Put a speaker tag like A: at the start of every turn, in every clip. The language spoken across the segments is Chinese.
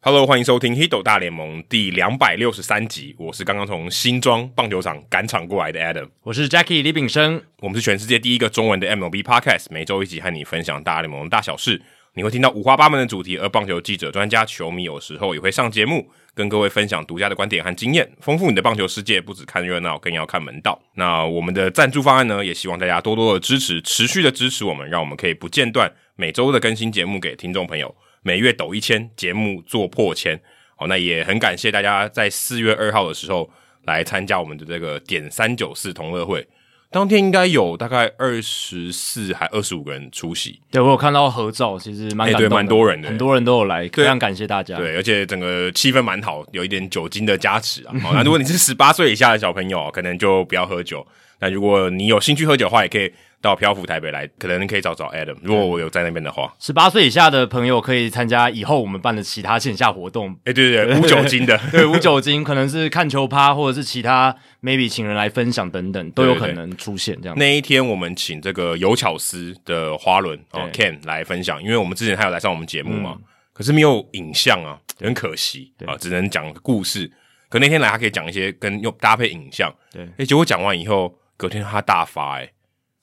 A: Hello，欢迎收听《Hiddle 大联盟》第两百六十三集。我是刚刚从新庄棒球场赶场过来的 Adam，
B: 我是 Jackie 李炳生。
A: 我们是全世界第一个中文的 MLB Podcast，每周一集和你分享大联盟的大小事。你会听到五花八门的主题，而棒球记者、专家、球迷有时候也会上节目，跟各位分享独家的观点和经验，丰富你的棒球世界。不只看热闹，更要看门道。那我们的赞助方案呢，也希望大家多多的支持，持续的支持我们，让我们可以不间断每周的更新节目给听众朋友。每月抖一千，节目做破千。好，那也很感谢大家在四月二号的时候来参加我们的这个点三九四同乐会，当天应该有大概二十四还二十五个人出席。
B: 对我有看到合照，其实蛮
A: 哎
B: 感动
A: 对
B: 的、
A: 蛮多人的
B: 很多人都有来，非常感谢大家。，
A: 对，而且整个气氛蛮好，有一点酒精的加持啊。好，那如果你是十八岁以下的小朋友，可能就不要喝酒。那如果你有兴趣喝酒的话，也可以到漂浮台北来，可能可以找找 Adam，如果我有在那边的话。
B: 十八岁以下的朋友可以参加以后我们办的其他线下 活动，
A: 哎、对对对，无酒精的，
B: 对无酒精，可能是看球趴，或者是其他 maybe 请人来分享等等，都有可能出现这样。
A: 那一天我们请这个尤巧思的花轮哦
B: 对嗯
A: Ken 来分享，因为我们之前他有来上我们节目嘛，可是没有影像啊，很可惜啊，只能讲故事。可那天来他可以讲一些跟又搭配影像，
B: 对
A: 哎、结果讲完以后，隔天他大发哎、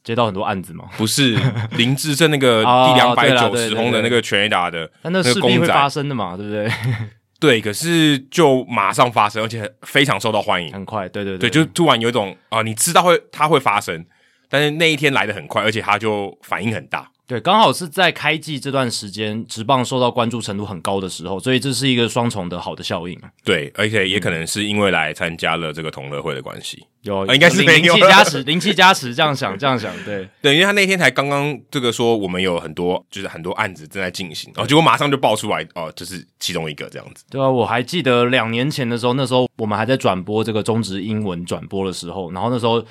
B: 接到很多案子嘛，
A: 不 是林志正那个
B: 哦
A: 第两百
B: 对啦
A: 九
B: 对对
A: 十
B: 对
A: 轰的那个全垒打的
B: 但那
A: 个
B: 势必
A: 公
B: 会发
A: 仔，
B: 生的嘛，对不对？
A: 对，可是就马上发生，而且非常受到欢迎，
B: 很快，对对
A: 对，就突然有一种啊、你知道会它会发生，但是那一天来的很快，而且他就反应很大。
B: 对，刚好是在开季这段时间，职棒受到关注程度很高的时候，所以这是一个双重的好的效应。
A: 对，而且也可
B: 嗯
A: 能是因为来参加了这个同乐会的关系。
B: 有，
A: 啊应该是
B: 灵
A: 没有
B: 灵气加持，灵气加持，这样想，这样想，对，
A: 对，因为他那天才刚刚这个说我们有很多就是很多案子正在进行，哦，结果马上就爆出来哦，这是其中一个这样子。
B: 对啊，我还记得两年前的时候，那时候我们还在转播这个中职英文转播的时候，然后那时候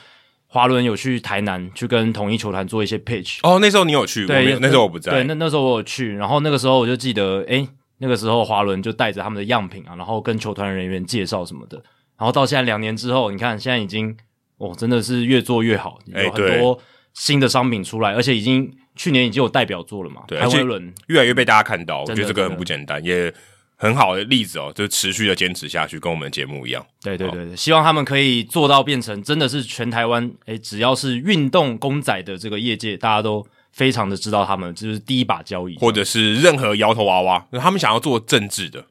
B: 华伦有去台南去跟统一球团做一些 pitch，、
A: 哦，那时候你有去，我没
B: 对
A: 有，，那时候我不在。
B: 对，那那时候我有去，然后那个时候我就记得，诶，那个时候华伦就带着他们的样品啊，然后跟球团人员介绍什么的，然后到现在两年之后，你看现在已经哦，真的是越做越好，
A: 哎
B: 有很多新的商品出来，而且已经去年已经有代表作了嘛，
A: 对
B: 台
A: 而且
B: 湾轮
A: 越来越被大家看到，我
B: 真
A: 觉
B: 的
A: 得这个很不简单，也很好的例子哦，就是持续的坚持下去，跟我们节目一样。
B: 对对对对，希望他们可以做到变成真的是全台湾，诶，只要是运动公仔的这个业界，大家都非常的知道他们，就是第一把交椅。
A: 或者是任何摇头娃娃，他们想要做政治的，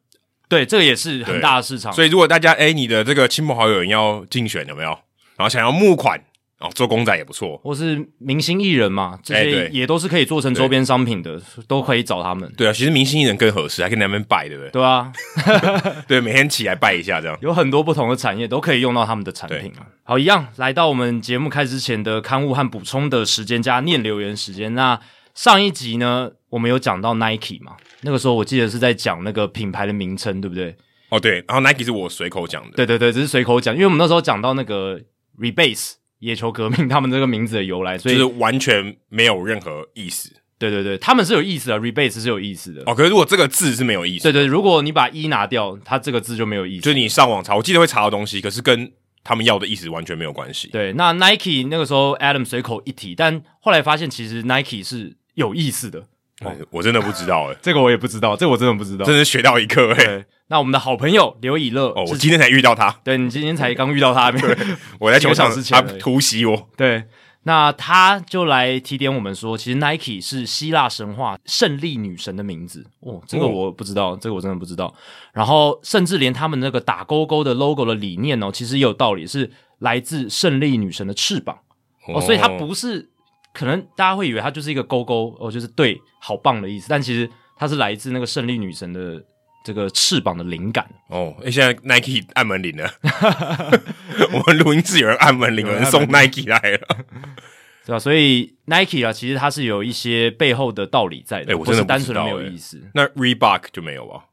B: 对，这个也是很大的市场。
A: 所以如果大家哎、你的这个亲朋好友要竞选有没有？然后想要募款哦，做公仔也不错。
B: 或是明星艺人嘛，这
A: 哎
B: 些
A: 对
B: 也都是可以做成周边商品的，都可以找他们。
A: 对啊，其实明星艺人更合适，还可以在那边拜，对不对？
B: 对啊，
A: 对，每天起来拜一下这样。
B: 有很多不同的产业都可以用到他们的产品啊。好，一样来到我们节目开始之前的刊物和补充的时间加念留言时间。那上一集呢，我们有讲到 Nike 嘛，那个时候我记得是在讲那个品牌的名称，对不对？
A: 哦，对，然后 Nike 是我随口讲的，
B: 对对对，只是随口讲，因为我们那时候讲到那个 Rebase 野球革命他们这个名字的由来，所
A: 就
B: 以、
A: 是完全没有任何意思。
B: 对对对，他们是有意思的，Rebase 是有意思的。
A: 哦，可是如果这个字是没有意思，
B: 对对，如果你把一拿掉，它这个字就没有意思。
A: 就是你上网查，我记得会查到东西，可是跟他们要的意思完全没有关系。
B: 对，那 Nike 那个时候 Adam 随口一提，但后来发现其实 Nike 是有意思的，
A: 哎我真的不知道哎、
B: 这个我也不知道，这个我真的不知道
A: 真。的学到一课哎、
B: 对，那我们的好朋友刘以乐，
A: 哦，我
B: 是
A: 今天才遇到他，
B: 对你今天才刚遇到他，
A: 我在球场
B: 几个小时前
A: 他
B: 而已
A: 突袭我。
B: 对，那他就来提点我们说，其实 Nike 是希腊神话胜利女神的名字哦，这个
A: 哦
B: 我不知道，这个我真的不知道。然后甚至连他们那个打勾勾的 logo 的理念哦，其实也有道理，是来自胜利女神的翅膀哦，所以它不是可能大家会以为它就是一个勾勾哦，就是对好棒的意思，但其实它是来自那个胜利女神的这个翅膀的灵感。
A: 哦，哎、现在 Nike 按门铃了， 我们录音室有人按门铃，有人送 Nike 来了。
B: 对吧、所以 Nike 啊，其实它是有一些背后的道理在的，
A: 哎我真的
B: 不是单纯的
A: 不
B: 没
A: 知道
B: 有
A: 哎
B: 意思。
A: 那 Reebok 就没有吧？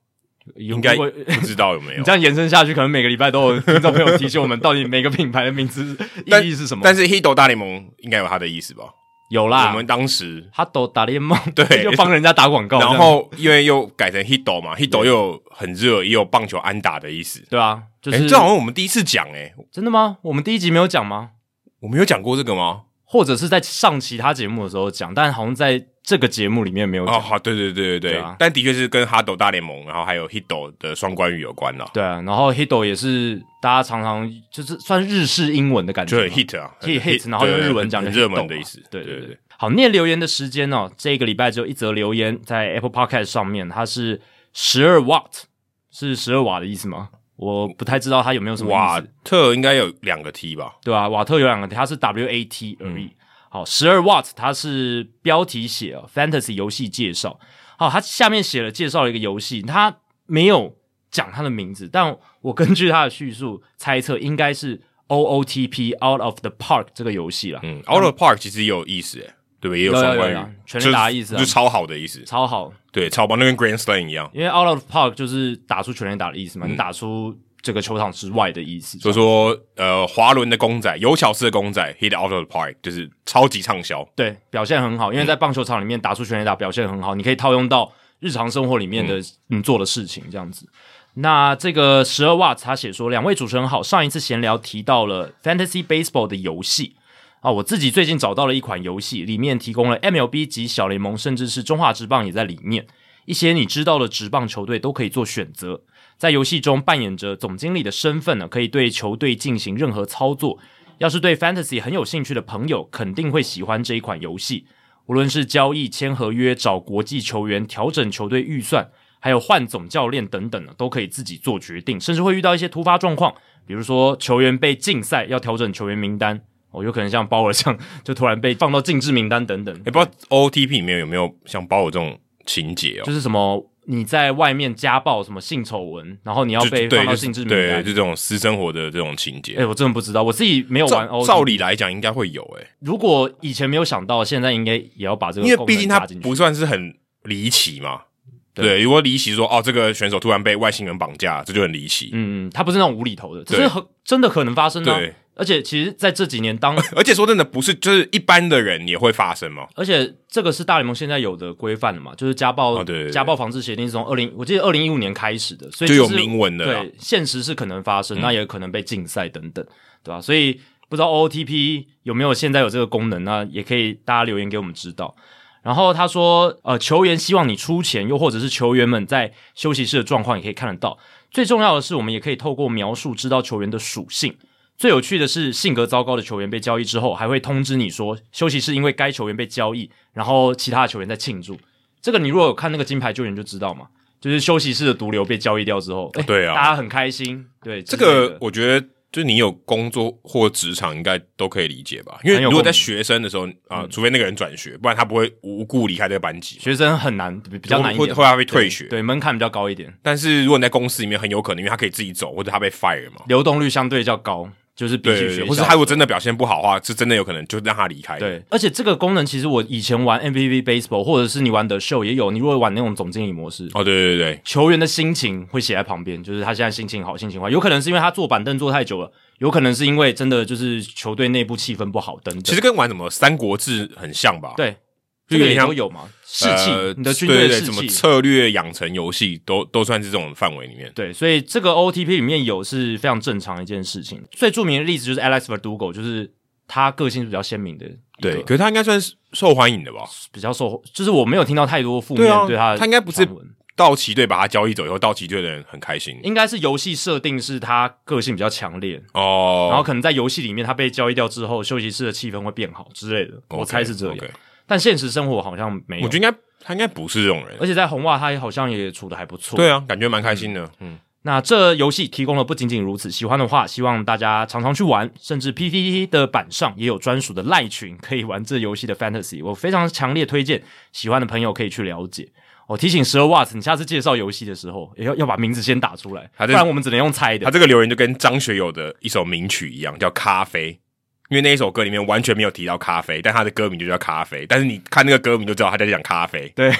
B: 应
A: 应该
B: 你
A: 不知道有没有
B: 这。样延伸下去，可能每个礼拜都有听众朋友提醒我们，到底每个品牌的名字
A: 但
B: 意义是什么？
A: 但是 Hito 大联盟应该有他的意思吧？
B: 有啦，
A: 我们当时，
B: 哈斗打联盟，
A: 对
B: 就帮人家打广告，
A: 然
B: 这样
A: 后因为又改成 Hito 嘛，Hito 又有很热，也有棒球安打的意思。
B: 对啊，就
A: 哎、
B: 是
A: 这好像我们第一次讲哎、
B: 真的吗？我们第一集没有讲吗？
A: 我们有讲过这个吗？
B: 或者是在上其他节目的时候讲，但好像在这个节目里面没有讲。
A: 哦，好，对对对对对，
B: 对啊
A: 但的确是跟哈斗大联盟，然后还有 Hito 的双关语有关了、
B: 对啊，然后 Hito 也是大家常常就是算日式英文的感觉
A: 就
B: 嘛，
A: 很 hit 啊
B: hit hit，然后用
A: 对
B: 日文讲就
A: 很
B: hit
A: 热
B: 动
A: 门
B: 嘛
A: 的意思。
B: 啊对
A: 对
B: 对对。好，念留言的时间哦，这个礼拜只有一则留言在 Apple Podcast 上面，它是十二 watt，是十二瓦的意思吗？我不太知道它有没有什么
A: 瓦
B: 意思，
A: 特应该有两个 T 吧？
B: 对吧、瓦特有两个，它是 WAT 而已。
A: 嗯
B: 好，十二 watt 它是标题写哦，Fantasy 游戏介绍。好，它下面写了介绍了一个游戏，它没有讲它的名字，但我根据它的叙述猜测，应该是 OOTP Out of the Park 这个游戏啦。
A: 嗯，Out of Park 其实也有意思，欸对不对？也有
B: 有
A: 双
B: 有
A: 关
B: 有
A: 语，
B: 全力打的意思啊
A: 就就超好的意思，
B: 超好，
A: 对，超棒，那跟 Grand Slam 一样。
B: 因为 out of park 就是打出全垒打的意思嘛，你打出这个球场之外的意思。
A: 嗯所以说，呃，华伦的公仔，尤乔斯的公仔，hit out of the park，就是超级畅销。
B: 对，表现很好，因为在棒球场里面打出全垒打表现很好，你可以套用到日常生活里面的你做的事情这样子。那这个十二 watts 他写说，两位主持人好，上一次闲聊提到了 fantasy baseball 的游戏啊，我自己最近找到了一款游戏，里面提供了 MLB 及小联盟，甚至是中华职棒也在里面，一些你知道的职棒球队都可以做选择。在游戏中扮演着总经理的身份呢，可以对球队进行任何操作。要是对 fantasy 很有兴趣的朋友，肯定会喜欢这一款游戏。无论是交易、签合约、找国际球员、调整球队预算，还有换总教练等等呢，都可以自己做决定，甚至会遇到一些突发状况，比如说球员被禁赛，要调整球员名单。哦，有可能像鲍尔这样，就突然被放到禁制名单等等
A: 也、，欸不知道 OTP 里面有没有像包我这种情节哦，
B: 就是什么你在外面家暴、什么性丑闻，然后你要
A: 就
B: 被
A: 对
B: 放到
A: 就是
B: 禁制名
A: 对，
B: 单
A: 就。这种私生活的这种情节。
B: 哎、我真的不知道，我自己没有玩
A: 照
B: 欧。
A: 照理来讲应该会有哎、
B: 如果以前没有想到，现在应该也要把这个
A: 因为
B: 功能
A: 毕竟它
B: 加进去
A: 不算是很离奇嘛。
B: 对
A: 对，如果离奇说哦，这个选手突然被外星人绑架，这就很离奇。
B: 嗯，他不是那种无厘头的，只
A: 对
B: 是很真的可能发生的、啊
A: 对。
B: 而且其实，在这几年当，
A: 而且说真的，不是就是一般的人也会发生嘛。
B: 而且这个是大联盟现在有的规范了嘛，就是家暴、
A: 哦对对对
B: 家暴防治协定是从二零，我记得二零一五年开始的，所以
A: 就有
B: 是
A: 明文的啦嗯
B: 对，现实是可能发生，那也可能被禁赛等等，对吧、所以不知道 OOTP 有没有现在有这个功能那也可以大家留言给我们知道。然后他说，呃，球员希望你出钱，又或者是球员们在休息室的状况也可以看得到。最重要的是，我们也可以透过描述知道球员的属性。最有趣的是，性格糟糕的球员被交易之后，还会通知你说休息室因为该球员被交易，然后其他的球员在庆祝。这个你如果有看那个金牌救援就知道嘛，就是休息室的毒瘤被交易掉之后，哎
A: 对啊
B: 大家很开心。对，
A: 这
B: 之类
A: 个
B: 的
A: 我觉得，就是你有工作或职场，应该都可以理解吧。因为
B: 很有
A: 如果在
B: 共鸣嗯
A: 学生的时候啊、除非那个人转学，不然他不会无故离开这个班级，
B: 学生很难，比比较难一
A: 会
B: 点
A: 会
B: 嘛，
A: 会他被退学。
B: 对，门槛比较高一点，
A: 但是如果你在公司里面，很有可能因为他可以自己走，或者他被 fire 嘛。
B: 流动率相对较高，就是比
A: 对
B: 起
A: 对，
B: 学
A: 对
B: 校，
A: 或者他如果真的表现不好的话，是真的有可能就让他离开。
B: 对，而且这个功能其实我以前玩 MVP Baseball 或者是你玩的 Show 也有，你如果玩那种总经理模式，
A: 哦，对对对对，
B: 球员的心情会写在旁边，就是他现在心情好，心情坏，有可能是因为他坐板凳坐太久了，有可能是因为真的就是球队内部气氛不好等等。
A: 其实跟玩什么《三国志》很像吧？
B: 对，
A: 就
B: 这
A: 有
B: 个
A: 点
B: 也
A: 像
B: 都有嘛，士气，
A: 呃
B: 你的军队
A: 对
B: 的
A: 对
B: 士
A: 对什么
B: 气。
A: 策略养成游戏都都算是这种范围里面。
B: 对，所以这个 OTP 里面有是非常正常的一件事情。最著名的例子就是 Alex Verdugo，就是他个性是比较鲜明的一个，
A: 对，可是他应该算是受欢迎的吧？
B: 比较受，就是我没有听到太多负
A: 对啊
B: 面对他的传闻、
A: 他应该不是道奇队把他交易走以后，道奇队的人很开心
B: 应该是游戏设定是他个性比较强烈，然后
A: 哦。
B: 可能在游戏里面他被交易掉之后，休息室的气氛会变好之类的，我猜是这样。
A: OK，OK
B: 但现实生活好像没有，
A: 我觉得应该他应该不是这种人
B: 而。且在红袜他也好像也处的还不错。
A: 对啊，感觉蛮开心的。嗯，
B: 那这游戏提供了不仅仅如此，喜欢的话，希望大家常常去玩，甚至 PTT 的版上也有专属的赖群，可以玩这游戏的 Fantasy，我非常强烈推荐，喜欢的朋友可以去了解。我、提醒十二 watts，你下次介绍游戏的时候，也要要把名字先打出来，
A: 他
B: 不
A: 这
B: 然我们只能用猜的
A: 他。这个留言就跟张学友的一首名曲一样，叫《咖啡》。因为那一首歌里面完全没有提到咖啡，但他的歌名就叫咖啡。但是你看那个歌名就知道他在讲咖啡。
B: 对，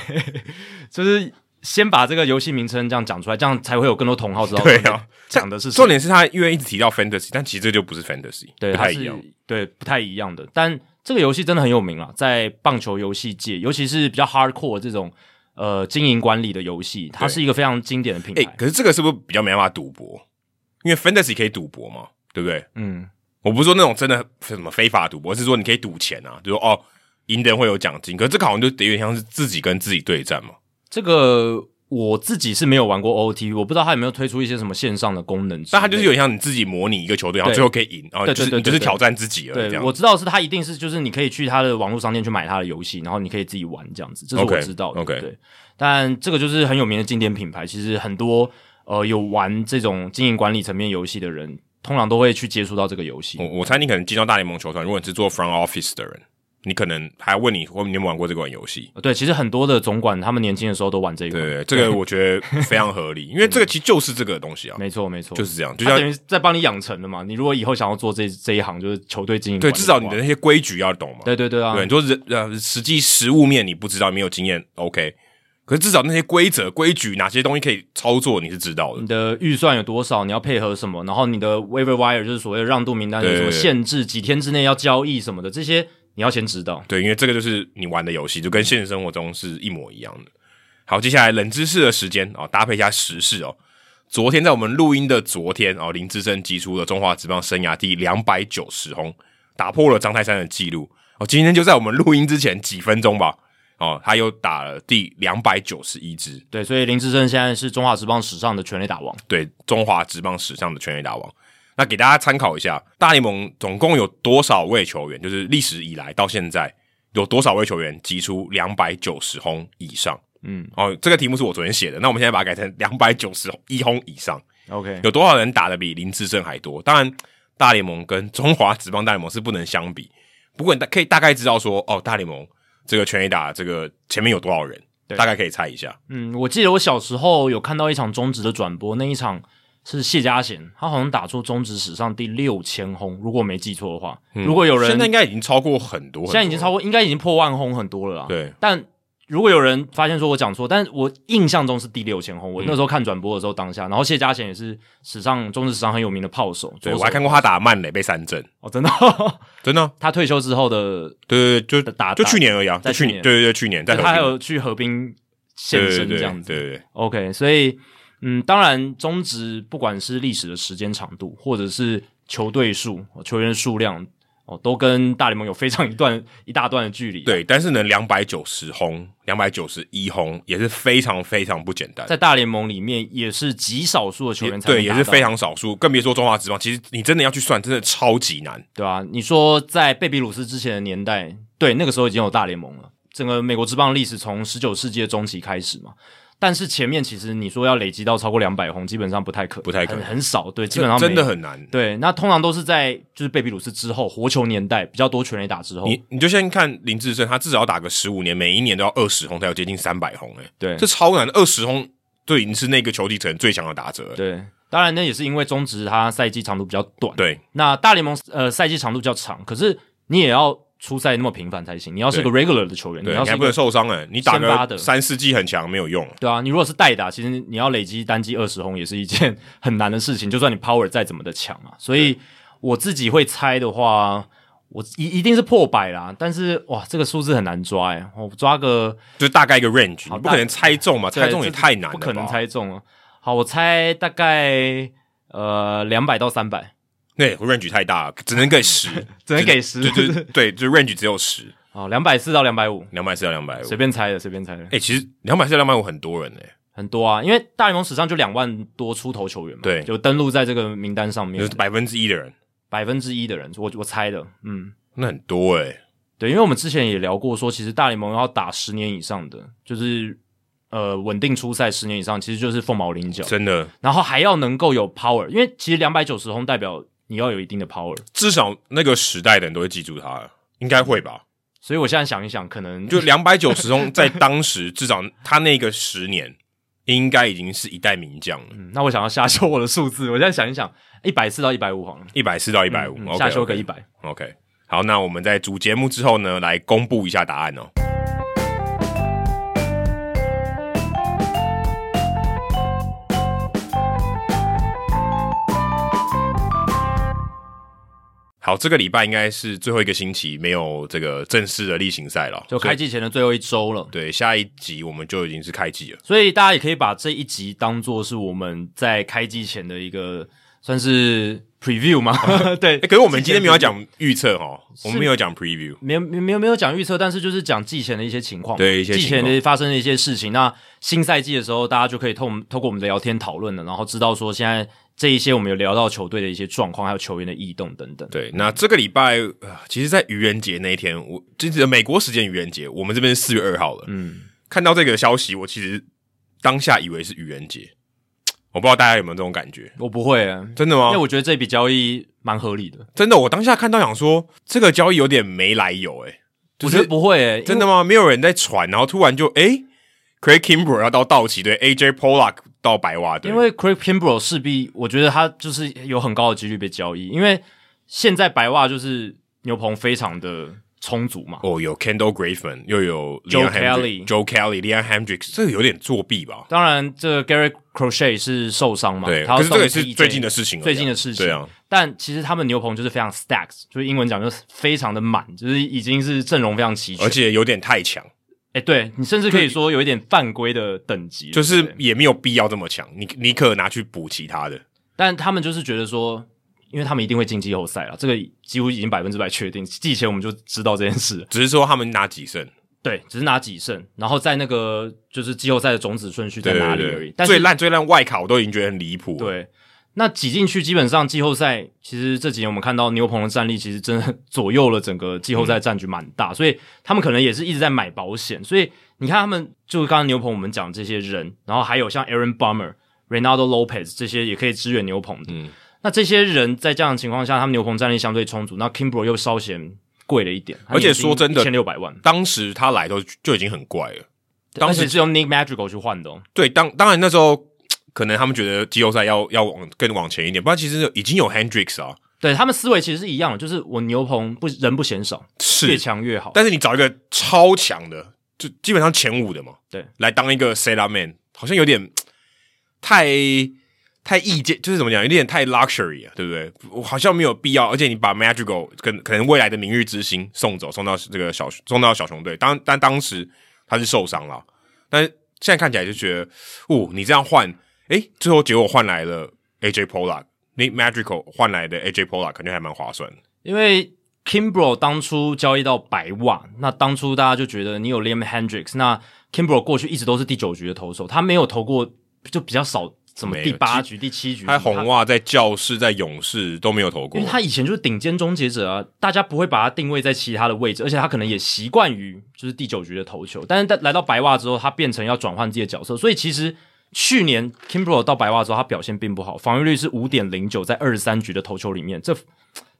B: 就是先把这个游戏名称这样讲出来，这样才会有更多同号知道
A: 对啊，
B: 讲的是什
A: 重
B: 么。
A: 点是他因为一直提到 fantasy，但其实这就不是 fantasy，
B: 对，
A: 不
B: 它
A: 太
B: 是
A: 一样。
B: 对，不太一样的。但这个游戏真的很有名啊，在棒球游戏界，尤其是比较 hardcore 这种呃经营管理的游戏，它
A: 对
B: 是一个非常经典的品
A: 哎、
B: 牌。
A: 可是这个是不是比较没办法赌博？因为 fantasy 可以赌博嘛，对不对？
B: 嗯，
A: 我不是说那种真的什么非法赌博，是说你可以赌钱啊，就说哦赢的人会有奖金，可是这个好像就得有点像是自己跟自己对战嘛。
B: 这个我自己是没有玩过 OT，我不知道它有没有推出一些什么线上的功能之类的。
A: 但它就是有点像你自己模拟一个球队，然后
B: 对
A: 最后可以赢，然后
B: 对
A: 就是
B: 对对
A: 你就是
B: 对对
A: 挑战自己了这
B: 对，
A: 样。
B: 我知道是它一定是就是你可以去它的网络商店去买它的游戏，然后你可以自己玩这样子，这是
A: OK，
B: 我知道的。
A: OK
B: 对，但这个就是很有名的经典品牌，其实很多呃有玩这种经营管理层面游戏的人，通常都会去接触到这个游戏。
A: 我我猜你可能进到大联盟球团，如果你是做 front office 的人，你可能还问你，我你有没有玩过这款游戏？
B: 呃对，其实很多的总管他们年轻的时候都玩这一款，
A: 对，这个我觉得非常合理，因为这个其实就是这个东西啊，
B: 没错没错，啊
A: 就是这样，就
B: 它
A: 像
B: 等于是在帮你养成的嘛。你如果以后想要做这这一行，就是球队经营
A: 对，
B: 管理
A: 至少你
B: 话
A: 的那些规矩要懂嘛。
B: 对对对啊，
A: 对，你说人呃，实际实物面你不知道，没有经验，OK。可是至少那些规则、规矩，哪些东西可以操作，你是知道的
B: 你。的预算有多少，你要配合什么，然后你的 waiver wire 就是所谓的让渡名单有
A: 对
B: 什么
A: 对对
B: 限制，几天之内要交易什么的，这些你要先知道。
A: 对，因为这个就是你玩的游戏，就跟现实生活中是一模一样的。好，接下来冷知识的时间啊、哦，搭配一下时事哦。昨天在我们录音的昨天哦，林志胜击出了中华职棒生涯第两百九十轰，打破了张泰山的记录哦。今天就在我们录音之前几分钟吧，哦，他又打了第两百九十一支，
B: 对，所以林志胜现在是中华职棒史上的全垒打王，
A: 对中华职棒史上的全垒打王。那给大家参考一下，大联盟总共有多少位球员，就是历史以来到现在有多少位球员击出两百九十轰以上？
B: 嗯
A: 哦，这个题目是我昨天写的，那我们现在把它改成 两百九十一轰以上，
B: ，OK，
A: 有多少人打的比林志胜还多？当然，大联盟跟中华职棒大联盟是不能相比，不过你大可以大概知道说，哦，大联盟这个全垒打这个前面有多少人，
B: 对
A: 大概可以猜一下。
B: 嗯，我记得我小时候有看到一场中职的转播，那一场是谢家贤，他好像打出中职史上第六千轰，如果我没记错的话，如果有人
A: 现在应该已经超过很多很多了，
B: 现在已经超过，应该已经破万轰很多了啦。
A: 对，
B: 但如果有人发现说我讲错，但是我印象中是第六千轰，我那时候看转播的时候当下，然后谢家贤也是史上中职史上很有名的炮手，
A: 对
B: 左手
A: 我还看过他打曼垒被三振，
B: 哦，真的，
A: 真的啊、
B: 他退休之后的，
A: 对对对，就
B: 打
A: 就
B: 打
A: 去年而已啊，
B: 在
A: 就去
B: 去年
A: 对对对，去年在
B: 就
A: 合
B: 他还
A: 并
B: 有去河滨现
A: 对
B: 身
A: 对
B: 这样子，
A: 对对对
B: OK，所以嗯，当然中职不管是历史的时间长度，或者是球队数、球员数量。哦，都跟大联盟有非常一段一大段的距离。，
A: 对，但是呢，两百九十轰，两百九十一轰也是非常非常不简单，
B: 在大联盟里面也是极少数的球
A: 也
B: 员才
A: 对
B: 能
A: 也
B: 达
A: 是
B: 到
A: 非常少数，更别说中华职棒，其实你真的要去算，真的超级难。
B: 对啊，你说在贝比鲁斯之前的年代，对，那个时候已经有大联盟了。整个美国职棒历史从十九世纪的中期开始嘛，但是前面其实你说要累积到超过两百红，基本上不太可，
A: 不太可能
B: 很，很少，对，基
A: 这
B: 本上没
A: 真的很难。
B: 对。那通常都是在就是贝比鲁斯之后，活球年代比较多全垒打之后，
A: 你你就先看林志胜，他至少要打个十五年，每一年都要二十轰，才有接近三百轰，哎，
B: 对
A: 这超难。二十轰对已经是那个球季可能最强的打者了，欸
B: 对。当然，那也是因为中职它赛季长度比较短，
A: 对
B: 那大联盟呃赛季长度比较长，可是你也要出赛那么频繁才行。你要是个 regular 的球员，你
A: 对，
B: 要
A: 你
B: 是
A: 还
B: 一
A: 不能
B: 个
A: 受伤哎，你打
B: 先发的
A: 个三四季很强没有用。
B: 对啊，你如果是代打，其实你要累积单击二十轰也是一件 很难的事情，就算你 power 再怎么的强嘛。所以我自己会猜的话，我一一定是破百啦。但是哇，这个数字很难抓哎、我抓个
A: 就大概一个 range，你不
B: 大
A: 可能猜中嘛，
B: 对
A: 啊猜中也
B: 这
A: 太难了，
B: 不可能。猜中啊。好，我猜大概呃两百到三百，
A: 对，range 太大了，只能给十，
B: 只能给十
A: 对对 对对，就 range 只有十，
B: 好，两百四到两百五，
A: 两百四到两百五。
B: 随便猜的，随便猜的，
A: 哎、其实两百四到两百五很多人哎、
B: 很多啊，因为大联盟史上就两万多出头球员嘛，
A: 对
B: 有登录在这个名单上
A: 就
B: 面
A: 是，百分之一的人，
B: 百分之一的人，我我猜的，嗯。
A: 那很多哎、
B: 对，因为我们之前也聊过说，其实大联盟要打十年以上的，就是呃稳定出赛十年以上，其实就是凤毛麟角，
A: 真的，
B: 然后还要能够有 power，因为其实两百九十轰代表你要有一定的 power，
A: 至少那个时代的人都会记住他了，应该会吧？
B: 所以我现在想一想，可能
A: 就两百九十 中，在当时至少他那个十年，应该已经是一代名将了。
B: 嗯那我想要下修我的数字，我现在想一想，一百四到一百五好了，
A: 一百四到一百五
B: 嗯，下修个一百。
A: OK，好，那我们在主节目之后呢，来公布一下答案哦。好，这个礼拜应该是最后一个星期没有这个正式的例行赛了，
B: 就
A: 所以
B: 开季前的最后一周了。
A: 对下一集我们就已经是开季了，
B: 所以大家也可以把这一集当做是我们在开机前的一个算是 preview 嘛， 对
A: 诶。哎可是我们今天没有讲预测哦，我们没有讲 preview，
B: 没有没有没有讲预测，但是就是讲季前的一些情况，
A: 对一些
B: 季前
A: 情
B: 的发生的一些事情。那新赛季的时候，大家就可以透我们透过我们的聊天讨论了，然后知道说现在这一些我们有聊到球队的一些状况，还有球员的异动等等。
A: 对，那这个礼拜，呃其实，在愚人节那一天，我就是美国时间愚人节，我们这边是四月二号了。
B: 嗯，
A: 看到这个消息，我其实当下以为是愚人节，我不知道大家有没有这种感觉？
B: 我不会、欸，
A: 真的
B: 因为
A: 吗？
B: 我觉得这笔交易蛮合理的。
A: 真的，我当下看到想说，这个交易有点没来由、欸，诶，就
B: 我觉得
A: 是
B: 不会、欸，
A: 真
B: 因
A: 的
B: 为
A: 吗？没有人在传，然后突然就诶 c r a i g Kimbrel 要到道奇队，AJ Pollock 到白袜队，
B: 因为 Craig Kimbrel 势必，我觉得他就是有很高的几率被交易，因为现在白袜就是牛棚非常的充足嘛。
A: 哦有 Kendall Graveman，又有
B: Joe
A: Leon Hendrick-
B: Kelly
A: Joe Kelly、Leon Hendricks，这个有点作弊吧？
B: 当然，这个 Gary Crochet 是受伤嘛，
A: 对，
B: 他要
A: 可是这个也
B: 送
A: 是
B: PJ
A: 最近的事情而已啊，
B: 最近的事情。
A: 对啊，
B: 但其实他们牛棚就是非常 stacks，就是英文讲就是非常的满，就是已经是阵容非常齐全。
A: 而，且有点太强，
B: 哎、对你甚至可以说有一点犯规的等级，
A: 就
B: 对
A: 是
B: 不对
A: 也没有必要这么强。你你可拿去补其他的，
B: 但他们就是觉得说，因为他们一定会进季后赛了，这个几乎已经百分之百确定。季前我们就知道这件事，
A: 只是说他们拿几胜，
B: 对，只是拿几胜，然后在那个就是季后赛的种子顺序在
A: 对
B: 哪
A: 对
B: 里而已。
A: 对，
B: 但
A: 最
B: 是
A: 烂最烂外卡我都已经觉得很离谱。，
B: 对，那挤进去基本上季后赛，其实这几年我们看到牛棚的战力，其实真的 左右了整个季后
A: 嗯
B: 赛战局蛮大，所以他们可能也是一直在买保险。所以你看他们，就是刚刚牛棚我们讲这些人，然后还有像 Aaron Bummer、Renato Lopez 这些也可以支援牛棚的。
A: 嗯
B: 那这些人在这样的情况下，他们牛棚战力相对充足，那 Kimbro 又稍嫌贵了一点，
A: 而且说真的
B: 一千六百万，
A: 当时他来都就已经很怪了。当
B: 而
A: 时
B: 且是用 Nick Magical 去换的、哦。
A: 对，当当然那时候可能他们觉得季后赛要要往更往前一点，不然其实已经有 Hendricks 啊，
B: 对他们思维其实是一样的，就是我牛棚不人不嫌少，越
A: 是，
B: 强越好。
A: 但是你找一个超强的，就基本上前五的嘛，
B: 对，
A: 来当一个 s a l a man，好像有点太太意见，就是怎么讲，有点太 luxury 啊了，对不对？我好像没有必要，而且你把 Magical 跟可能未来的明日之星送走，送到这个小送到小熊队，当但当时他是受伤了，但是现在看起来就觉得，哦，你这样换，诶，最后结果换来了 AJ Pollock。你 Magical 换来的 AJ Pollock 感觉还蛮划算的，
B: 因为 Kimbro 当初交易到白袜，那当初大家就觉得你有 Liam Hendricks，那 Kimbro 过去一直都是第九局的投手，他没有投过就比较少，什么
A: 没有
B: 第八局、第七局，
A: 他在红袜在教室在勇士都没有投过
B: 因为，嗯他以前就是顶尖终结者啊，大家不会把他定位在其他的位置，而且他可能也习惯于就是第九局的投球，但是在来到白袜之后，他变成要转换自己的角色，所以其实去年 Kimbro 到白袜之后，他表现并不好，防御率是五点零九，在二十三局的投球里面，这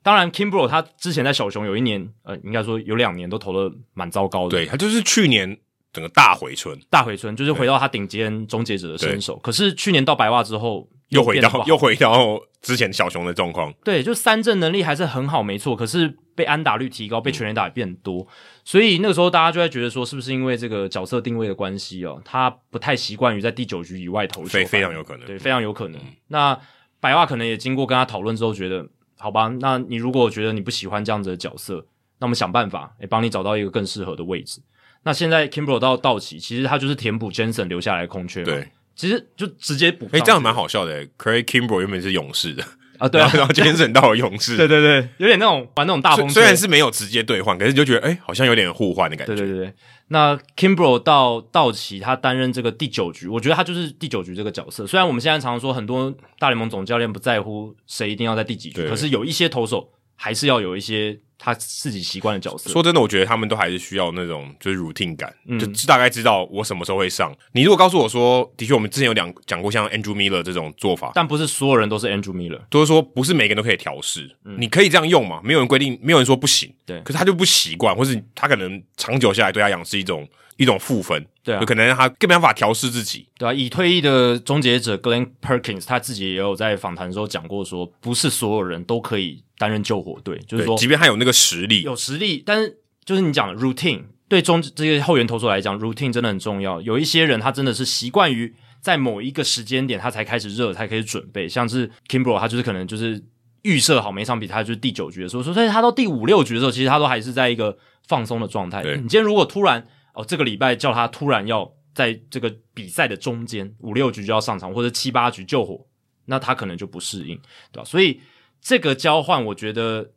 B: 当然 Kimbro 他之前在小熊有一年，呃，应该说有两年都投的蛮糟糕的，
A: 对他就是去年整个大回春，
B: 大回春就是回到他顶尖终结者的身手，可是去年到白袜之后
A: 又回
B: 变得不
A: 到
B: 好
A: 又回到之前小熊的状况，
B: 对，就三振能力还是很好，没错。可是被安打率提高，被全垒打也变多，所以那个时候大家就在觉得说，是不是因为这个角色定位的关系哦，他不太习惯于在第九局以外投球，
A: 所以非常有可能。嗯
B: 对，非常有可能。那白袜可能也经过跟他讨论之后，觉得好吧，那你如果觉得你不喜欢这样子的角色，那我们想办法，也帮你找到一个更适合的位置。那现在 Kimbro 到道奇，其实他就是填补 Jensen 留下来的空缺嘛，
A: 对，
B: 其实就直接补上去。
A: 哎，这样蛮好笑的。Craig Kimbrel 原本是勇士的，
B: 啊， 对啊，
A: 然后今天忍到了勇 士，
B: 对对对，有点那种玩那种大风
A: 虽
B: 车，
A: 虽然是没有直接兑换，可是你就觉得哎，好像有点互换的感
B: 对
A: 觉。
B: 对对对，那 Kimbro 到道奇，他担任这个第九局，我觉得他就是第九局这个角色。虽然我们现在常说很多大联盟总教练不在乎谁一定要在第几局，
A: 对
B: 可是有一些投手还是要有一些他自己习惯的角色。
A: 说真的，我觉得他们都还是需要那种就是 routine 感，
B: 嗯
A: 就大概知道我什么时候会上。你如果告诉我说，的确我们之前有讲讲过像 Andrew Miller 这种做法，
B: 但不是所有人都是 Andrew Miller，
A: 就是说不是每个人都可以调试，你可以这样用嘛？没有人规定，没有人说不行。
B: 嗯对
A: 可是他就不习惯，或是他可能长久下来对他养是一种一种负分，
B: 对啊
A: 有可能他更没办法调试自己。
B: 对啊，已退役的终结者 Glenn Perkins 他自己也有在访谈的时候讲过说，不是所有人都可以担任救火队，就是
A: 对
B: 说，
A: 即便他有那个实力，
B: 有实力，但是就是你讲的 routine 对中这些后援投手来讲，routine 真的很重要。有一些人他真的是习惯于在某一个时间点他才开始热，才开始准备，像是 Kimbro 他就是可能就是预设好每一场比赛就是第九局的时候，所以他到第五六局的时候，其实他都还是在一个放松的状态。
A: 对
B: 你今天如果突然哦，这个礼拜叫他突然要在这个比赛的中间五六局就要上场，或者七八局救火，那他可能就不适应，对吧、所以这个交换，我觉得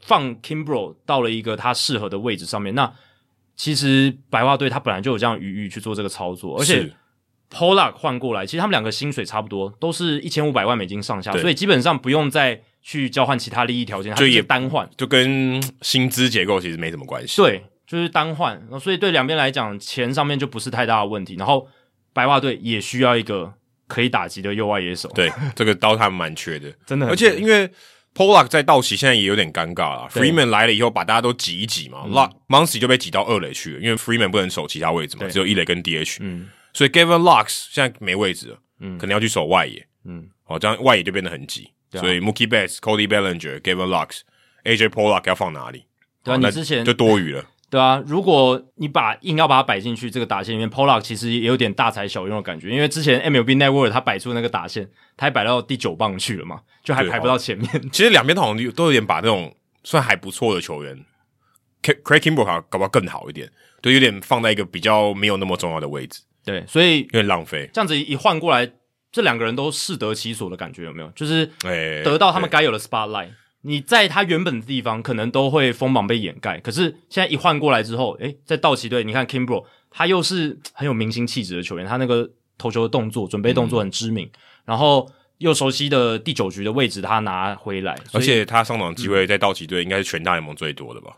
B: 放 Kimbro 到了一个他适合的位置上面。那其实白袜队他本来就有这样余裕去做这个操作，而且
A: 是
B: Polak 换过来，其实他们两个薪水差不多，都是一千五百万美金上下，
A: 对
B: 所以基本上不用再去交换其他利益条件，他
A: 就
B: 直接
A: 也
B: 单换。
A: 就跟薪资结构其实没什么关 系。
B: 对，就是单换，然后所以对两边来讲，钱上面就不是太大的问题。然后白袜队也需要一个可以打击的右外野手，
A: 对，这个刀他们蛮缺 的，
B: 真的很
A: 而且因为 Pollock 在道奇现在也有点尴尬了
B: 对嗯
A: ，Freeman 来了以后把大家都挤一挤嘛、l o c k Muncy 就被挤到二垒去了，因为 Freeman 不能守其他位置嘛，
B: 对
A: 只有一垒跟 DH，、
B: 嗯
A: 所以 Gavin Lux 现在没位置了，
B: 嗯
A: 可能要去守外野，
B: 嗯，
A: 哦，这样外野就变得很挤，
B: 对啊
A: 所以 Mookie Betts、Cody Bellinger、Gavin Lux、AJ Pollock 要放哪里？
B: 对啊，
A: 哦
B: 你
A: 那
B: 之前
A: 就多余了，
B: 对啊，如果你把硬要把它摆进去这个打线里面，Polak 其实也有点大材小用的感觉，因为之前 MLB Network 他摆出那个打线，他还摆到第九棒去了嘛，就还
A: 对
B: 排不到前面。
A: 其实两边都好像都有点把那种算还不错的球员，K- Craig Kimbrel 搞搞不好更好一点，就有点放在一个比较没有那么重要的位置，
B: 对，所以
A: 有点浪费。
B: 这样子一换过来，这两个人都适得其所的感觉有没有？就是
A: 哎，
B: 得到他们
A: 对
B: 该有的 spotlight。你在他原本的地方可能都会锋芒被掩盖，可是现在一换过来之后，诶，在道奇队，你看 Kimbro，他又是很有明星气质的球员，他那个投球的动作、准备动作很知名，
A: 嗯
B: 然后又熟悉的第九局的位置他拿回来，
A: 而
B: 所以
A: 且他上场机会在道奇队应该是全大联盟最多的吧，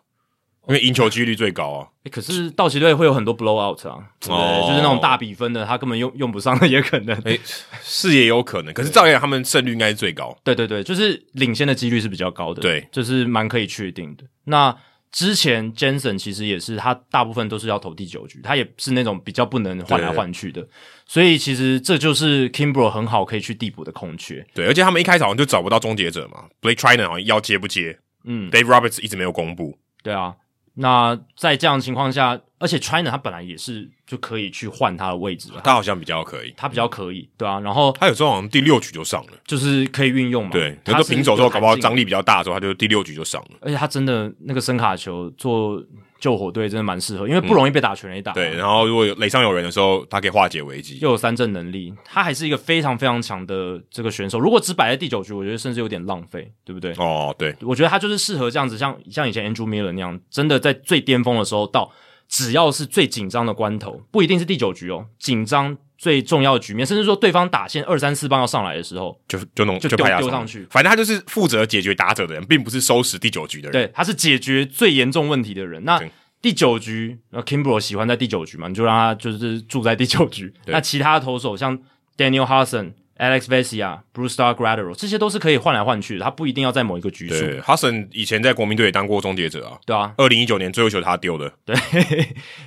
A: 因为赢球几率最高啊。
B: 诶可是道奇队会有很多 blow out 啊，对不对
A: 哦
B: 就是那种大比分的，他根本用用不上的也可能，
A: 哎、是也有可能，可是照样他们胜率应该是最高。
B: 对对对，就是领先的几率是比较高的，
A: 对，
B: 这是蛮可以确定的。那之前 Jensen 其实也是，他大部分都是要投第九局，他也是那种比较不能换来换去的，所以其实这就是 Kimbro 很好可以去递补的空缺。
A: 对，而且他们一开始好像就找不到终结者嘛，Blake Trinan 好像要接不接、
B: 嗯，
A: d a v e Roberts 一直没有公布。
B: 对啊。那在这样的情况下，而且 China 他本来也是就可以去换他的位置的，他
A: 他好像比较可以，
B: 他比较可以，对啊，然后
A: 他有时候好像第六局就上了。
B: 就是可以运用嘛。
A: 对，有
B: 他
A: 时候
B: 哦是
A: 平手之后，搞不好张
B: 力，
A: 力比较大的时候，他就第六局就上了。
B: 而且他真的那个声卡球做救火队真的蛮适合，因为不容易被打全垒打、
A: 嗯对，然后如果有垒上有人的时候，他可以化解危机。
B: 啊又有三振能力，他还是一个非常非常强的这个选手。如果只摆在第九局，我觉得甚至有点浪费，对不对？
A: 哦，对，
B: 我觉得他就是适合这样子，像像以前 Andrew Miller 那样，真的在最巅峰的时候到，只要是最紧张的关头，不一定是第九局哦，紧张最重要的局面，甚至说对方打线二三四棒要上来的时候，
A: 就就弄
B: 就
A: 派
B: 丢
A: 他
B: 丢上
A: 了
B: 去
A: 反正他就是负责解决打者的人，并不是收拾第九局的人。
B: 对，他是解决最严重问题的人。那
A: 对
B: 第九局，那 Kimbro 喜欢在第九局嘛，你就让他就是住在第九局。
A: 对
B: 那其他的投手像 Daniel Hudson、Alex Vesia、Bruce Star Gradero 这些都是可以换来换去的，他不一定要在某一个局数，
A: 对哈森以前在国民队也当过终结者啊。
B: 对啊，
A: 二零一九年最后一球他丢的，
B: 对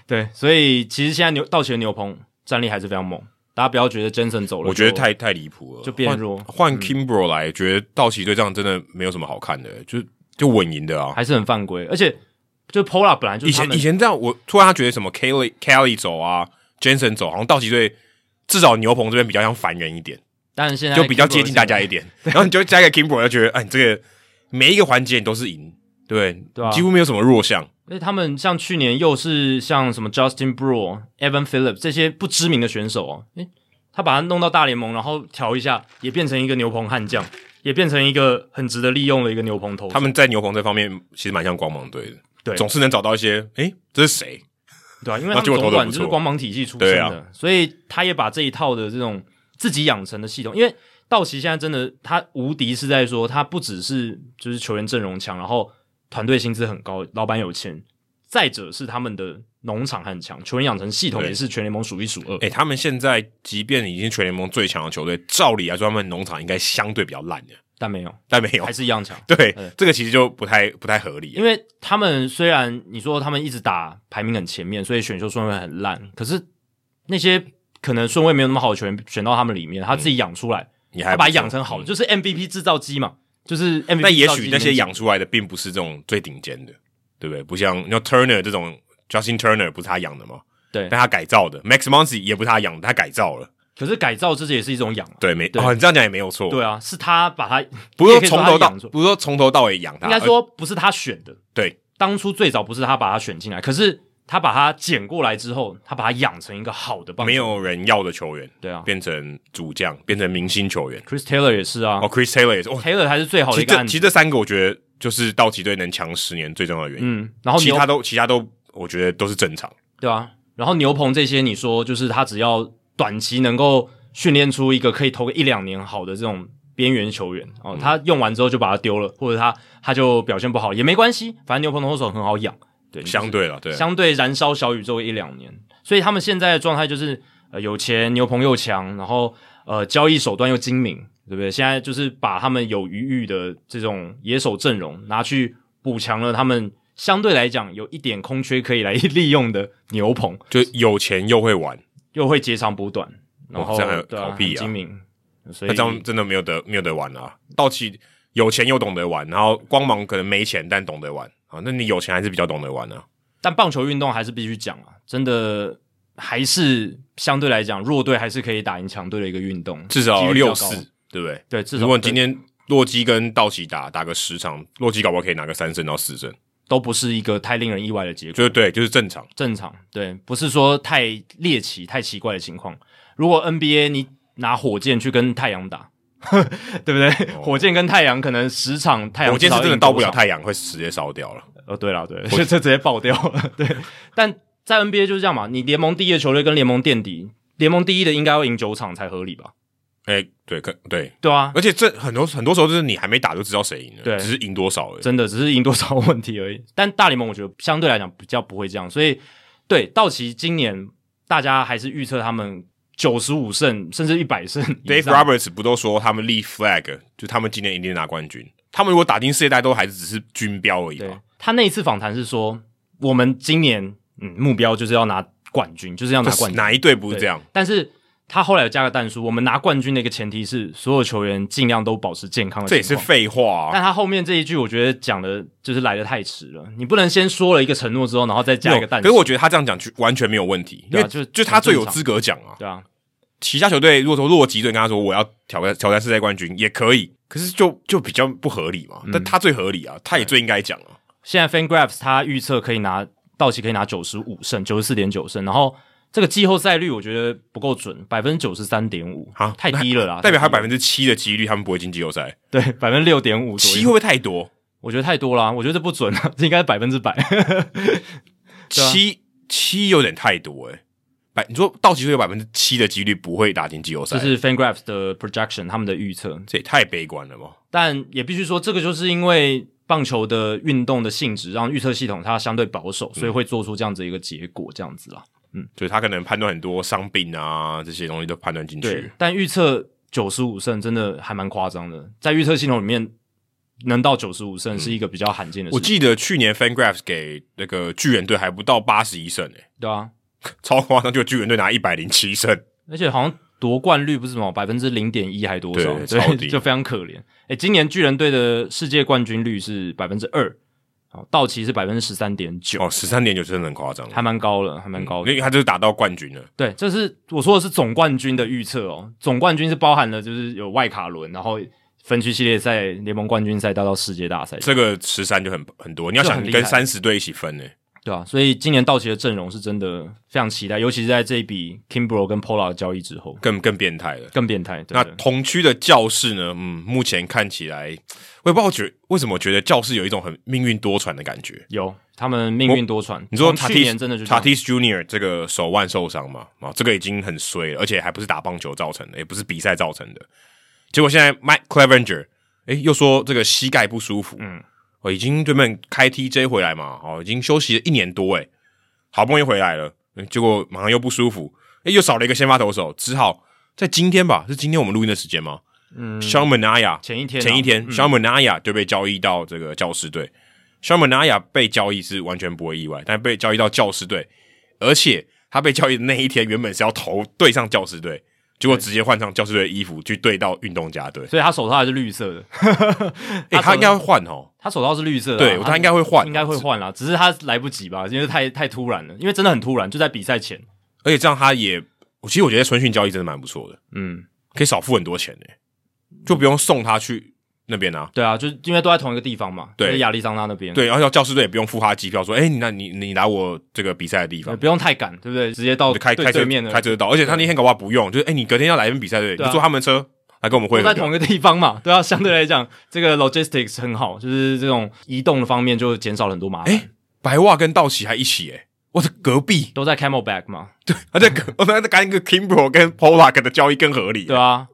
B: 对，所以其实现在牛道奇的牛棚战力还是非常猛，大家不要觉得 Jensen 走了就，
A: 我觉得太太离谱了，
B: 就变弱嗯
A: 换换 Kimbro 来，觉得道奇队这样真的没有什么好看的，就就稳赢的啊。
B: 还是很犯规，而且就 Pola 本来就
A: 以
B: 是他
A: 前
B: 们
A: 以前这样，我突然他觉得什么 Kelly Kelly 走啊，Jensen 走，好像道奇队至少牛棚这边比较像凡人一点，
B: 但是现在
A: 就比较
B: Kimbrough
A: 接近大家一点。然后你就加一个 Kimbro，就觉得哎，你这个每一个环节你都是赢，对不
B: 对啊
A: 几乎没有什么弱项。
B: 因为他们像去年又是像什么 Justin Brewer、Evan Phillips 这些不知名的选手哦，诶，他把他弄到大联盟，然后调一下，也变成一个牛棚悍将，也变成一个很值得利用的一个牛棚投手。
A: 他们在牛棚这方面其实蛮像光芒队的，
B: 对
A: 总是能找到一些，哎，这是谁？
B: 对啊，因
A: 那
B: 为他们
A: 结果
B: 总
A: 投得
B: 管
A: 不
B: 就是
A: 错
B: 光芒体系出身的，
A: 对啊
B: 所以他也把这一套的这种自己养成的系统，因为道奇现在真的他无敌是在说，他不只是就是球员阵容强，然后团队薪资很高，老板有钱，再者是他们的农场很强，球员养成系统
A: 对
B: 也是全联盟数一数二。
A: 哎、他们现在即便已经全联盟最强的球队，照理来说，他们农场应该相对比较烂的，
B: 但没有，
A: 但没有
B: 还。是一样强。
A: 对，
B: 嗯
A: 这个其实就不太不太合理
B: 因。为他们虽然你说他们一直打排名很前面，所以选秀顺位很烂，可是那些可能顺位没有那么好的球员选到他们里面，他自己养出来，
A: 你嗯还
B: 他
A: 不
B: 把它
A: 错
B: 养成好，
A: 嗯
B: 就是 MVP 制造机嘛，就是 MVP 制造机里面。
A: 但也许那些养出来的并不是这种最顶尖的，对不对？不像你说 Turner 这种，Justin Turner 不是他养的吗？
B: 对
A: 但他改造的，Max Muncy 也不是他养的，他改造了。
B: 可是改造这也是一种养啊。
A: 对，没
B: 对
A: 哦，你这样讲也没有错。
B: 对，啊，是他把他，
A: 不
B: 你
A: 是说
B: 也可以
A: 从
B: 他
A: 头到，
B: 养出
A: 不是说从头到尾养他，
B: 应该
A: 而
B: 说不是他选的，
A: 对
B: 当初最早不是他把他选进来，可是他把他捡过来之后，他把他养成一个好的棒球
A: 没有人要的球员，
B: 对啊
A: 变成主将，变成明星球员。
B: ，Chris Taylor 也是啊、
A: 哦，Chris Taylor 也是，哦，
B: t a y l o r 还是最好
A: 其
B: 的
A: 实
B: 一个
A: 这
B: 案
A: 其
B: 子，
A: 实这三个我觉得就是道奇队能强十年最重要的原因，
B: 嗯，然后
A: 其
B: 牛
A: 他都其他都我觉得都是正常。
B: 对啊，然后牛棚这些，你说就是他只要短期能够训练出一个可以投个一两年好的这种边缘球员
A: 嗯
B: 哦，他用完之后就把他丢了，或者他他就表现不好也没关系，反正牛棚投手很好养，对，你就是
A: 相对了，对啊，
B: 相对燃烧小宇宙一两年，所以他们现在的状态就是呃有钱牛棚又强，然后呃交易手段又精明，对不对？现在就是把他们有余裕的这种野手阵容拿去补强了他们相对来讲有一点空缺可以来利用的牛棚，
A: 就有钱又会玩，
B: 又会截长补短，然后
A: 哇这还
B: 对啊
A: 好屁啊
B: 很精明，所以
A: 那这样真的没有得没有得玩了啊。道奇有钱又懂得玩，然后光芒可能没钱但懂得玩啊。那你有钱还是比较懂得玩啊。
B: 但棒球运动还是必须讲啊，真的还是相对来讲弱队还是可以打赢强队的一个运动，
A: 至
B: 几
A: 少
B: 率比较
A: 六
B: 高
A: 四，对不对？
B: 对，至少
A: 如果你
B: 对
A: 今天洛基跟道奇打打个十场，洛基搞不好可以拿个三胜到四胜，
B: 都不是一个太令人意外的结果，
A: 就是对，就是正常。
B: 正常，对，不是说太猎奇、太奇怪的情况。如果 NBA 你拿火箭去跟太阳打， 对不对？火箭跟太阳可能十场太阳，
A: 哦火箭是真的到不了，太阳，会直接烧掉了。
B: 呃，对了，对，这 这直接爆掉了， 对。但在 NBA 就是这样嘛，你联盟第一的球队跟联盟垫底，联盟第一的应该要赢九场才合理吧？
A: 哎、对，可对，
B: 对啊，
A: 而且这很多很多时候就是你还没打就知道谁赢了，
B: 对
A: 只是赢多少而已。
B: 真的只是赢多少问题而已。 但大联盟我觉得相对来讲比较不会这样，所以对道奇今年大家还是预测他们九十五胜甚至一百胜以
A: Dave
B: 上。
A: Roberts 不都说他们立 flag，就他们今年一定拿冠军。他们如果打进世界大赛，都还是只是军标而已
B: 对
A: 嘛。
B: 他那一次访谈是说，我们今年嗯目标就是要拿冠军，就是要拿冠军。
A: 哪一队不是
B: 对
A: 这样？
B: 但是他后来有加个蛋数，我们拿冠军的一个前提是所有球员尽量都保持健康的
A: 这
B: 情
A: 也
B: 况。
A: 是废话、啊。
B: 但他后面这一句，我觉得讲的就是来的太迟了。你不能先说了一个承诺之后，然后再加一个蛋
A: 可
B: 数。
A: 是我觉得他这样讲就完全没有问题，因
B: 对啊
A: 为
B: 就
A: 就他最有资格讲啊。
B: 对啊，
A: 其他球队如果说洛基队跟他说我要挑战挑战世界冠军也可以，可是就就比较不合理嘛。
B: 嗯
A: 但他最合理啊，他也最应该讲啊。
B: 现在 FanGraphs 他预测可以拿道奇可以拿九十五胜，九十四点九胜，然后这个季后赛率我觉得不够准，百分之九十三点五
A: 啊，
B: 太低了啦，
A: 代表还有百
B: 太低了
A: 分之七的几率他们不会进季后赛，
B: 啊对百分之六点五
A: 七会不会太多？
B: 我觉得太多了啊，我觉得这不准啊， 这应该是百分之 百。啊
A: 七七有点太多哎、欸，百你说道奇队有百分之七的几率不会打进季后赛，
B: 这是 FanGraphs 的 projection 他们的预测，
A: 这也太悲观了吧？
B: 但也必须说，这个就是因为棒球的运动的性质，让预测系统它相对保守，
A: 嗯
B: 所以会做出这样子一个结果，这样子啦。
A: 就是他可能判断很多伤病啊这些东西都判断进
B: 对
A: 去，，
B: 但预测九十五胜真的还蛮夸张的，在预测系统里面能到九十五胜是一个比较罕见的事
A: 嗯我
B: 情，
A: 记得去年 FanGraphs 给那个巨人队还不到八十一胜诶、
B: 对啊，
A: 超夸张！就巨人队拿一百零七胜，
B: 而且好像夺冠率不是什么百分之零点一还多少，
A: 对
B: 所以
A: 超低
B: 就非常可怜。诶，今年巨人队的世界冠军率是百分之二，哦，道奇是百分之十三点九，
A: 哦，十三点九真的很夸张，嗯
B: 还蛮高了，还蛮高
A: 因
B: 的。
A: 为他就是打到冠军了。
B: 对，这是我说的是总冠军的预测哦，总冠军是包含了就是有外卡轮，然后分区系列赛、联盟冠军赛到到世界大赛，
A: 这个十三就很很多，你要
B: 这
A: 想
B: 很厉害
A: 跟三十队一起分呢、欸
B: 对啊，所以今年道奇的阵容是真的非常期待，尤其是在这一笔 Kimbro 跟 Pola 交易之后，
A: 更更变态了。
B: 更变态。对
A: 那
B: 不对
A: 同区的教室呢？嗯，目前看起来，我也不知道觉为什么觉得教室有一种很命运多舛的感觉。
B: 有他们命运多舛，
A: 你说
B: 从去
A: Tatis
B: 年真的就这样
A: Tatis Junior 这个手腕受伤嘛？啊，这个已经很衰了，而且还不是打棒球造成的，也不是比赛造成的。结果现在 Mike Clevenger 哎又说这个膝盖不舒服，嗯，哦，已经对面开 TJ 回来嘛，哦，已经休息了一年多，哎，好不容易回来了，嗯结果马上又不舒服，哎，又少了一个先发投手，只好在今天吧，是今天我们录音的时间吗？嗯 s h a n Manaya
B: 前一天啊
A: 前一天、s h a n Manaya 就被交易到这个教师队。s h a n Manaya 被交易是完全不会意外，但被交易到教师队，而且他被交易的那一天原本是要投对上教师队，结果直接换上教师队的衣服去对到运动家队。
B: 所以他手套还是绿色的。
A: 诶、他
B: 手
A: 应该会换哦，
B: 他手套是绿色的啊、
A: 对，他应该会换，
B: 应该会换啦，只是他来不及吧，因为太太突然了，因为真的很突然，就在比赛前。
A: 而且这样他也，我其实我觉得春训交易真的蛮不错的，
B: 嗯，
A: 欸可以少付很多钱诶、就不用送他去那边啊。
B: 对啊，就是因为都在同一个地方嘛，
A: 对
B: 在亚利桑那那边，
A: 对，然后教师队也不用付他机票，说，哎、你那你你来我这个比赛的地
B: 对，
A: 方，
B: 不用太赶，对不对？直接到
A: 就开
B: 哦对
A: 开车
B: 对面的，
A: 开车到，而且他那天搞不好不用，就是哎、你隔天要来这边比赛对不对？
B: 对啊
A: 你坐他们的车来跟我们会
B: 都
A: 合
B: 在
A: 就好，
B: 同一个地方嘛，对 啊，相对来讲，这个 logistics 很好，就是这种移动的方面就减少了很多麻烦。
A: 哎白袜跟道奇还一起、哎，我的隔壁，
B: 都在 Camelback 嘛，
A: 他在隔，我在干一个 Kimbro 跟 Polak 的交易更合理，
B: 对啊，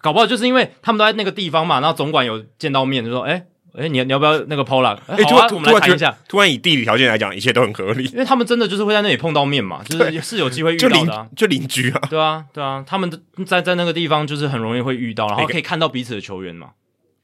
B: 搞不好就是因为他们都在那个地方嘛，然后总管有见到面就说，哎、哎、你你要不要那个 Pola？哎、
A: 哎、
B: 好
A: 突
B: 啊
A: 然，
B: 我
A: 突
B: 们
A: 突然
B: 来谈
A: 觉
B: 一下
A: 得，，突然以地理条件来讲，一切都很合理，
B: 因为他们真的就是会在那里碰到面嘛，就是是有机会遇
A: 就
B: 到
A: 邻
B: 的、啊。
A: 就邻居啊，
B: 对啊，对啊，他们都在在那个地方就是很容易会遇到，然后
A: 那个
B: 可以看到彼此的球员嘛，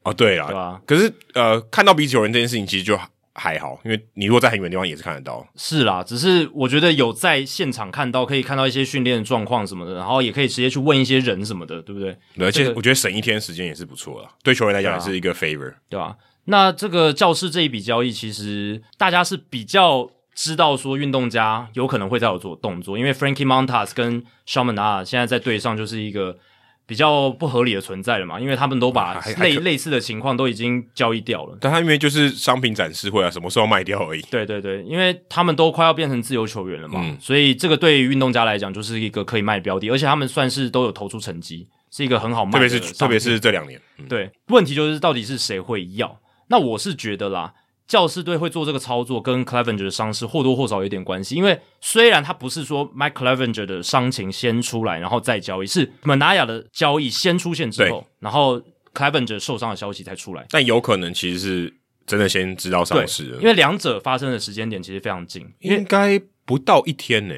A: 哦对啦，
B: 对啊吧、
A: 可是呃，看到彼此有人这件事情，其实就还好，因为你如果在很远的地方也是看得到，
B: 是啦，只是我觉得有在现场看到，可以看到一些训练的状况什么的，然后也可以直接去问一些人什么的，对不对？啊
A: 对而且
B: 这个
A: 我觉得省一天时间也是不错啦，对球员来讲也是一个 favor。
B: 对吧、那这个教师这一笔交易，其实大家是比较知道说运动家有可能会再有做动作，因为 Frankie Montas 跟 s h a m a n a 现在在队上就是一个比较不合理的存在了嘛，因为他们都把
A: 还还
B: 类
A: 可
B: 类似的情况都已经交易掉了。
A: 但他因为就是商品展示会啊，什么时候卖掉而已。
B: 对对对，因为他们都快要变成自由球员了嘛，
A: 嗯
B: 所以这个对于运动家来讲就是一个可以卖的标的，而且他们算是都有投出成绩，是一个很好卖
A: 特别
B: 的商
A: 是
B: 品，
A: 特别是这两年，嗯
B: 对，问题就是到底是谁会要？那我是觉得啦，教士队会做这个操作跟 Clevenger 的伤势或多或少有点关系，因为虽然他不是说 Mike Clevenger 的伤情先出来然后再交易，是 Manaya 的交易先出现之后，然后 Clevenger 受伤的消息才出来，
A: 但有可能其实是真的先知道上市了，
B: 因为两者发生的时间点其实非常近，因为
A: 应该不到一天呢、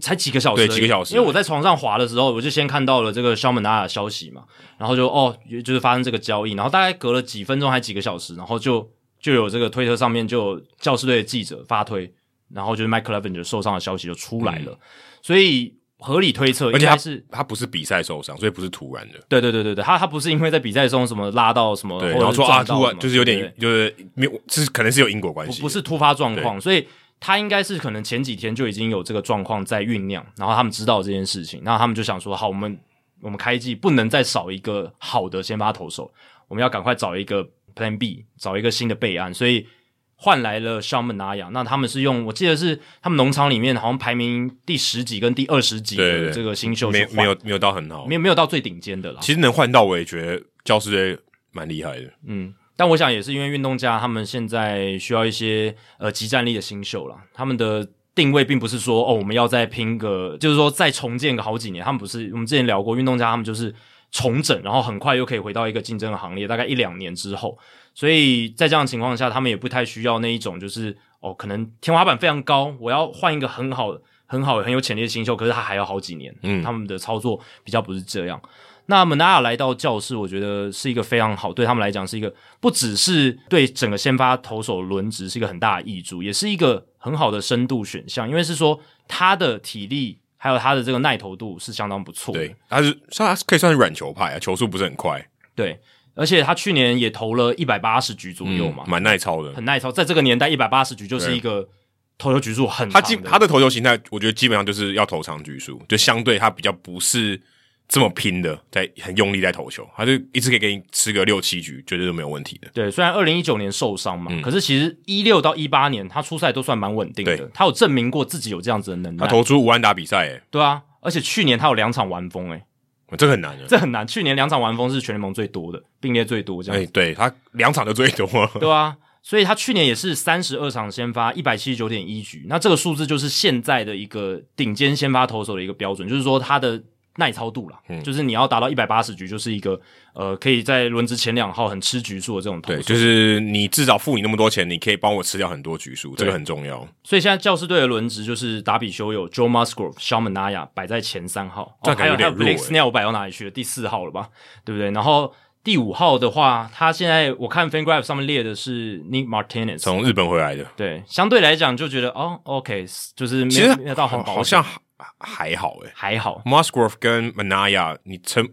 B: 才几个小时而已，
A: 对几个小时
B: 因为我在床上滑的时候，我就先看到了这个肖门纳的消息嘛，然后就哦，也就是发生这个交易，然后大概隔了几分钟还几个小时，然后就就有这个推特上面就有教师队的记者发推，然后就是 Mike Clevenger 受伤的消息就出来了，所以合理推测应
A: 而且他
B: 该是。
A: 他不是比赛受伤，所以不是突然的。
B: 对对对对对，他他不是因为在比赛中什么拉到什么，
A: 对，
B: 哦或者
A: 然后说
B: 撞
A: 啊，
B: 到
A: 突
B: 什
A: 然
B: 么
A: 就是有
B: 对
A: 点就是没有，是可能是有因果关
B: 不
A: 系，
B: 不是突发状况，所以他应该是可能前几天就已经有这个状况在酝酿，然后他们知道这件事情，然后他们就想说，好，我们我们开季不能再少一个好的先发投手，我们要赶快找一个 Plan B，找一个新的备案，所以换来了 s h a m a n a y a 那他们是用，我记得是他们农场里面好像排名第十几跟第二十几
A: 对对
B: 的
A: 对
B: 这个新秀
A: 没
B: 去
A: 有
B: 换
A: 没有没有到很好
B: 没。有没有到最顶尖的啦，
A: 其实能换到，我也觉得教师队蛮厉害的。
B: 嗯，但我想也是因为运动家他们现在需要一些呃集战力的新秀啦，他们的定位并不是说哦我们要再拼个，就是说再重建个好几年，他们不是我们之前聊过运动家他们就是重整，然后很快又可以回到一个竞争的行列，大概一两年之后，所以在这样的情况下，他们也不太需要那一种就是哦可能天花板非常高，我要换一个很好的。很好，很有潜力的新秀，可是他还要好几年。
A: 嗯
B: 他们的操作比较不是这样。那 Manaya 来到教室，我觉得是一个非常好，对他们来讲是一个不只是对整个先发投手轮值是一个很大的益处，也是一个很好的深度选项，因为是说他的体力还有他的这个耐投度是相当不错的。
A: 对，他是他可以算是软球派啊，球速不是很快，
B: 对而且他去年也投了一百八十局左右
A: 嗯
B: 嘛，
A: 蛮耐操的。
B: 很耐投，在这个年代一百八十局就是
A: 对
B: 一个投球局数很
A: 他
B: 长
A: 基
B: 的
A: 他的投球形态，我觉得基本上就是要投长局数，就相对他比较不是这么拼的，在很用力在投球，他就一次可以给你吃个六七局，绝对是没有问题的。
B: 对，虽然二零一九年受伤嘛，
A: 嗯
B: 可是其实一六到一八年他出赛都算蛮稳定的
A: 对，
B: 他有证明过自己有这样子的能
A: 他
B: 耐。
A: 投出五安打比赛、欸，
B: 对啊，而且去年他有两场完封、欸，诶，
A: 这个很难的。啊
B: 这很难。去年两场完封是全联盟最多的，并列最多这
A: 哎、
B: 样子，
A: 对他两场就最多了，
B: 对啊。所以他去年也是三十二场先发，一百七十九点一局，那这个数字就是现在的一个顶尖先发投手的一个标准，就是说他的耐操度啦，就是你要达到一百八十局，就是一个呃可以在轮值前两号很吃局数的这种投手
A: 对，。就是你至少付你那么多钱，你可以帮我吃掉很多局数，这个很重 要。
B: 所以现在教师队的轮值就是达比修有 Joe Musgrove、Shawn m a n a y a 摆在前三号，
A: 这
B: 哦、
A: 样
B: 还
A: 感觉有
B: 有还
A: 点
B: 有 Blake
A: 弱欸
B: Snell 摆到哪里去了？第四号了吧，对不对？然后第五号的话，他现在我看 FanGraph 上面列的是 Nick Martinez，
A: 从日本回来的，
B: 对，相对来讲就觉得哦，OK，就是没
A: 其实
B: 有没有到很
A: 好
B: 保险
A: 像还还好哎、
B: 还好，
A: Musgrove 跟 Manaya，你称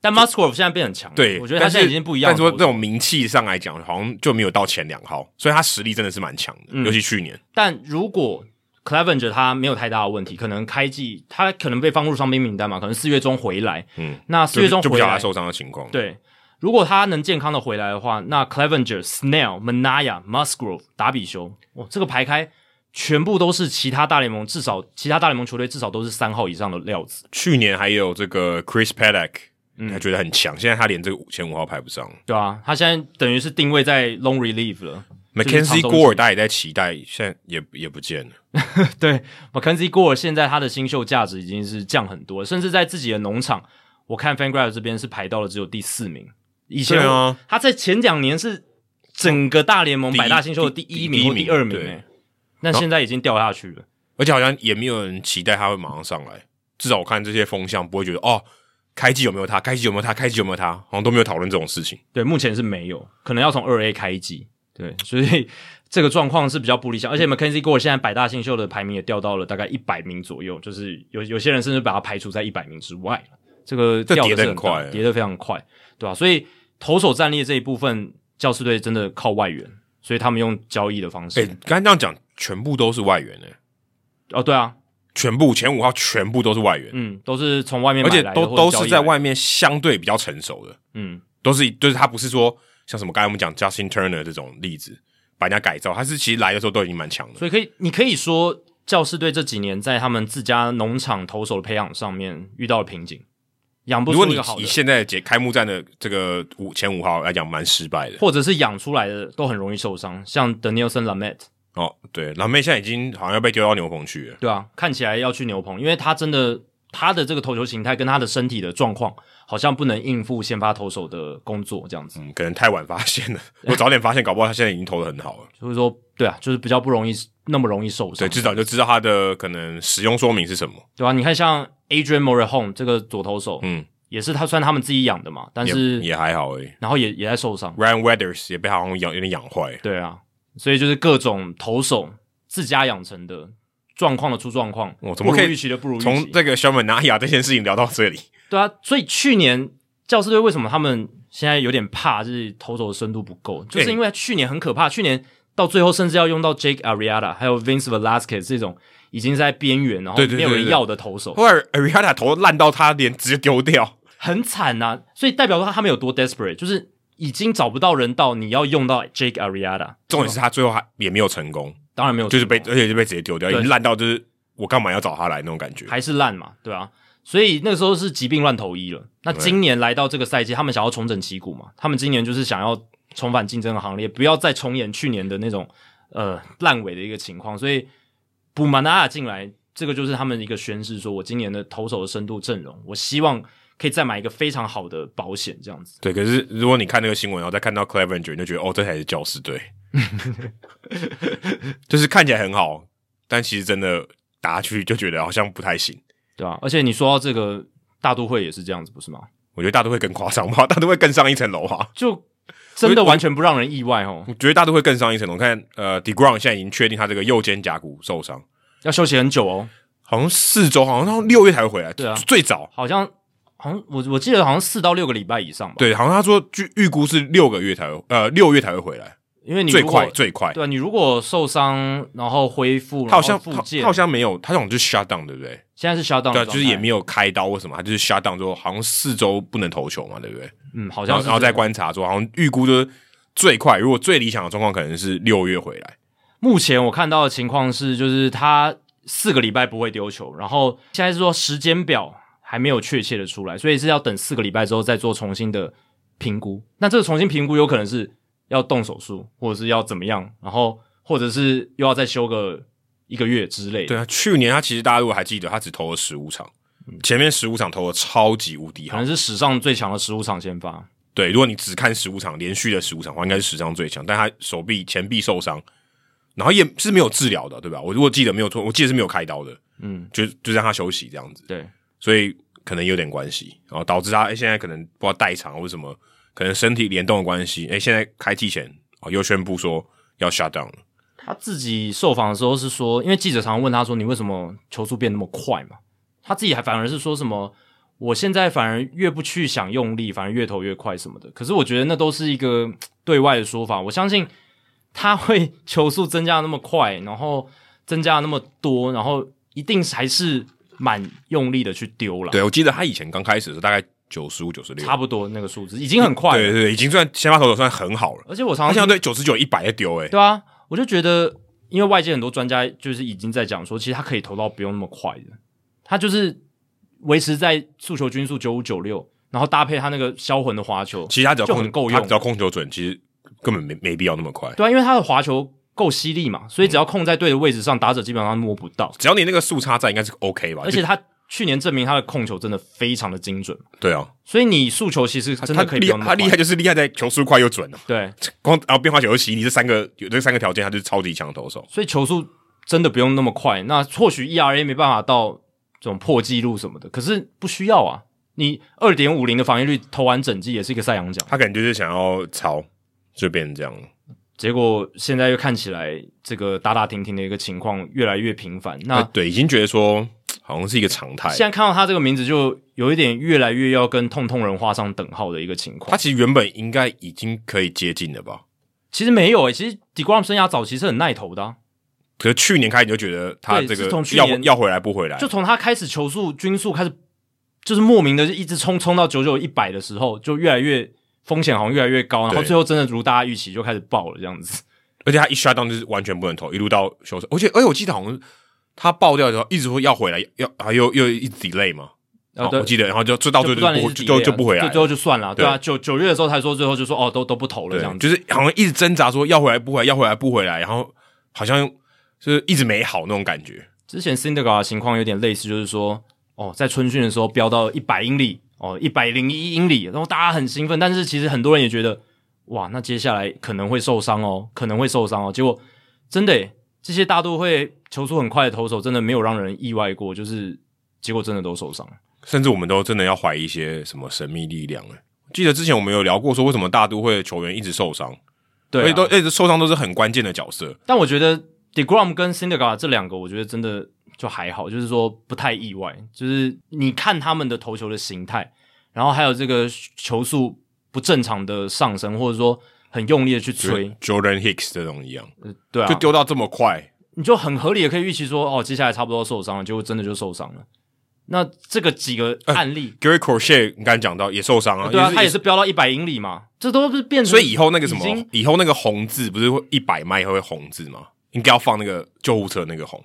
B: 但 Musgrove 现在变很强，
A: 对，
B: 我觉得他
A: 但是
B: 现在已经不一样
A: 但
B: 了。
A: 是说这种名气上来讲，好像就没有到前两号，所以他实力真的是蛮强的，
B: 嗯
A: 尤其去年。
B: 但如果 Clevenger 他没有太大的问题，可能开季他可能被放入伤兵名单嘛，可能四月中回来，
A: 嗯，
B: 那四月中
A: 就
B: 回
A: 不晓得
B: 来
A: 他受伤的情况。，
B: 对，如果他能健康的回来的话，那 Clevenger、Snell、Manaya、Musgrove、达比修，哇，这个排开全部都是其他大联盟至少其他大联盟球队至少都是三号以上的料子。
A: 去年还有这个 Chris Paddock，他
B: 嗯
A: 觉得很强，现在他连这个前五号排不上。
B: 对啊，他现在等于是定位在 long relief 了。
A: Mackenzie Gore 大家也在期待，现在也也不见了。
B: 对，Mackenzie Gore 现在他的新秀价值已经是降很多，甚至在自己的农场，我看 FanGraph 这边是排到了只有第四名。以前
A: 对啊
B: 他在前两年是整个大联盟
A: 第一
B: 百大新秀的第一
A: 第
B: 名
A: 一
B: 或
A: 名
B: 第二名、
A: 对
B: 欸，那现在已经掉下去了。
A: 而且好像也没有人期待他会马上上来，至少我看这些风向不会觉得哦，开季有没有他，开季有没有他，开季有没有他，好像都没有讨论这种事情。
B: 对，目前是没有，可能要从二 A 开机。对，所以这个状况是比较不理想，而且 Mackenzie Gore 现在百大新秀的排名也掉到了大概一百名左右，就是有有些人甚至把他排除在一百名之外了。这个
A: 这
B: 掉
A: 跌
B: 的
A: 得很
B: 很
A: 快
B: 大跌得非常快，对吧、所以投手战力这一部分，教士队真的靠外援，所以他们用交易的方式。
A: 哎、刚才这样讲，全部都是外援诶、欸
B: 哦，对啊，
A: 全部前五号全部都是外援，
B: 嗯，都是从外面
A: 而且
B: 买来的
A: 都
B: 或者
A: 都
B: 交
A: 是
B: 易
A: 在
B: 来的，
A: 外面相对比较成熟的，
B: 嗯，
A: 都是就是他不是说像什么刚才我们讲 Justin Turner 这种例子，把人家改造，他是其实来的时候都已经蛮强的。
B: 所以可以，你可以说教士队这几年在他们自家农场投手的培养上面遇到了瓶颈，养不
A: 如果
B: 出
A: 你
B: 一个好的
A: 以，现在的节开幕战的这个五前五号来讲，蛮失败的。
B: 或者是养出来的都很容易受伤，像 Danielson Lamet，
A: 哦，对，蓝妹现在已经好像要被丢到牛棚去了。
B: 对啊，看起来要去牛棚，因为他真的他的这个投球形态跟他的身体的状况，好像不能应付先发投手的工作这样子，
A: 嗯，可能太晚发现了。我早点发现，搞不好他现在已经投的很好了。
B: 所以说对啊，就是比较不容易那么容易受伤
A: 对，，至少就知道他的可能使用说明是什么。
B: 对啊，你看像 Adrian Morehome 这个左投手，
A: 嗯，
B: 也是他虽然他们自己养的嘛，但
A: 也
B: 是
A: 也还好而已。
B: 然后也也在受伤。
A: Ryan Weathers 也被他好像养有点养坏。
B: 对啊，所以就是各种投手自家养成的状况的出状况，
A: 哦怎么可以
B: 不如预期的不如预期？
A: 从这个小本拿雅这件事情聊到这里，
B: 对啊，所以去年教师队为什么他们现在有点怕，就是投手的深度不够，就是
A: 哎
B: 因为去年很可怕，去年到最后甚至要用到 Jake Arrieta 还有 Vince Velasquez 这种已经在边缘，然后
A: 对对对
B: 没有
A: 对
B: 人
A: 对哦
B: 要的投手，
A: 后来 Ariana 投烂到他连直接丢掉。
B: 很惨呐、所以代表说他们有多 desperate，就是已经找不到人到你要用到 Jake Arrieta，
A: 重点是他最后还也没有成功，
B: 当然没有
A: 就是
B: 成
A: 被
B: 功啊
A: 而且就被直接丢掉，已
B: 哦对
A: 经烂到就是我干嘛要找他来那种感觉。
B: 还是烂嘛，对啊。所以那个时候是疾病乱投医了。那今年来到这个赛季，他们想要重整旗鼓嘛？他们今年就是想要重返竞争的行列，不要再重演去年的那种呃烂尾的一个情况。所以补马纳亚进来，这个就是他们一个宣示，说我今年的投手的深度阵容，我希望可以再买一个非常好的保险，这样子。
A: 对，可是如果你看那个新闻，然后再看到 Clevenger，你就觉得哦，这才是教师 队，就是看起来很好，但其实真的打下去就觉得好像不太行。
B: 对啊，而且你说到这个大都会也是这样子，不是吗？
A: 我觉得大都会更夸张吧，大都会更上一层楼啊！
B: 就真的完全不让人意外哦，
A: 我觉得大都会更上一层楼。看，呃，Degrom 现在已经确定他这个右肩胛骨受伤，
B: 要休息很久哦。
A: 好像四周，好像到六月才会回来，
B: 对啊
A: 最早
B: 好像好像我我记得好像四到六个礼拜以上吧。，
A: 对，好像他说据预估是六个月才会，呃，六月才会回来，
B: 因为你
A: 最
B: 如果
A: 快最快。
B: 对啊，你如果受伤然后恢复，
A: 他好像
B: 然后
A: 他
B: 复健，
A: 他好像没有，他好像就是 shut down，对不对？
B: 现在是 shut down，
A: 对啊，
B: 的
A: 就是也没
B: 有，
A: 有开刀或什么，他就是 shut down 之后，好像四周不能投球嘛，对不对？
B: 嗯，好
A: 然
B: 像
A: 后
B: 是
A: 然后
B: 这
A: 再
B: 样。
A: 观察说，好像预估就是最快，如果最理想的状况可能是六月回来。
B: 目前我看到的情况是，就是他四个礼拜不会丢球，然后现在是说时间表还没有确切的出来，所以是要等四个礼拜之后再做重新的评估。那这个重新评估有可能是要动手术，或者是要怎么样，然后或者是又要再休个一个月之类的。
A: 对啊，去年他其实大家如果还记得，他只投了十五场，
B: 嗯
A: 前面十五场投的超级无敌
B: 可
A: 好
B: 能。是史上最强的十五场先发。
A: 对，如果你只看十五场连续的十五场的话，应该是史上最强。但他手臂前臂受伤，然后也是没有治疗的，对吧？我如果记得没有错，我记得是没有开刀的，
B: 嗯，
A: 就就让他休息这样子。
B: 对，
A: 所以可能有点关系，然后导致他、诶现在可能不知道代偿或者什么，可能身体联动的关系，哎、现在开季前哦又宣布说要 shut down 了，
B: 他自己受访的时候是说，因为记者常常问他说：“你为什么球速变那么快嘛？”他自己还反而是说什么：“我现在反而越不去想用力，反而越投越快什么的。”可是我觉得那都是一个嘖对外的说法。我相信他会 球速增加得那么快，然后增加得那么多，然后一定还是蛮用力的去丢了。
A: 对我记得他以前刚开始的时候，大概九十五、九十六，
B: 差不多那个数字已经很快了。
A: 对对对，已经算先发投手算很好了。
B: 而且我常
A: 他
B: 常
A: 现在
B: 听
A: 对九十九、一百在丢，哎，
B: 对啊，我就觉得，因为外界很多专家就是已经在讲说，其实他可以投到不用那么快的，他就是维持在速球均速九五九六，然后搭配他那个销魂的滑球，
A: 其实他只要
B: 就
A: 控
B: 很够
A: 他
B: 用
A: 只要控球准，其实根本没没必要那么快。
B: 对啊，因为他的滑球够犀利嘛，所以只要控在对的位置上，打者基本上摸不到。
A: 只要你那个速差在，应该是 OK 吧？
B: 而且他去年证明他的控球真的非常的精准，
A: 就对啊，
B: 所以你速球其实真
A: 他
B: 的可以不
A: 厉
B: 用那么
A: 他厉害
B: 快。
A: 就是厉害在球速快又准啊，
B: 对，
A: 光然后变化球又犀利，这三个有这三个条件，他就是超级强的投手。
B: 所以球速真的不用那么快。那或许 ERA 没办法到这种破纪录什么的，可是不需要啊。你二点五零的防御率投完整季也是一个赛扬奖，
A: 他可能就是想要超，就变成这样了。
B: 结果现在又看起来这个打打停停的一个情况越来越频繁。那
A: 啊，对，已经觉得说好像是一个常态。
B: 现在看到他这个名字，就有一点越来越要跟痛痛人画上等号的一个情况
A: 他。其实原本应该已经可以接近了吧？
B: 其实没有欸诶、其实 Degrom 生涯早期是很耐投的、啊，
A: 可是去年开始你就觉得他
B: 对
A: 这个
B: 是从去
A: 要
B: 年
A: 要回来不回来，
B: 就从他开始球速均速开始，就是莫名的就一直冲冲到九九一百的时候，就越来越风险好像越来越高，然后
A: 对
B: 最后真的如大家预期就开始爆了这样子。
A: 而且他一 shut down 就是完全不能投，一路到休赛。而且而且我记得好像他爆掉的时候一直说要回来，要啊又又一直 delay 嘛。
B: 然后
A: 好我记得，然后就就到最
B: 哦就
A: 后就
B: 不断的
A: 不就就就不回来
B: 啊就
A: 了，
B: 最后就算了，对啊，九九月的时候才说最后就说哦都都不投了
A: 对
B: 这样子，
A: 就是好像一直挣扎说要回来不回来，要回来不回来，然后好像就是一直没好那种感觉。
B: 之前 c i n d e r g a r 的情况有点类似，就是说，哦，在春训的时候飙到一百英里，哦，一百零一英里，然后大家很兴奋，但是其实很多人也觉得，哇，那接下来可能会受伤哦，可能会受伤哦。结果真的耶，这些大都会球速很快的投手，真的没有让人意外过，就是结果真的都受伤了。
A: 甚至我们都真的要怀疑一些什么神秘力量了。记得之前我们有聊过，说为什么大都会的球员一直受伤，
B: 对、
A: 而且
B: 啊，
A: 都一直受伤都是很关键的角色。
B: 但我觉得 Degrom 跟 c i n d e r g a r 这两个，我觉得真的就还好，就是说不太意外。就是你看他们的投球的形态，然后还有这个球速不正常的上升，或者说很用力的去
A: 就是
B: 吹，
A: Jordan Hicks 这种一样，
B: 对
A: 就
B: 啊，
A: 丢到这么快，
B: 你就很合理的可以预期说，哦，接下来差不多受伤了，结果真的就受伤了。那这个几个案例，
A: Gary Crochet 你刚才讲到也受伤啊，
B: 对啊，
A: 是
B: 他也是飙到一百英里嘛，这都是变成
A: 所以以后那个什么
B: 已经，
A: 以后那个红字不是会一百迈以后会红字吗？应该要放那个救护车那个红，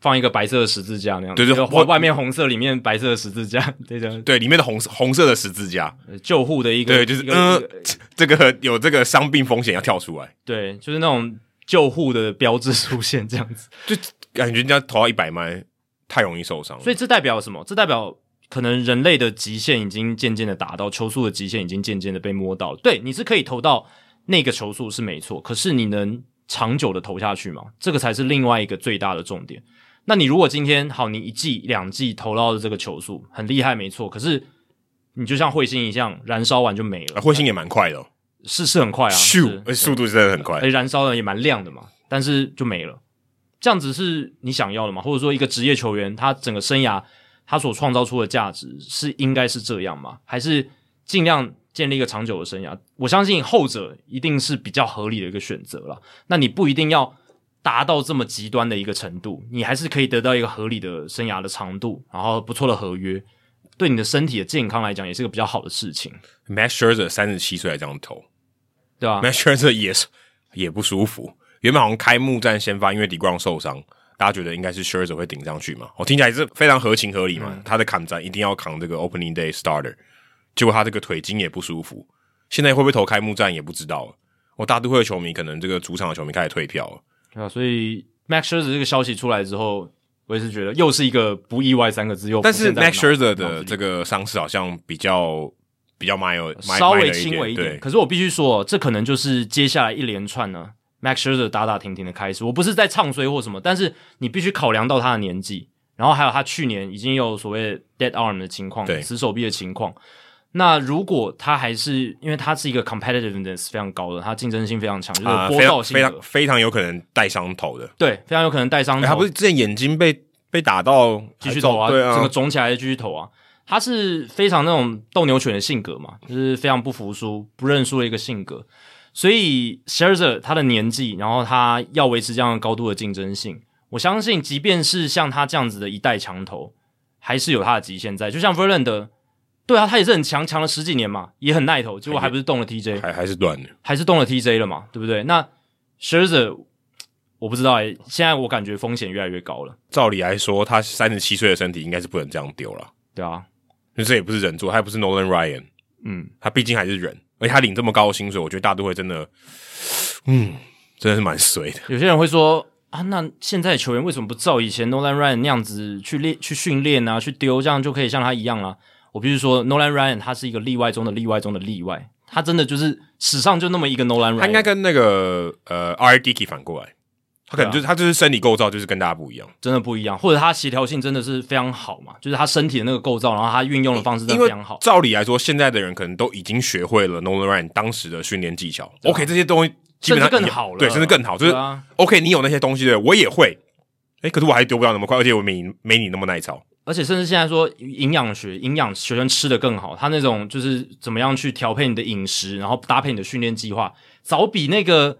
B: 放一个白色的十字架那样，
A: 对对
B: 就
A: 我
B: 外面红色，里面白色的十字架，对的，
A: 对，里面的红红色的十字架，
B: 呃救护的一个，
A: 对，就是
B: 一个
A: 嗯
B: 一个，
A: 这个有这个伤病风险要跳出来，
B: 对，就是那种救护的标志出现这样子。
A: 就感觉人家投到一百迈太容易受伤了，
B: 所以这代表什么？这代表可能人类的极限已经渐渐的达到，球速的极限已经渐渐的被摸到了。对，你是可以投到那个球速是没错，可是你能长久的投下去吗？这个才是另外一个最大的重点。那你如果今天好，你一季两季投到的这个球速很厉害，没错，可是你就像彗星一样，燃烧完就没了。
A: 啊，彗星也蛮快的哦，
B: 是是很快啊，是哎
A: 咻，呃速度真的很快
B: 而。且燃烧的也蛮亮的嘛，但是就没了。这样子是你想要的吗？或者说一个职业球员他整个生涯他所创造出的价值是应该是这样吗？还是尽量建立一个长久的生涯？我相信后者一定是比较合理的一个选择了。那你不一定要达到这么极端的一个程度，你还是可以得到一个合理的生涯的长度，然后不错的合约，对你的身体的健康来讲也是个比较好的事情，
A: Max Scherzer 三十七岁还这样投
B: 对吧、
A: ，Max Scherzer 也是也不舒服。原本好像开幕战先发，因为 d e g r o n 受伤，大家觉得应该是 Scherzer 会顶上去嘛？哦我、听起来是非常合情合理
B: 嗯
A: 嘛。他的砍战一定要扛这个 Opening Day Starter，结果他这个腿筋也不舒服，现在会不会投开幕战也不知道了。我、大都会的球迷可能这个主场的球迷开始退票了。
B: 对啊，所以 Max Scherzer 这个消息出来之后，我也是觉得又是一个不意外三个字又浮
A: 但是
B: 现在我
A: Max
B: 脑
A: Scherzer
B: 脑子
A: 的
B: 里
A: 这个伤势好像比较比较 minor，
B: 稍
A: minor
B: 微
A: 一
B: 轻微一点，
A: 对，
B: 可是我必须说哦，这可能就是接下来一连串呢 Max Scherzer 打打停停的开始。我不是在唱衰或什么，但是你必须考量到他的年纪，然后还有他去年已经有所谓 dead arm 的情况
A: 对，
B: 死手臂的情况。那如果他还是因为他是一个 competitiveness 非常高的，他竞争性非常强，就是
A: 啊、
B: 波
A: 非
B: 动
A: 常
B: 性
A: 非
B: 格、
A: 常非常有可能带伤头的。
B: 对，非常有可能带伤
A: 欸
B: 头。
A: 他不是之前眼睛被被打到
B: 继续投啊，
A: 对
B: 整
A: 啊
B: 个，肿起来就继续投啊。他是非常那种斗牛犬的性格嘛，就是非常不服输、不认输的一个性格。所以 Scherzer 他的年纪，然后他要维持这样的高度的竞争性，我相信，即便是像他这样子的一代强投，还是有他的极限在。就像 Verlander，对啊，他也是很强，强了十几年嘛，也很耐投，结果还不是动了 TJ，
A: 还还是断的。
B: 还是动了 TJ 了嘛，对不对？那 Scherzer 我不知道哎、现在我感觉风险越来越高了，
A: 照理来说，他三十七岁的身体应该是不能这样丢了，
B: 对啊，
A: 因为这也不是人做，他也不是 Nolan Ryan，
B: 嗯，
A: 他毕竟还是人，而且他领这么高的薪水，我觉得大都会真的，嗯，真的是蛮衰的。
B: 有些人会说啊，那现在的球员为什么不照以前 Nolan Ryan 那样子去练、去训练啊、去丢，这样就可以像他一样啊？我必须说，Nolan Ryan 他是一个例外中的例外中的例外，他真的就是史上就那么一个 Nolan
A: 他应该
B: Ryan，
A: 跟那个呃 R D K 反过来，他
B: 啊
A: 可能就是、他就是生理构造就是跟大家不一样，
B: 真的不一样，或者他协调性真的是非常好嘛，就是他身体的那个构造，然后他运用的方式真
A: 因
B: 的
A: 为
B: 非常好。
A: 照理来说，现在的人可能都已经学会了 Nolan Ryan 当时的训练技巧。
B: 对啊
A: OK，这些东西基本上
B: 甚至
A: 一
B: 更
A: 样
B: 好了
A: 对，甚至更好，就是、
B: 对啊
A: OK，你有那些东西的，我也会。哎，可是我还丢不了那么快，而且我没你没你那么耐操。
B: 而且甚至现在说营养学，营养学生吃的更好，他那种就是怎么样去调配你的饮食，然后搭配你的训练计划，早比那个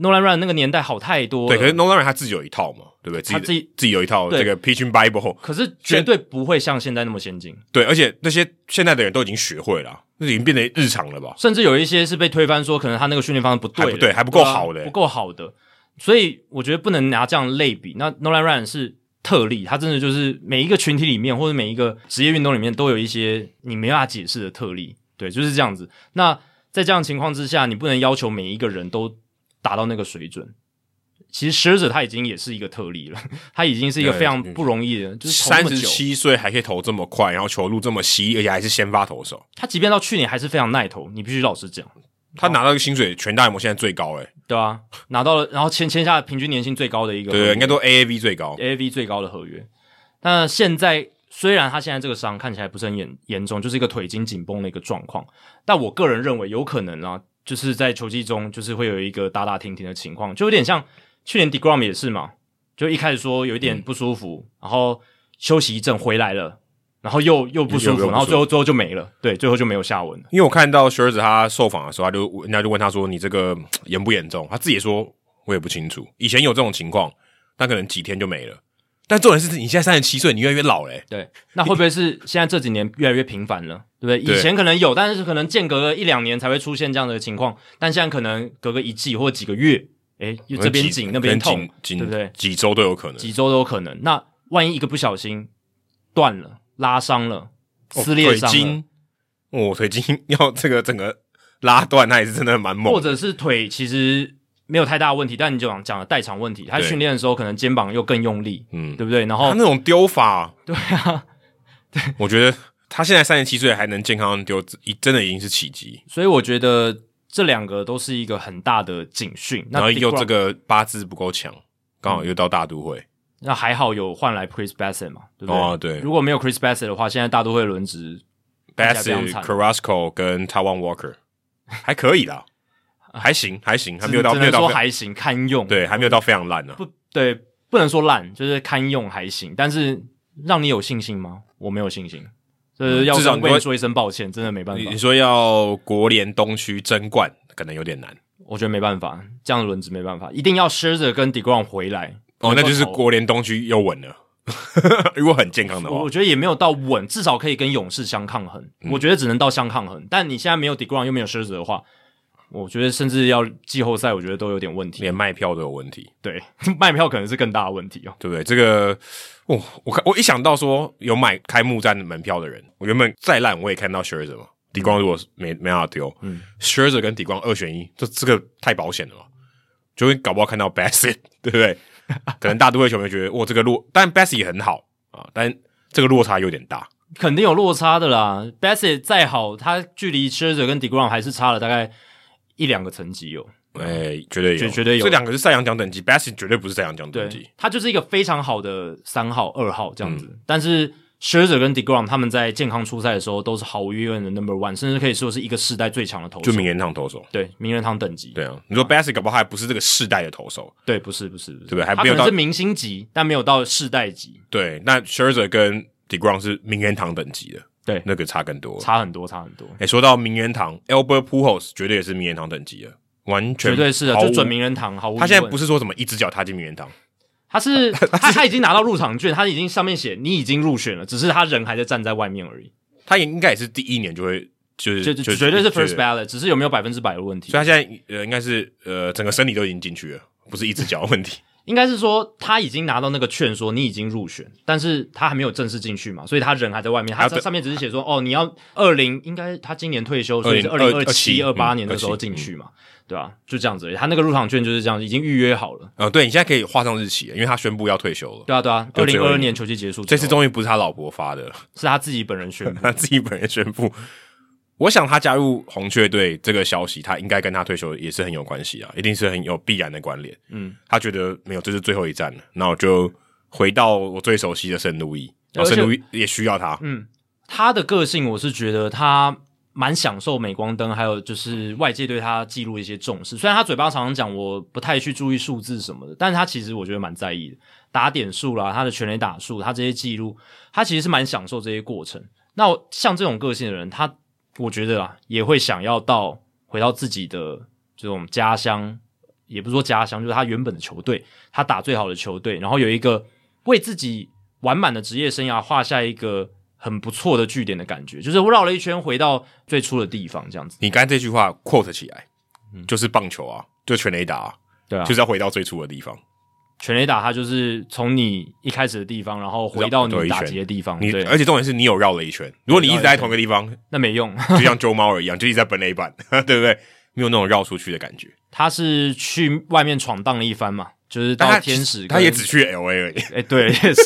B: Nolan Ryan 那个年代好太多了。
A: 对，可是 Nolan Ryan 他自己有一套嘛，对不对？
B: 他
A: 自
B: 自己
A: 自己有一套
B: 对
A: 这个 Pitching Bible，
B: 可是绝对不会像现在那么先进，
A: 对，而且那些现在的人都已经学会了啊，那已经变得日常了吧？
B: 甚至有一些是被推翻说可能他那个训练方式不对
A: 还
B: 的，
A: 不对还不够
B: 啊
A: 好的欸
B: 不够好的。所以我觉得不能拿这样类比。那 Nolan Ryan 是特例，他真的就是每一个群体里面或者每一个职业运动里面都有一些你没办法解释的特例，对，就是这样子。那在这样的情况之下，你不能要求每一个人都达到那个水准。其实 Scherzer 他已经也是一个特例了， 他已经是一个
A: 对
B: 非常
A: 嗯
B: 不容易的，就是投那
A: 三
B: 么久
A: 十七岁还可以投这么快，然后球路这么犀，而且还是先发投手，
B: 他即便到去年还是非常耐投，你必须老实讲。
A: 他拿到一个薪水全大联盟现在最高、欸，哎，
B: 对啊，拿到了，然后签签下平均年薪最高的一个合约，
A: 对，应该都 AAV 最高。
B: AAV 最高的合约。那现在虽然他现在这个伤看起来不是很严严重，就是一个腿筋紧绷的一个状况，但我个人认为有可能啊，就是在球季中就是会有一个打打停停的情况，就有点像去年 Degrom 也是嘛，就一开始说有一
A: 嗯
B: 点不舒服，然后休息一阵回来了，然后又又不
A: 又
B: 舒
A: 又不舒
B: 服，
A: 服
B: 然后最后最后就没了，对，最后就没有下文了。
A: 因为我看到 s h i r z 他受访的时候，他就人家就问他说：“你这个嗯严不严重？”他自己也说：“我也不清楚，以前有这种情况，但可能几天就没了。但重点是你现在三十七岁，你越来越老嘞、
B: 对，那会不会是现在这几年越来越频繁了，对不对？
A: 对
B: 以前可能有，但是可能间隔了一两年才会出现这样的情况，但现在可能隔个一季或几个月，诶，
A: 可能
B: 这边
A: 几
B: 紧那边
A: 可能
B: 痛，
A: 几
B: 对
A: 几
B: 不对
A: 几周都有可能。
B: 几周都有可能。那万一一个不小心断了、拉伤了、撕裂伤
A: 哦腿
B: 了，
A: 筋，哦，腿筋要这个整个拉断，那也是真的蛮猛的。
B: 或者是腿其实没有太大的问题，但你就讲讲了代偿问题，他
A: 对
B: 训练的时候可能肩膀又更用力，
A: 嗯，
B: 对不对？然
A: 他
B: 后
A: 那种丢法，对啊，对，我觉得他现在三十七岁还能健康地丢，真的已经是奇迹。
B: 所以我觉得这两个都是一个很大的警讯。那嗯
A: 然后又
B: Degrom-
A: 这个八字不够强，刚好又到大都会。
B: 那还好有换来 Chris Bassett 嘛，对不对？
A: 哦对
B: 如果没有 Chris Bassett 的话，现在大都会轮值
A: Bassett、
B: 看起来非常惨
A: Carrasco 跟 Taiwan Walker 还可以啦，还行还行，还没有到
B: 啊只
A: 没
B: 能
A: 有到
B: 说
A: 非
B: 还行，堪用。
A: 对，还没有到非常烂啊呢、
B: 不对，不能说烂，就是堪用还行。但是让你有信心吗？我没有信心，就是要
A: 嗯至少
B: 跟
A: 你
B: 为
A: 会
B: 你说一声抱歉，真的没办
A: 你
B: 法
A: 你，说要国联东区争冠，可能有点难
B: 我觉得没办法，这样的轮值没办法，一定要 Scherzer 跟 Degrom 回来。
A: 哦，那就是
B: 能够投
A: 国联东区又稳了。 如果很健康的
B: 我
A: 话
B: 我，觉得也没有到稳，至少可以跟勇士相抗衡。
A: 嗯
B: 我觉得只能到相抗衡，但你现在没有 Degrom 又没有 Scherzer 的话，我觉得甚至要季后赛，我觉得都有点问题。
A: 连卖票都有问题，
B: 对，卖票可能是更大的问题哦。
A: 对不对？这个，哦，我看我一想到说有买开幕战的门票的人，我原本再烂我也看到 s h i r z e r 嘛，底光如果是没没办法丢，嗯 s h i r z e r 跟底光二选一，这这个太保险了嘛，就会搞不好看到 Bassett，对不 对？可能大都会球迷觉得哇，这个落，但 Bassett 也很好啊，但这个落差有点大，
B: 肯定有落差的啦。Bassett 再好，他距离 Scherzer 跟 Degrom 还是差了大概一两个层级哦有。
A: 哎、绝对有，
B: 嗯绝绝对有
A: 这两个是赛扬奖等级，Bassett 绝对不是赛扬奖等级
B: 对，，他就是一个非常好的三号、二号这样子。
A: 嗯
B: 但是 Scherzer 跟 Degrom 他们在健康出赛的时候都是毫无疑问的 Number One，甚至可以说是一个世代最强的投
A: 就
B: 手。
A: 名人堂投手。
B: 对名人堂等级，
A: 对啊，你说 Bassett 搞不好还不是这个世代的投手，
B: 对，不是不是不是，
A: 对不对还
B: 他
A: 没有
B: 可能
A: 到
B: 是明星级，但没有到世代级，
A: 对，那 Scherzer 跟 Degrom 是名人堂等级的，
B: 对
A: 那个差更多了。
B: 差很多，差很多，
A: 哎、说到名人堂，Albert Pujols 绝对也是名人堂等级的，完全
B: 绝对是的，啊
A: 毫无
B: 就准名人堂，毫无疑
A: 他现在
B: 问
A: 不是说什么一只脚踏进名人堂，
B: 他 是他他已经拿到入场券，他已经上面写你已经入选了，只是他人还在站在外面而已。
A: 他也应该也是第一年就会就是
B: 就就绝对是 first
A: 就
B: ballot，只是有没有百分之百的问题
A: 所以。他现在呃应该是呃整个身体都已经进去了，不是一只脚的问题。
B: 应该是说他已经拿到那个券，说你已经入选，但是他还没有正式进去嘛，所以他人还在外面。
A: 还
B: 他
A: 要等
B: 上面只是写说，哦，你要二零，应该他今年退休，所以是二零二七、嗯
A: 2027
B: 二八年的时候进去嘛，对吧、就这样子而已，他那个入场券就是这样，已经预约好了。
A: 呃，对你现在可以画上日期了，因为他宣布要退休了。
B: 对啊，对啊，
A: 就
B: 二
A: 只
B: 零
A: 有
B: 二
A: 一
B: 二年球季结束之后，
A: 这次终于不是他老婆发的了，
B: 是他自己本人宣布。
A: 他自己本人宣布。我想他加入红雀队这个消息，他应该跟他退休也是很有关系啊，一定是很有必然的关联。
B: 嗯，
A: 他觉得没有，这是最后一站了，那我就回到我最熟悉的圣路易，然后
B: 而且
A: 圣路易也需要他。
B: 嗯他的个性，我是觉得他蛮享受镁光灯，还有就是外界对他记录一些重视。虽然他嘴巴常常讲我不太去注意数字什么的，但是他其实我觉得蛮在意的，打点数啦，他的全垒打数，他这些记录，他其实是蛮享受这些过程。那我像这种个性的人，他我觉得啊，也会想要到回到自己的这种家乡，也不是说家乡，就是他原本的球队，他打最好的球队，然后有一个为自己完满的职业生涯画下一个很不错的据点的感觉，就是绕了一圈回到最初的地方，这样子。
A: 你刚才这句话 quote 起来，就是棒球啊，就全垒打、啊，
B: 对嗯啊嗯
A: 就
B: 就是
A: 是要回到最初的地方。
B: 全垒打，它就是从你一开始的地方，然后回到你打击的地方，
A: 啊你
B: 对，
A: 而且重点是你有绕了一圈，如果你一直在同一个地方，
B: 那没用。
A: 就像周猫儿一样，就一直在本垒板， 对不对？没有那种绕出去的感觉。
B: 他是去外面闯荡了一番嘛，就是
A: 但
B: 到
A: 他
B: 天使跟，
A: 他也只去 L A 而已，
B: 哎、对，也 是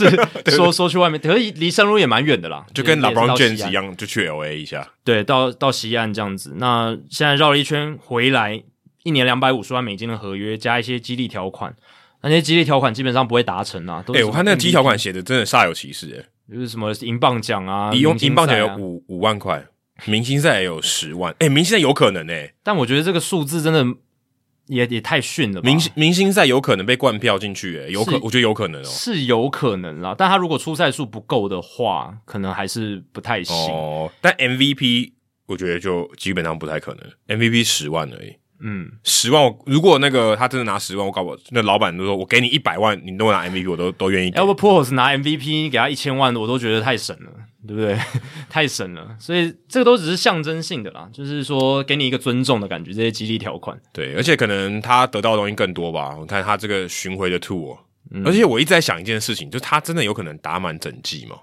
B: 说说去外面，可是离圣路也蛮远的啦，
A: 就跟
B: 也也是
A: LeBron
B: 到西
A: James
B: 岸
A: 一样，就去 L A 一下。
B: 对，到到西岸这样子。那现在绕了一圈回来，一年两百五十万美金的合约，加一些激励条款，那些激励条款基本上不会达成啊。都
A: 哎、
B: 是什
A: 我
B: 么
A: 看那个机条
B: MVP
A: 款写的真的煞有其事、欸，
B: 就是什么银棒奖啊，
A: 你用
B: 明星
A: 英镑
B: 赛
A: 奖有
B: 啊
A: 五五万块，明星赛也有十万，哎、明星赛有可能哎、
B: 但我觉得这个数字真的也也太逊了吧，
A: 明星明星赛有可能被灌票进去、欸，有可
B: 是
A: 我觉得有可能哦、
B: 是有可能啦，但他如果出赛数不够的话，可能还是不太行。
A: 哦，但 MVP 我觉得就基本上不太可能，MVP 十万而已。
B: 嗯，
A: 十万我，如果那个他真的拿十万，我搞不好那老板都说我给你一百万，你都拿 MVP，我都都愿意给
B: 要。不 p o r s 拿 MVP 给他一千万，我都觉得太神了，对不对？ 太神了，所以这个都只是象征性的啦，就是说给你一个尊重的感觉，这些激励条款。
A: 对，而且可能他得到的东西更多吧。我看他这个巡回的 tour，、而
B: 嗯
A: 且我一直在想一件事情，就是他真的有可能打满整季吗？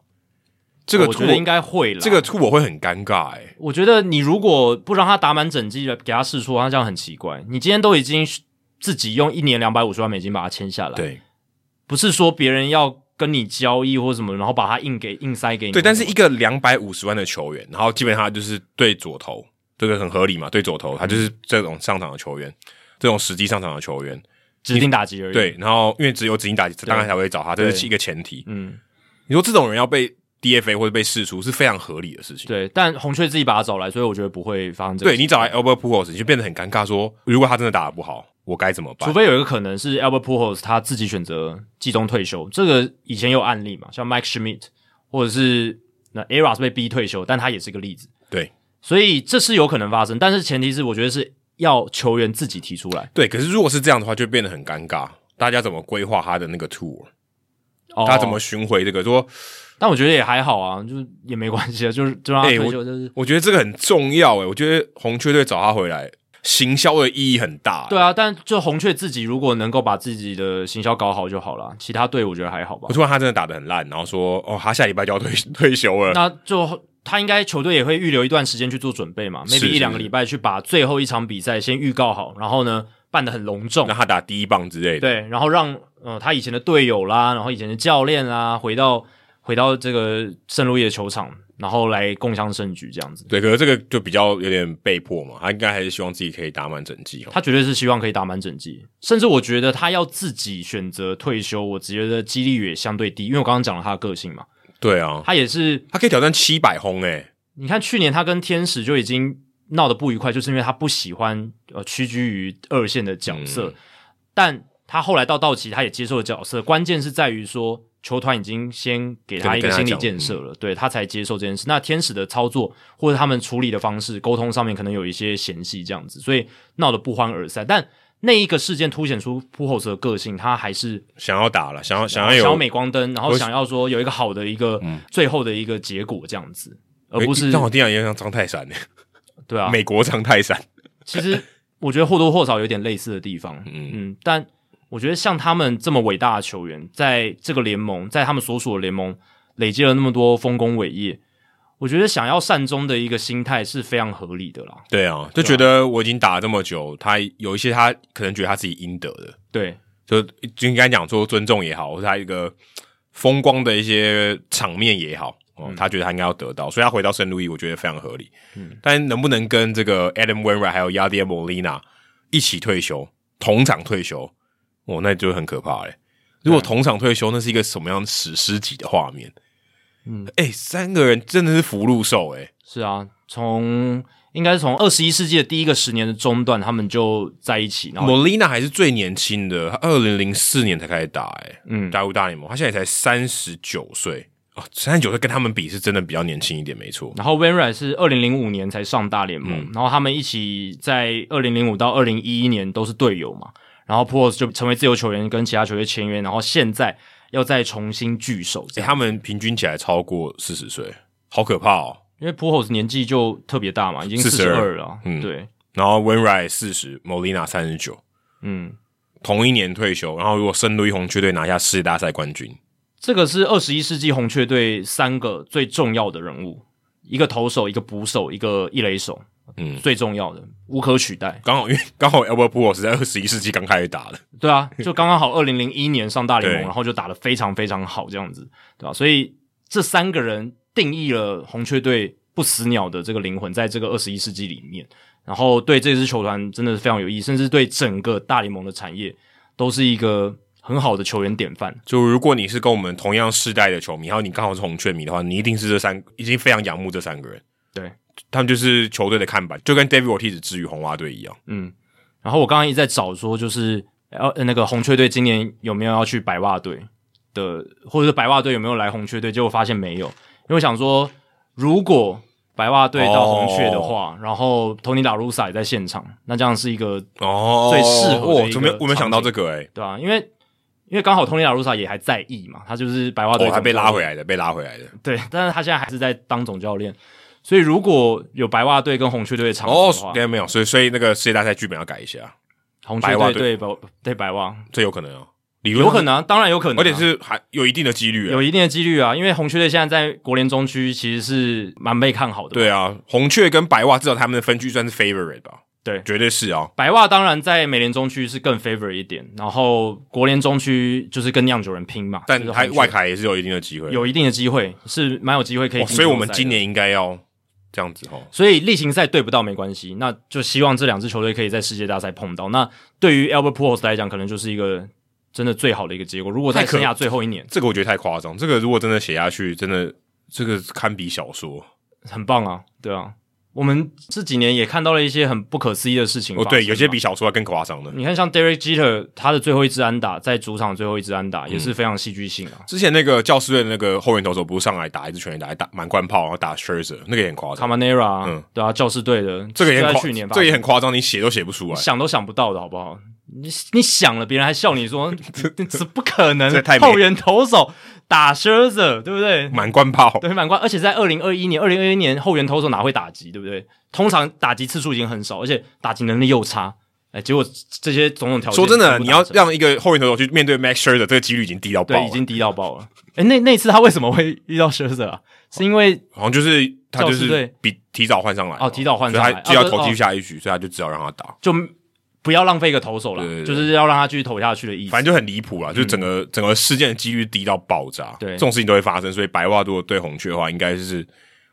A: 这个
B: 哦我觉得
A: tour
B: 应该会啦。
A: 这个 tour 会很尴尬哎、
B: 我觉得你如果不让他打满整季，给他试出，他这样很奇怪。你今天都已经自己用一年两百五十万美金把他签下来，，
A: 对
B: 不是说别人要跟你交易或什么，然后把他硬给硬塞给你。
A: 对，但是一个两百五十万的球员，然后基本上他就是对左投，这个很合理嘛，对左投，他就是这种上场的球员，这种实际上场的球员。
B: 指定打击而已。，
A: 对，然后因为只有指定打击，当然才会找他，这是一个前提。
B: 嗯，
A: 你说这种人要被 DFA 或者被释出是非常合理的事情。
B: 对。但红雀自己把他找来，所以我觉得不会发生这个
A: 对你
B: 情况。
A: 找来 Albert Pujols，你就变得很尴尬说如果他真的打得不好，我该怎么办
B: 除？非有一个可能是 Albert Pujols 他自己选择季中退休，这个以前有案例嘛，像 Mike Schmidt 或者是那 Era 是被逼退休，但他也是个例子。
A: 对，
B: 所以这是有可能发生，但是前提是我觉得是要球员自己提出来，
A: 对，可是如果是这样的话，就变得很尴尬。大家怎么规划他的那个 tour？、
B: 哦
A: 他怎么？巡回这个？说，
B: 但我觉得也还好啊，就是也没关系啊， 就是就让他
A: 哎
B: 退
A: 我
B: 休，就是
A: 我觉得这个很重要欸诶，我觉得红雀队找他回来，行销的意义很大。
B: 对
A: 啊，
B: 啊。但就红雀自己如果能够把自己的行销搞好就好了，其他队我觉得还好吧
A: 我。突然他真的打得很烂，然后说，哦，他下礼拜就要退退休 了。
B: 那就他应该球队也会预留一段时间去做准备嘛
A: 是
B: ，maybe
A: 是
B: 一两个礼拜去把最后一场比赛先预告好，然后呢办的很隆重
A: 那，他打第一棒之类的，
B: 对，然后让呃他以前的队友啦，然后以前的教练啦，回到回到这个圣路易的球场，然后来共襄盛举这样子。
A: 对，可是这个就比较有点被迫嘛，他应该还是希望自己可以打满整季哦。
B: 他绝对是希望可以打满整季，甚至我觉得他要自己选择退休，我觉得几率也相对低，因为我刚刚讲了他的个性嘛，
A: 对啊，
B: 他也是
A: 他可以挑战七百轰欸诶，
B: 你看去年他跟天使就已经闹得不愉快，就是因为他不喜欢呃屈居于二线的角色，
A: 嗯
B: 但他后来到道奇，他也接受了角色，关键是在于说球团已经先给他一个
A: 跟他
B: 心理
A: 讲嗯
B: 建设了，对他才接受这件事。那天使的操作或者他们处理的方式、沟通上面可能有一些嫌隙，这样子，所以闹得不欢而散。但那一个事件凸显出普后斯的个性，他还是
A: 想要打了，想要想要
B: 然后
A: 有嗯
B: 镶镁光灯，然后
A: 有
B: 想要说有一个好的一个最后的一个结果这样子。而不是啊
A: 让我第一眼像张泰山，
B: 对啊。
A: 美国张泰山，
B: 其实我觉得或多或少有点类似的地方，嗯但我觉得像他们这么伟大的球员，在这个联盟，在他们所属的联盟累积了那么多丰功伟业，我觉得想要善终的一个心态是非常合理的啦。
A: 对啊，就觉得我已经打了这么久，他有一些他可能觉得他自己应得的，
B: 对，
A: 就就应该讲说尊重也好，或者他一个风光的一些场面也好，哦，
B: 嗯
A: 他觉得他应该要得到，所以他回到圣路易，我觉得非常合理。嗯，但能不能跟这个 Adam Wainwright 还有 Yadier Molina 一起退休，同场退休，哦，那就很可怕嘞、如
B: 嗯
A: 果同场退休，那是一个什么样史诗级的画面？嗯
B: 嗯，
A: 哎、三个人真的是福禄寿哎、
B: 是啊，从应该是从二十一世纪的第一个十年的中段，他们就在一起，然后
A: Molina 还是最年轻的，他二零零四年才开始打、欸，
B: 嗯
A: 大陆大联盟，他现在才三十九岁哦，三十九岁跟他们比是真的比较年轻一点，没错。
B: 然后 Wainwright 是二零零五年才上大联盟，然后他们一起在二零零五到二零一一年都是队友嘛。然后 p o s 就成为自由球员，跟其他球队签约，然后现在要再重新聚首
A: 欸、
B: 这样。
A: 他们平均起来超过四十岁，好可怕哦。
B: 因为 p o s 年纪就特别大嘛，已经
A: 42
B: 四十二了啊。
A: 嗯
B: 对，
A: 然后 Winright 四十，Molina 三十九，
B: 嗯，同
A: 同一年退休。然后如果圣路易红雀队拿下世界大赛冠军，
B: 这个是二十一世纪红雀队三个最重要的人物，一个投手，一个捕手，一个一垒手，
A: 嗯
B: 最重要的，无可取代。
A: 刚好因为刚好 Albert Pujols 在二十一世纪刚开始打的，
B: 对啊，就刚刚好二零零一年上大联盟，
A: 对
B: 然后就打得非常非常好，这样子，对吧、所以这三个人定义了红雀队不死鸟的这个灵魂，在这个二十一世纪里面，然后对这支球团真的是非常有意义，甚至对整个大联盟的产业都是一个很好的球员典范。
A: 就如果你是跟我们同样世代的球迷，然后你刚好是红雀迷的话，你一定是这三已经非常仰慕这三个人。
B: 对，
A: 他们就是球队的看板，就跟 David Ortiz 之于红袜队一样。
B: 嗯，然后我刚刚一直在找说，就是呃那个红雀队今年有没有要去白袜队的，或者是白袜队有没有来红雀队？结果发现没有，因为我想说，如果白袜队到红雀的话，然后托尼达鲁萨也在现场，那这样是一个
A: 哦
B: 最适合的
A: 哦
B: 一个
A: 怎么我没有想到
B: 场景
A: 这个哎、欸
B: 对吧、因为因为刚好托尼达鲁萨也还在役嘛，他就是白袜队、
A: 哦，他被拉回
B: 来，
A: 来的，被拉回来的。
B: 对，但是他现在还是在当总教练，所以如果有白袜队跟红雀队的场景
A: 哦
B: 的，话，
A: 对，没有，所以所以那个世界大赛剧本要改一下，
B: 红
A: 白
B: 雀
A: 袜
B: 队
A: 队
B: 对白对白袜
A: 这有可能哦，理论
B: 有
A: 上
B: 可，能、啊，当然有可能啊、
A: 而且是还有一定的几率
B: 有
A: 欸。
B: 一定的几率啊，因为红雀队现在在国联中区其实是蛮被看好的。，
A: 对啊，红雀跟白袜至少他们的分区算是 favorite 吧？
B: 对
A: 绝对是啊。
B: 白袜当然在美联中区是更 favor 一点，然后国联中区就是跟酿酒人拼嘛，
A: 但
B: 就是红
A: 他
B: 雀
A: 外卡也是有一定的机会，
B: 有一定的机会，是蛮有机会可以
A: 哦
B: 进季后赛的、
A: 所以我们今年应该要这样子哦。
B: 所以例行赛对不到没关系，那就希望这两支球队可以在世界大赛碰到。那对于 Albert Pujols 来讲，可能就是一个真的最好的一个结果。如果在
A: 太可
B: 生涯最后一年，
A: 这个我觉得太夸张，这个如果真的写下去，真的这个堪比小说
B: 很棒啊，对啊。我们这几年也看到了一些很不可思议的事情发
A: 哦。
B: 生嘛。
A: 对，有些比小说还更夸张的。
B: 你看，像 Derek Jeter 他的最后一支安打，在主场最后一支安
A: 嗯
B: 打也是非常戏剧性啊，
A: 之前那个教师队的那个后援投手不是上来打一支全垒打，还打满贯炮，然后打 Scherzer，那个也很夸
B: 卡
A: 张，
B: 马内拉，
A: 嗯
B: 对啊，教士队的，
A: 这个也
B: 就
A: 很
B: 在
A: 夸，
B: 去年吧，
A: 这个也很夸张，你写都写不出来。
B: 想都想不到的好不好？你你想了，别人还笑你说 这这不可能
A: 这太，没
B: 后援投手打 Scherzer，对不对？
A: 满贯炮，
B: 对，满贯，而且在二零二一年、二零二一年后援投手哪会打击，对不对？通常打击次数已经很少，而且打击能力又差，哎，结果这些种种条件
A: 说真的，
B: 全部
A: 你
B: 达
A: 要
B: 成
A: 让一个后援投手去面对 Max Scherzer，这个几率已经低到爆
B: 对
A: 了，
B: 已经低到爆了。哎，那那次他为什么会遇到 Scherzer 啊？是因为
A: 好像就是他就
B: 教师
A: 是
B: 队
A: 比提早换上来嘛，
B: 哦提早换上
A: 所
B: 来
A: 以他就要
B: 啊不
A: 投
B: 是
A: 进下一局，所以他就只好让他打，
B: 就不要浪费一个投手啦，
A: 对对对
B: 就是要让他继续投下去的意思。
A: 反正就很离谱啦，就是整个整个事件的几率低到爆炸，
B: 嗯对
A: 这种事情都会发生，所以白袜如果对红雀的话，应该是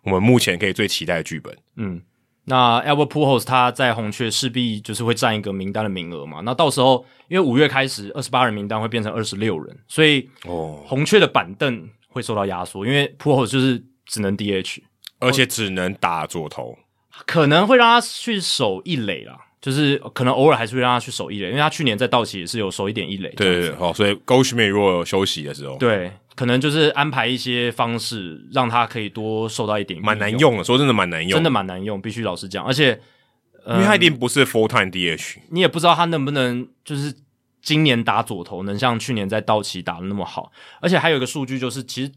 A: 我们目前可以最期待的剧本。
B: 嗯，那 Albert Pujols 他在红雀势必就是会占一个名单的名额嘛。那到时候因为五月开始，二十八人名单会变成二十六人，所以
A: 哦，
B: 红雀的板凳会受到压缩，因为 Pujols 就是只能 DH，
A: 而且只能打左
B: 哦
A: 投，
B: 可能会让他去守一垒啦。就是可能偶尔还是会让他去守一垒，因为他去年在道奇也是有守一点一垒。
A: 对对对，哦，所以 g o s h m a n 如果有休息的时候，
B: 对，可能就是安排一些方式让他可以多受到一点
A: 蛮难
B: 利
A: 用的，说真的蛮难用，
B: 真的，嗯蛮难用，必须老实讲。而且，呃
A: 因为他一定不是 full time DH，
B: 你也不知道他能不能就是今年打左投能像去年在道奇打的那么好。而且还有一个数据就是，其实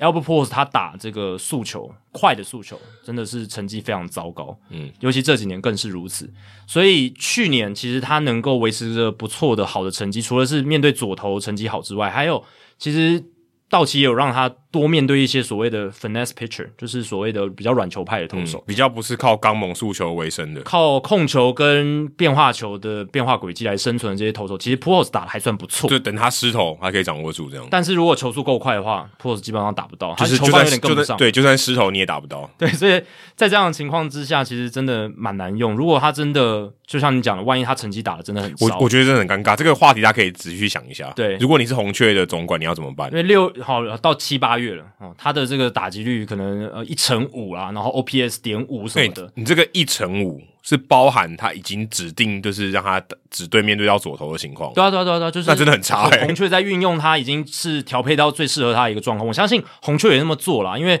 B: Albert Pujols 他打这个速球快的速球，真的是成绩非常糟糕，
A: 嗯，
B: 尤其这几年更是如此。所以去年其实他能够维持着不错的好的成绩，除了是面对左投成绩好之外，还有其实道奇也有让他多面对一些所谓的 finesse pitcher，就是所谓的比较软球派的投手。
A: 比较不是靠刚猛速球为生的。
B: 嗯靠控球跟变化球的变化轨迹来生存的这些投手，其实 p u o s 打的还算不错。
A: 就等他失头，还可以掌握住这样。
B: 但是如果球速够快的话 p u o s 基本上打不到，
A: 就是
B: 他
A: 就
B: 球棒
A: 算
B: 有点跟
A: 就
B: 不
A: 算
B: 上。
A: 对，就算失头你也打不到。
B: 对，所以在这样的情况之下，其实真的蛮难用。如果他真的就像你讲的，万一他成绩打的真的很
A: 我
B: 糟，
A: 我觉得这很尴尬，这个话题大家可以仔细想一下。
B: 对
A: 如果你是红雀的总管，你要怎么办
B: 因？为六好到七八月了哦，他的这个打击率可能呃一成五啦，然后 OPS 点五什
A: 对
B: 么的，，
A: 你这个一乘五是包含他已经指定，就是让他只对面对到左投的情况。
B: 对啊，对啊，对啊，对啊，就是
A: 那真的很差欸
B: 红雀在运用它已经是调配到最适合它的一个状况，我相信红雀也那么做啦，因为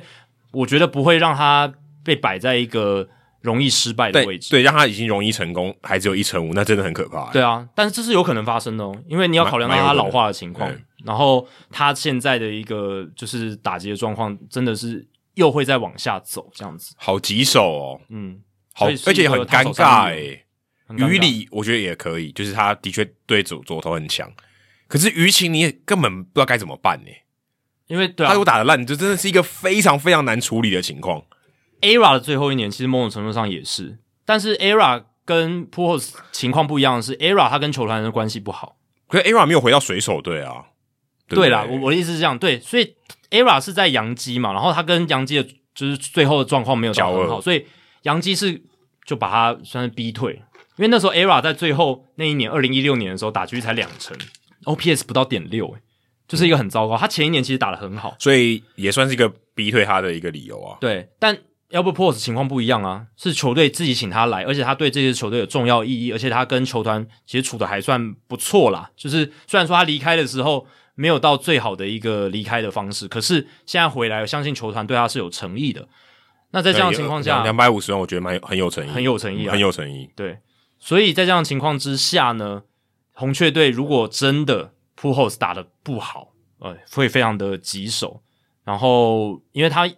B: 我觉得不会让它被摆在一个容易失败的位
A: 对
B: 置。
A: 对，让他已经容易成功，还只有一乘五，那真的很可怕。
B: 对啊，但是这是有可能发生的哦，因为你要考量到
A: 蛮蛮有
B: 它
A: 可能
B: 老化的情况
A: 对，
B: 然后它现在的一个就是打击的状况，真的是又会再往下走这样子。
A: 好棘手哦，
B: 嗯，
A: 好
B: 所以，是
A: 而且
B: 一个
A: 很
B: 烫
A: 尴
B: 手
A: 尬
B: 山
A: 哎、
B: 芋很尴尬
A: 于理我觉得也可以，就是他的确对左左投很强，可是于情你也根本不知道该怎么办呢、欸
B: 因为对
A: 他
B: 啊
A: 如果打的烂，就真的是一个非常非常难处理的情况。
B: ，ERA 的最后一年其实某种程度上也是，但是 ERA 跟 p u o l s 情况不一样的是，ERA 他跟球团的关系不好。
A: 可是 ERA 没有回到水手队啊，对不对
B: 对啦，我我的意思是这样，对，所以 ERA 是在洋基嘛，然后他跟洋基的就是最后的状况没有到很
A: 交
B: 好，
A: 恶
B: 所以洋基是就把他算是逼退，因为那时候 ERA 在最后那一年，二零一六年的时候打局才两成，OPS 不到点六，欸就是一个很糟糕。他前一年其实打的很好，
A: 所以也算是一个逼退他的一个理由啊。
B: 对，但 Albert p o r s 情况不一样啊，是球队自己请他来，而且他对这支球队有重要意义，而且他跟球团其实处的还算不错啦。就是虽然说他离开的时候没有到最好的一个离开的方式，可是现在回来，我相信球团对他是有诚意的。那在这样的情况下
A: 两，百五十万我觉得蛮有很有诚意，
B: 很有诚意啊
A: 很有诚意。
B: 对，所以在这样的情况之下呢，红雀队如果真的 p u h o s 打的不好，呃，会非常的棘手。然后，因为他，因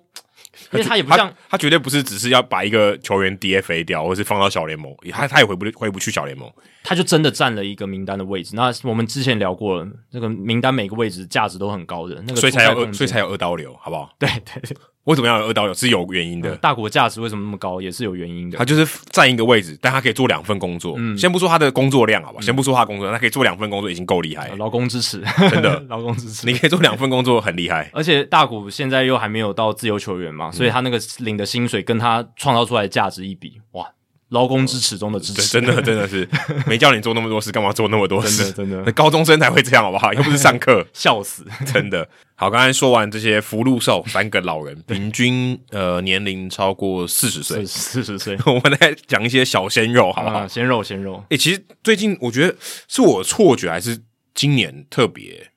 B: 为他也不像
A: 他他绝对不是只是要把一个球员 DFA 掉，或是放到小联盟，他他也回不回不去小联盟。
B: 他就真的占了一个名单的位置。那我们之前聊过了，那个名单每个位置价值都很高的，那个
A: 所以才
B: 出赛
A: 有
B: 空
A: 二，
B: 间
A: 所以才有二刀流，好不好？
B: 对对对
A: 为什么要有二刀流是有原因的。
B: 大国价值为什么那么高，也是有原因的
A: 他。就是占一个位置，但他可以做两份工作。
B: 嗯
A: 先不说他的工作量，好吧，先不说他的工作量，他可以做两份工作已经够厉害
B: 呃
A: 了。
B: 劳工支持，
A: 真的
B: 劳工支持。
A: 你可以做两份工作，很厉害。
B: 而且大谷现在又还没有到自由球员
A: 嗯
B: 嘛，所以他那个领的薪水跟他创造出来的价值一比，哇，劳工支持中的支
A: 对，
B: 持，
A: 真的，真的 是没叫你做那么多事，干嘛做那么多
B: 真的
A: 事？
B: 真 的，
A: 那高中生才会这样，好不好？又不是上课
B: 笑死。
A: 真的。好，刚才说完这些福禄寿三个老人，平均呃年龄超过四十岁
B: 四。四十岁，
A: 我们来讲一些小鲜肉，好不好？
B: 啊，鲜肉鲜肉，
A: 诶、其实最近我觉得是我错觉，还是今年特别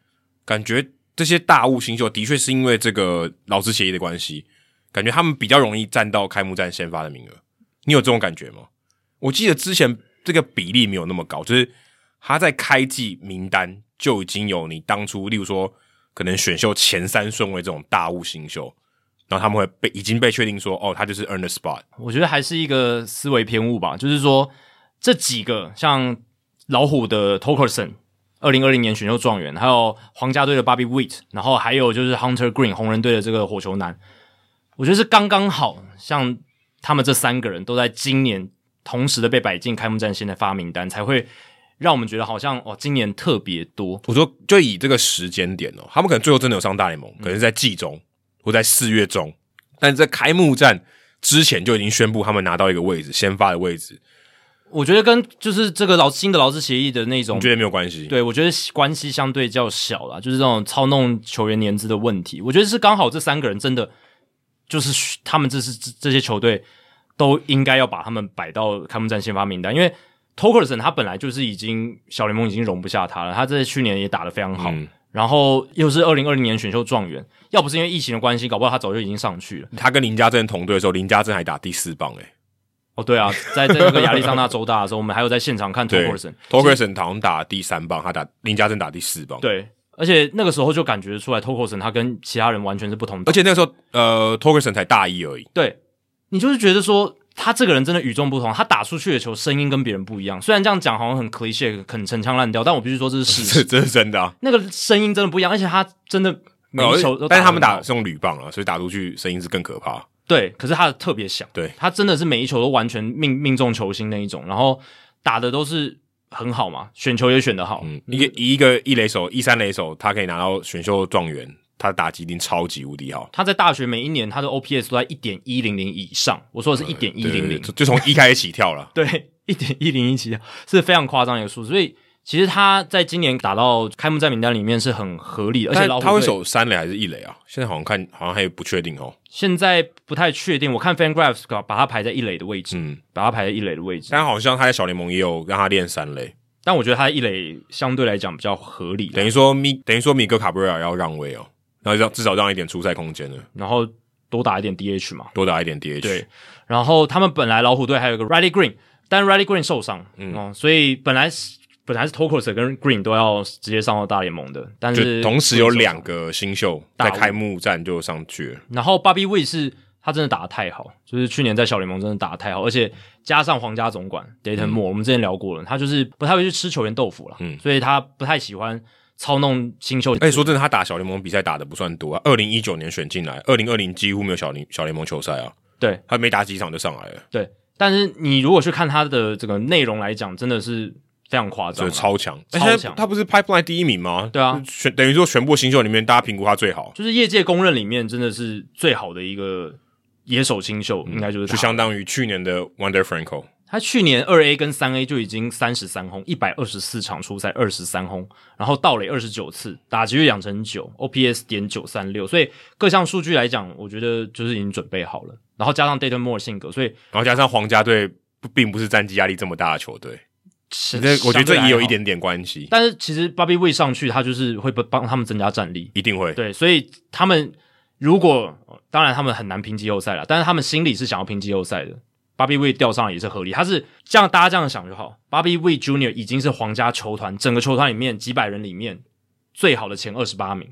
A: 感觉这些大物新秀的确是因为这个劳资协议的关系，感觉他们比较容易占到开幕战先发的名额。你有这种感觉吗？我记得之前这个比例没有那么高，就是他在开季名单就已经有你当初，例如说可能选秀前三顺位这种大物新秀，然后他们会被已经被确定说，哦，他就是 earn the spot，
B: 我觉得还是一个思维偏误吧，就是说这几个像老虎的 Tokerson，二零二零年选秀状元，还有皇家队的 Bobby Witt，然后还有就是 Hunter Green 红人队的这个火球男，我觉得是刚刚好，像他们这三个人都在今年同时的被摆进开幕战线的发名单，才会让我们觉得好像哦，今年特别多。
A: 我说，就以这个时间点哦，他们可能最后真的有上大联盟，可能是在季中或在四月中，但是在开幕战之前就已经宣布他们拿到一个位置，先发的位置，
B: 我觉得跟就是这个劳新的劳资协议的那种
A: 你觉得没有关系？，
B: 对，我觉得关系相对较小啦，就是这种操弄球员年资的问题，我觉得是刚好这三个人真的就是需他们这是这这些球队都应该要把他们摆到开幕战先发名单，因为 Tokerson 他本来就是已经小联盟已经容不下他了，他在去年也打得非常好，
A: 嗯
B: 然后又是二零二零年选秀状元，要不是因为疫情的关系，搞不好他早就已经上去了。
A: 他跟林家正同队的时候，林家正还打第四棒欸诶、
B: 哦，对啊，在在那个亚利桑那州大的时候，我们还有在现场看
A: 对
B: Tokerson，
A: t o k e r s o n 好像打第三棒，他打林家正打第四棒，，
B: 对，而且那个时候就感觉出来 t o k o s o n 他跟其他人完全是不同的
A: 而，且那个时候，呃 t o k e r s o n 才大一而已，
B: 对你就是觉得说他这个人真的与众不同，他打出去的球声音跟别人不一样。虽然这样讲好像很 cliche，很陈腔滥调，但我必须说这是事实。
A: 是 这是真的啊。
B: 那个声音真的不一样，而且他真的每一球都
A: 哦但是他们
B: 得很
A: 打
B: 好哦
A: 是用铝棒啊，所以打出去声音是更可怕。
B: 对，可是他的特别响，
A: 对
B: 他真的是每一球都完全命命中球心那一种，然后打的都是很好嘛，选球也选得好，
A: 嗯，一个以一个一垒手、一三垒手，他可以拿到选秀状元，他的打击一定超级无敌好。
B: 他在大学每一年他的 OPS 都在一点一零零以上，我说的是一点一
A: 呃对
B: 零
A: 对对
B: 零，
A: 就就从一开始起跳了。
B: 对，一点一零一起是非常夸张的一个数字，所以其实他在今年打到开幕战名单里面是很合 理的，而且
A: 但
B: 老
A: 他
B: 虎
A: 会
B: 队
A: 守三垒还是一垒啊？现在好像看好像还不确定哦。
B: 现在不太确定，我看 FanGraphs 把把他排在一垒的位置，
A: 嗯，
B: 把他排在一垒的位置，
A: 但好像他在小联盟也有让他练三垒，
B: 但我觉得他一垒相对来讲比较合理啦，
A: 等于说米等于说米格卡布瑞尔要让位哦，然后让至少让一点出赛空间了，
B: 然后多打一点 DH 嘛。
A: 多打一点 DH。
B: 对，然后他们本来老虎队还有一个 Riley Green，但 Riley Green 受伤，
A: 嗯
B: 哦，所以本来是本来是 t o k o s 跟 Green 都要直接上到大联盟的，但是
A: 就同时有
B: Green 受伤
A: 两，个新秀在开幕战就上去了，
B: 然后 Bobby w e 是他真的打得太好，就是去年在小联盟真的打得太好，而且加上皇家总管 Dayton Moore，、我们之前聊过了，他就是不太会去吃球员豆腐了，
A: 嗯
B: 所以他不太喜欢操弄新秀，
A: 而且说真的，他打小联盟比赛打的不算多啊。二零一九年选进来，二零二零几乎没有小联小联盟球赛啊，
B: 对，
A: 他没打几场就上来了，
B: 对，但是你如果去看他的这个内容来讲，真的是非常夸张
A: 就
B: 啊，
A: 是超强。
B: 超强
A: 而且他不是 Pipeline 第一名吗？
B: 对啊
A: 就是全等于说全部新秀里面，大家评估他最好，
B: 就是业界公认里面真的是最好的一个野手新秀，应该就是
A: 就
B: 他。
A: 相当于去年的 Wonder Franco。
B: 他去年二 A 跟三 A 就已经三十三轰，一百二十四场出赛二十三轰，然后盗垒二十九次，打击率两成九，OPS 点九三六，所以各项数据来讲，我觉得就是已经准备好了。然后加上 Dayton Moore 的性格，所以
A: 然后加上皇家队不并不是战绩压力这么大的球队，
B: 这
A: 这我觉得这也有一。点点关系，
B: 但是其实 Bobby w 上去，他就是会帮帮他们增加战力，
A: 一定会。
B: 对，所以他们如果当然他们很难拼季后赛了，但是他们心里是想要拼季后赛的。b 比 b 调上来也是合理，他是这样大家这样想就好。b 比 b Junior 已经是皇家球团整个球团里面几百人里面最好的前二十八名，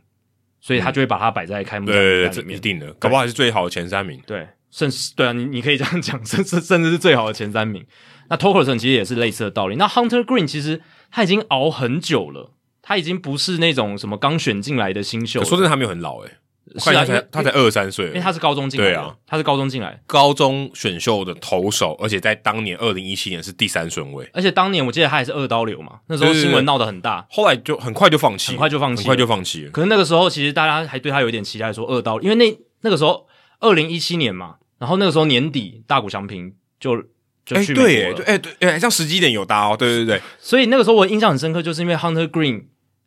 B: 所以他就会把他摆在开幕
A: 嗯对
B: 战
A: 对
B: 名
A: 对，
B: 单
A: 这
B: 里
A: 一
B: 面。
A: 定的，搞不好还是最好的前三名。
B: 对，甚至对啊，你你可以这样讲， 甚至甚至是最好的前三名。那 t o k e r s o n 其实也是类似的道理。那 Hunter Green 其实他已经熬很久了，他已经不是那种什么刚选进来的新秀
A: 可
B: 了。
A: 说真的，他没有很老诶、我看
B: 是啊
A: 他才
B: 因为
A: 他才二三岁而已，
B: 因为他是高中进来的，
A: 对啊
B: 他是高中进来的，
A: 高中选秀的投手，而且在当年二零一七年是第三顺位，
B: 而且当年我记得他也是二刀流嘛，那时
A: 对
B: 候
A: 对对
B: 新闻闹得很大，
A: 后来就很快就放弃，
B: 很快就放弃
A: 很快就放弃了。
B: 可是那个时候其实大家还对他有点期待，说二刀，因为那那个时候二零一七年嘛，然后那个时候年底大谷翔平就就
A: 哎，
B: 去美国
A: 对
B: 了，
A: 耶，对哎对，哎，这样时机点有搭哦，对对对，
B: 所以那个时候我印象很深刻，就是因为 Hunter Green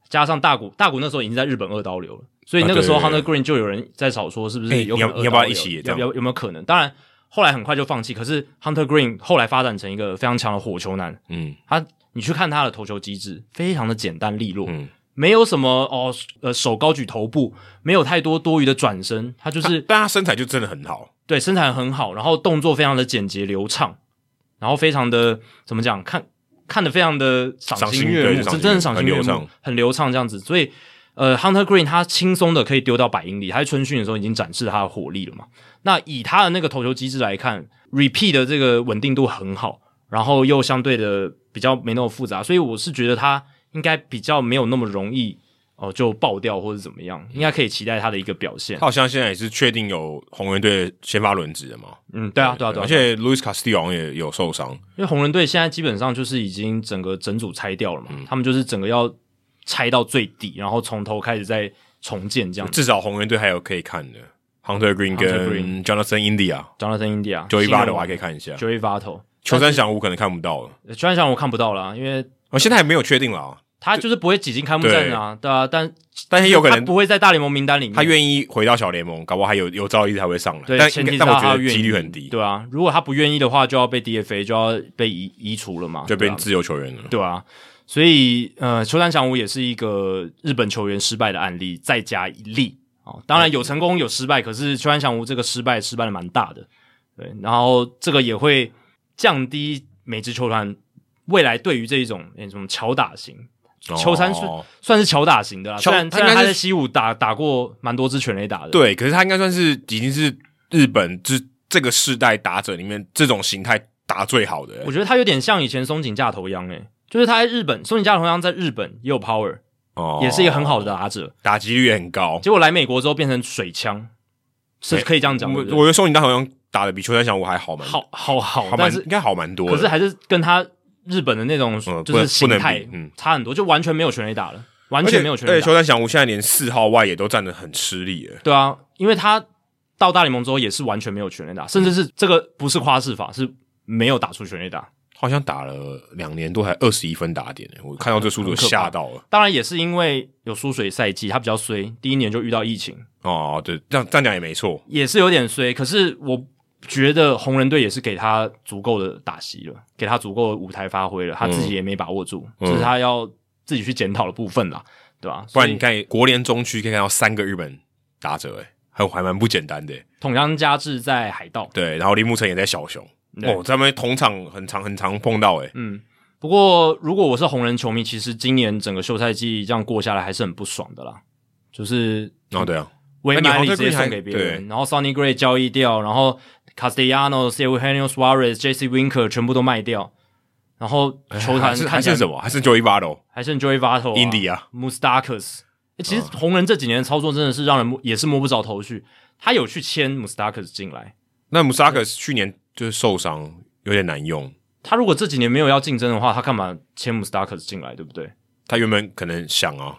B: 加上大谷，大谷那时候已经在日本二刀流了，所以那个时候
A: 啊对
B: Hunter
A: 对
B: Green 就有人在吵说是不
A: 哎
B: 是有
A: 你
B: 可
A: 要
B: 能
A: 你要不要
B: 二刀流
A: 一起也这样
B: 要不要有没有可能？当然后来很快就放弃，可是 Hunter Green 后来发展成一个非常强的火球男。
A: 嗯
B: 他你去看他的投球机制，非常的简单利落，
A: 嗯，
B: 没有什么哦，呃，手高举头部，没有太多多余的转身，他就
A: 他
B: 是
A: 啊但他身材就真的很好，
B: 对身材很好，然后动作非常的简洁流畅，然后非常的怎么讲，看看得非常的赏心悦
A: 赏
B: 目，
A: 心对
B: 这真的赏心悦
A: 很流
B: 目
A: 畅，
B: 很流畅这样子，所以。呃，Hunter Green 他轻松的可以丢到百英里，他在春训的时候已经展示他的火力了嘛。那以他的那个投球机制来看，repeat 的这个稳定度很好，然后又相对的比较没那么复杂，所以我是觉得他应该比较没有那么容易哦、呃就爆掉或者怎么样，应该可以期待他的一个表现
A: 他。好像现在也是确定有红人队先发轮值的嘛，
B: 嗯，对啊，对啊，对啊。
A: 而且 Louis Castillo 好像也有受伤，
B: 因为红人队现在基本上就是已经整个整组拆掉了嘛，
A: 嗯
B: 他们就是整个要拆到最底，然后从头开始再重建这样子。
A: 至少红人队还有可以看的 Hunter Green
B: 嗯 Hunter
A: 跟 Jonathan India、
B: Jonathan India、
A: Joey b a t 我还可以看一下，
B: Joey Votto，
A: 球三翔我可能看不到了，
B: 虽然呃讲我看不到啦，因为
A: 我现在还没有确定啦，
B: 他就是不会挤进开幕战啊，对啊，但
A: 但是也有可能
B: 他不会在大联盟名单里面。
A: 他愿意回到小联盟，搞不好还有有朝一日还会上来，
B: 对，
A: 但
B: 前提是
A: 但我
B: 他
A: 觉得
B: 愿意
A: 几率很低，
B: 对啊，如果他不愿意的话，就要被 DFA，就要被移移除了嘛，
A: 就
B: 对
A: 变
B: 啊
A: 自由球员了。
B: 对啊，所以呃，球山翔吾也是一个日本球员失败的案例，再加一例哦。当然有成功有失败，可是球山翔吾这个失败失败的蛮大的，对，然后这个也会降低每支球团未来对于这一种那种巧打型球三算
A: 哦
B: 算是巧打型的啦，
A: 乔
B: 虽然
A: 他
B: 虽然
A: 应该
B: 他
A: 是
B: 在西武打打过蛮多支全垒打的，
A: 对，可是他应该算是已经是日本这这个世代打者里面这种形态打最好的、
B: 我觉得他有点像以前松井架头一样、欸，就是他在日本，松井架头一样在日本也有 power，、
A: 哦
B: 也是一个很好的打者，
A: 打击率也很高。
B: 结果来美国之后变成水枪，是
A: 对
B: 可以这样讲，
A: 哎我
B: 对
A: 我
B: 不对
A: 觉得宋宁他好像打的比邱三祥我还好蛮，
B: 好好好
A: 好，蛮
B: 但是
A: 应该好蛮多的。
B: 可是还是跟他日本的那种
A: 嗯不
B: 就
A: 能
B: 是形
A: 不能
B: 态
A: 比嗯
B: 差很多，就完全没有全垒打了，完
A: 而且哎
B: 全没有全
A: 而
B: 垒
A: 且邱
B: 打，
A: 三祥我现在连四号外也都站得很吃力了。
B: 对啊，因为他到大联盟之后也是完全没有全垒打，甚至是这个不是夸饰法，是没有打出全垒打。
A: 好像打了两年多，还二十一分打点，欸我看到这数字我
B: 很可怕
A: 吓到了。
B: 当然也是因为有缩水赛季，他比较衰，第一年就遇到疫情，
A: 哦，对，这样这样讲也没错。
B: 也是有点衰。可是我觉得红人队也是给他足够的打席了，给他足够的舞台发挥了，他自己也没把握住，
A: 嗯
B: 这是他要自己去检讨的部分啦，对吧、
A: 不
B: 所
A: 然
B: 以
A: 你看国联中区可以看到三个日本打者、欸，还还蛮不简单的、欸
B: 统江家志在海盗，
A: 对，然后铃木成也在小熊，
B: 对
A: 哦，他们同场很常很常碰到、欸，
B: 嗯。不过，如果我是红人球迷，其实今年整个休赛季这样过下来，还是很不爽的啦。就是
A: 哦，对啊，
B: 维
A: 那你
B: 马里
A: 好
B: 直
A: 这个
B: 接
A: 还
B: 送给别人
A: 对，
B: 然后 Sonny Gray 交易掉，然后 Castellanos、e u g e n i o Suarez、J.C. Winker 全部都卖掉，然后球
A: 哎还
B: 坛
A: 是还
B: 看起来
A: 剩什么？还剩 Joey Votto
B: 还剩 Joey Votto、
A: Indy 啊、嗯
B: Mustakas。欸其实红人这几年的操作真的是让人摸也是摸不着头绪。他有去签 Mustakas 进来，
A: 那 Musaka 去年就是受伤，有点难用。
B: 他如果这几年没有要竞争的话，他干嘛签 Mustakas 进来，对不对？
A: 他原本可能想啊，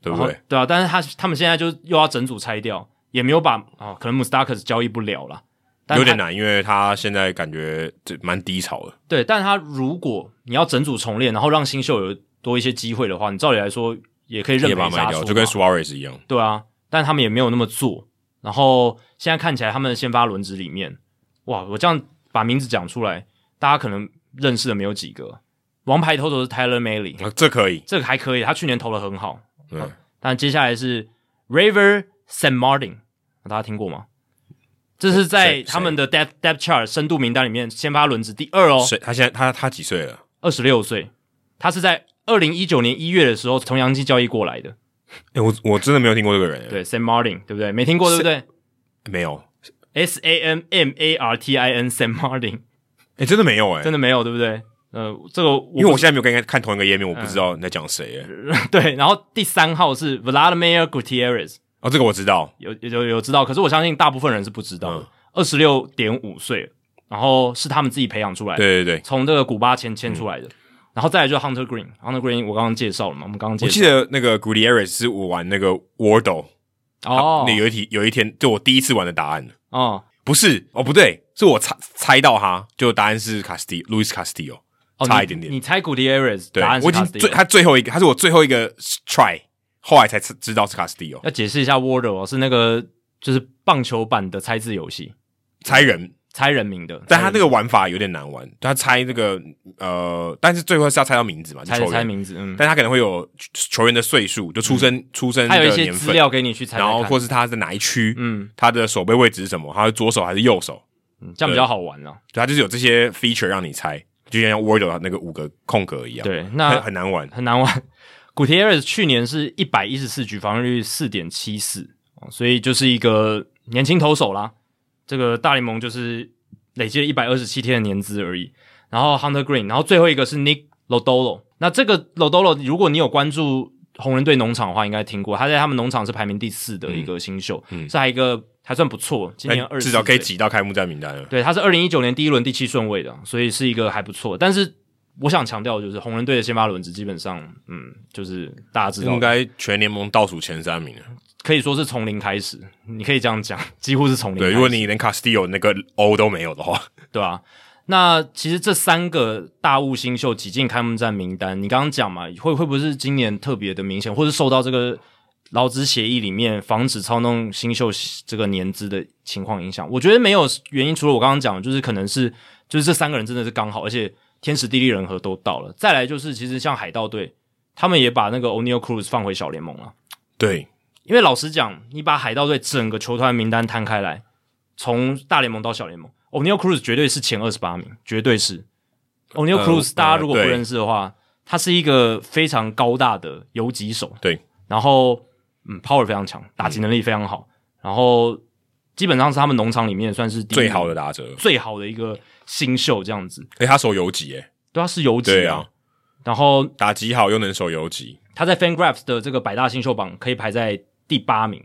A: 对不
B: 然后
A: 对？？
B: 啊，但是他他们现在就又要整组拆掉，也没有把啊、可能 Mustakas 交易不了了，但
A: 有点
B: 他
A: 难，因为他现在感觉这蛮低潮的。
B: 对，但他如果你要整组重练，然后让新秀有多一些机会的话，你照理来说也可以认
A: 也
B: 赔
A: 把它卖
B: 杀
A: 掉，
B: 出
A: 就跟
B: 嘛
A: Suarez 一样。
B: 对啊，但他们也没有那么做。然后现在看起来，他们的先发轮值里面，哇，我这样把名字讲出来，大家可能认识的没有几个。王牌投手是 Tyler Maley，
A: 啊，这可以，
B: 这个还可以，他去年投的很好。
A: 对，
B: 但接下来是 River San Martin，大家听过吗？这是在
A: 谁
B: 他们的 depth depth chart 深度名单里面，先发轮值第二哦。
A: 谁、他现在他他几岁了？
B: 二十六岁，他是在二零一九年一月的时候从洋基交易过来的。
A: 哎、我我真的没有听过这个人、欸，
B: 对，Sam Martin，对不对？没听过，对不对
A: 没有，
B: ？S A M M A R T I N Sam Martin，
A: 哎、真的没有、欸，
B: 真的没有，对不对？呃，这个我
A: 因为我现在没有跟人家看同一个页面，我不知道你在讲谁、欸。
B: 对，然后第三号是 Vladimir Gutierrez，
A: 哦，这个我知道，
B: 有有有知道，可是我相信大部分人是不知道
A: 嗯
B: 的。二十六点五岁，然后是他们自己培养出来的，
A: 对对嗯对，
B: 从这个古巴签签出来的。然后再来就是 Hunter Green，Hunter Green 我刚刚介绍了嘛，我们刚刚
A: 我
B: 介
A: 记
B: 绍
A: 得那个 Gutierrez 是我玩那个 Wordle，
B: 哦
A: 那有一题有一天就我第一次玩的答案，
B: 哦
A: 不是哦，不对，是我猜猜到他，就答案是 Castillo Luis Castillo，、
B: 哦，
A: 差
B: 你
A: 一点点
B: 你猜 Gutierrez
A: 对
B: 答案是
A: 我已经
B: Castillo
A: 最他最后一个，他是我最后一个 try，后来才知知道是 Castillo，
B: 要解释一下 Wordle 哦是那个就是棒球版的猜字游戏，
A: 猜人，
B: 猜人名的。
A: 但他那
B: 个
A: 个玩法有点难玩，他猜那个呃，但是最后是要猜到名字嘛，就
B: 猜
A: 球员
B: 猜，名字，嗯，
A: 但他可能会有球员的岁数，就出生、出生
B: 还有一
A: 的
B: 些
A: 年
B: 资
A: 份，
B: 料给你去猜猜
A: 然
B: 看，
A: 后或是他在哪一区，
B: 嗯，
A: 他的手背位置是什么，他是左手还是右手，
B: 嗯这样比较好玩了。
A: 对，他就是有这些 feature 让你猜，就像 Wordle 那个五个空格一样，，
B: 对，
A: 很
B: 那
A: 很难玩。
B: 很难玩。 古铁尔去年是一百一十四局，防御率四点七四，哦所以就是一个年轻投手啦。这个大联盟就是累积了一百二十七天的年资而已。然后 Hunter Green，然后最后一个是 Nick Lodolo。那这个 Lodolo，如果你有关注红人队农场的话，应该听过，他在他们农场是排名第四的一个新秀，
A: 嗯嗯
B: 是还一个还算不错，今年
A: 但
B: 二
A: 至少可以挤到开幕战名单了。
B: 对，他是二零一九年第一轮第七顺位的，所以是一个还不错。但是我想强调的就是，红人队的先发轮值基本上，嗯，就是大家知道
A: 应，该全联盟倒数前三名了。
B: 可以说是从零开始，你可以这样讲，几乎是从零开
A: 对，
B: 始。
A: 如果你连 Castillo 那个 O 都没有的话，
B: 对啊，那其实这三个大物新秀挤进开幕战名单，你刚刚讲嘛，会会不会是今年特别的明显，或是受到这个劳资协议里面防止操弄新秀这个年资的情况影响？我觉得没有原因，除了我刚刚讲的，就是可能是就是这三个人真的是刚好，而且天时地利人和都到了。再来就是其实像海盗队，他们也把那个 O'Neal Cruz 放回小联盟了。
A: 对，
B: 因为老实讲，你把海盗队整个球团名单摊开来，从大联盟到小联盟，O'Neal Cruz 绝对是前二十八名，绝对是 O'Neal
A: 呃
B: Cruz、
A: 呃
B: 大家如果不
A: 对
B: 认识的话，他是一个非常高大的游击手，
A: 对，
B: 然后嗯，power 非常强，打击能力非常好，然后基本上是他们农场里面算是第一
A: 最好的打折，
B: 最好的一个新秀这样子。
A: 哎，他手游击，哎，
B: 对，他是游击
A: 对啊，
B: 然后
A: 打击好又能手游击，
B: 他在 FanGraphs 的这个百大新秀榜可以排在第八名，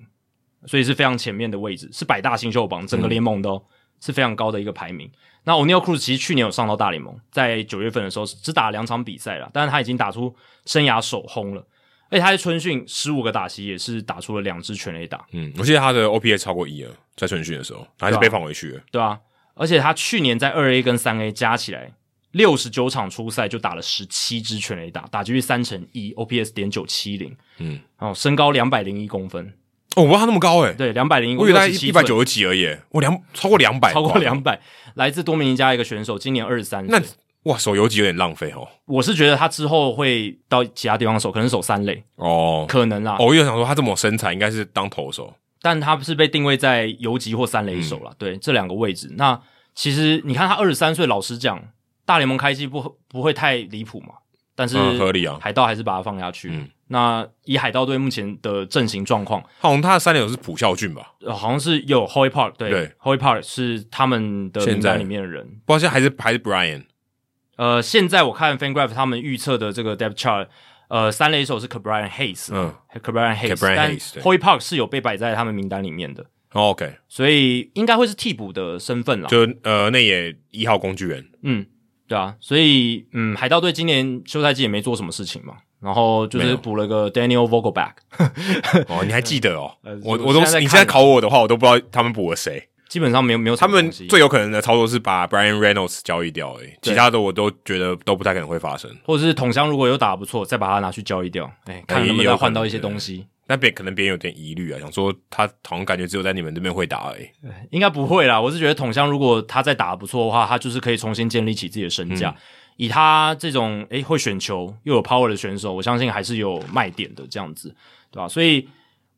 B: 所以是非常前面的位置，是百大新秀榜整个联盟的、哦是非常高的一个排名。那 O'Neal Cruz 其实去年有上到大联盟，在九月份的时候只打了两场比赛了，但是他已经打出生涯首轰了，而且他在春训十五个打席也是打出了两支全垒打，
A: 嗯，我记得他的 OPS 超过一了，在春训的时候，还是被放回去了，
B: 对啊，而且他去年在二 A 跟三 A 加起来六十九场初赛就打了十七支全垒打，打击率三成一，OPS 点九七零，
A: 嗯，
B: 哦，身高两百零一公分，
A: 哦，我不知道他那么高，哎，
B: 对，两百零一，
A: 我以为他
B: 67
A: 一百九十几而已，哎我两超过两百，
B: 超过两百，来自多米尼加一个选手，今年二十三，
A: 那哇，手游击有点浪费哦，
B: 我是觉得他之后会到其他地方守，可能守三垒，
A: 哦，
B: 可能啦，
A: 哦我又想说他这么有身材，应该是当投手，
B: 但他是被定位在游击或三垒手
A: 嗯
B: 啦，对这两个位置。那其实你看他二十三岁，老实讲，大联盟开机不不会太离谱嘛，但是、
A: 嗯合理啊
B: 海盗还是把他放下去。
A: 嗯
B: 那以海盗队目前的阵型状况，
A: 好像他的三垒手是朴孝俊吧？
B: 呃好像是有 Hoy Park 对
A: 对
B: Hoy Park 是他们的
A: 现
B: 名单
A: 在
B: 里面的人，
A: 不知道现在还是还是 Brian，
B: 呃，现在我看 FanGraph 他们预测的这个 depth chart，呃，三垒手是 Cabrian Hayes，
A: 嗯
B: ，Cabrian Hayes，
A: Cabrian
B: 但
A: Hayes，对
B: Hoy Park 是有被摆在他们名单里面的，
A: 哦，OK，
B: 所以应该会是替补的身份啦。
A: 就呃内野一号工具人，
B: 嗯，对啊，所以嗯，海盗队今年休赛季也没做什么事情嘛，然后就
A: 没
B: 是
A: 有
B: 补了个 Daniel Vogelback，
A: 哦，你还记得哦
B: 呃？
A: 我
B: 我
A: 我都
B: 现在在
A: 你现在
B: 看
A: 考我的话，我都不知道他们补了谁。
B: 基本上没有没有什
A: 他
B: 么
A: 们
B: 东西
A: 最有可能的操作是把 Brian Reynolds 交易掉、而已，其他的我都觉得都不太可能会发生。
B: 或者是桶箱如果有打得不错，再把它拿去交易掉，哎，看能不
A: 也有
B: 能
A: 可
B: 换
A: 能
B: 到一些
A: 对
B: 东西。
A: 但别可能别人有点疑虑啊，想说他好像感觉只有在你们这边会打而已。
B: 应该不会啦。我是觉得桶香如果他再打得不错的话，他就是可以重新建立起自己的身价。
A: 嗯
B: 以他这种诶会选球又有 power 的选手，我相信还是有卖点的这样子，对吧、所以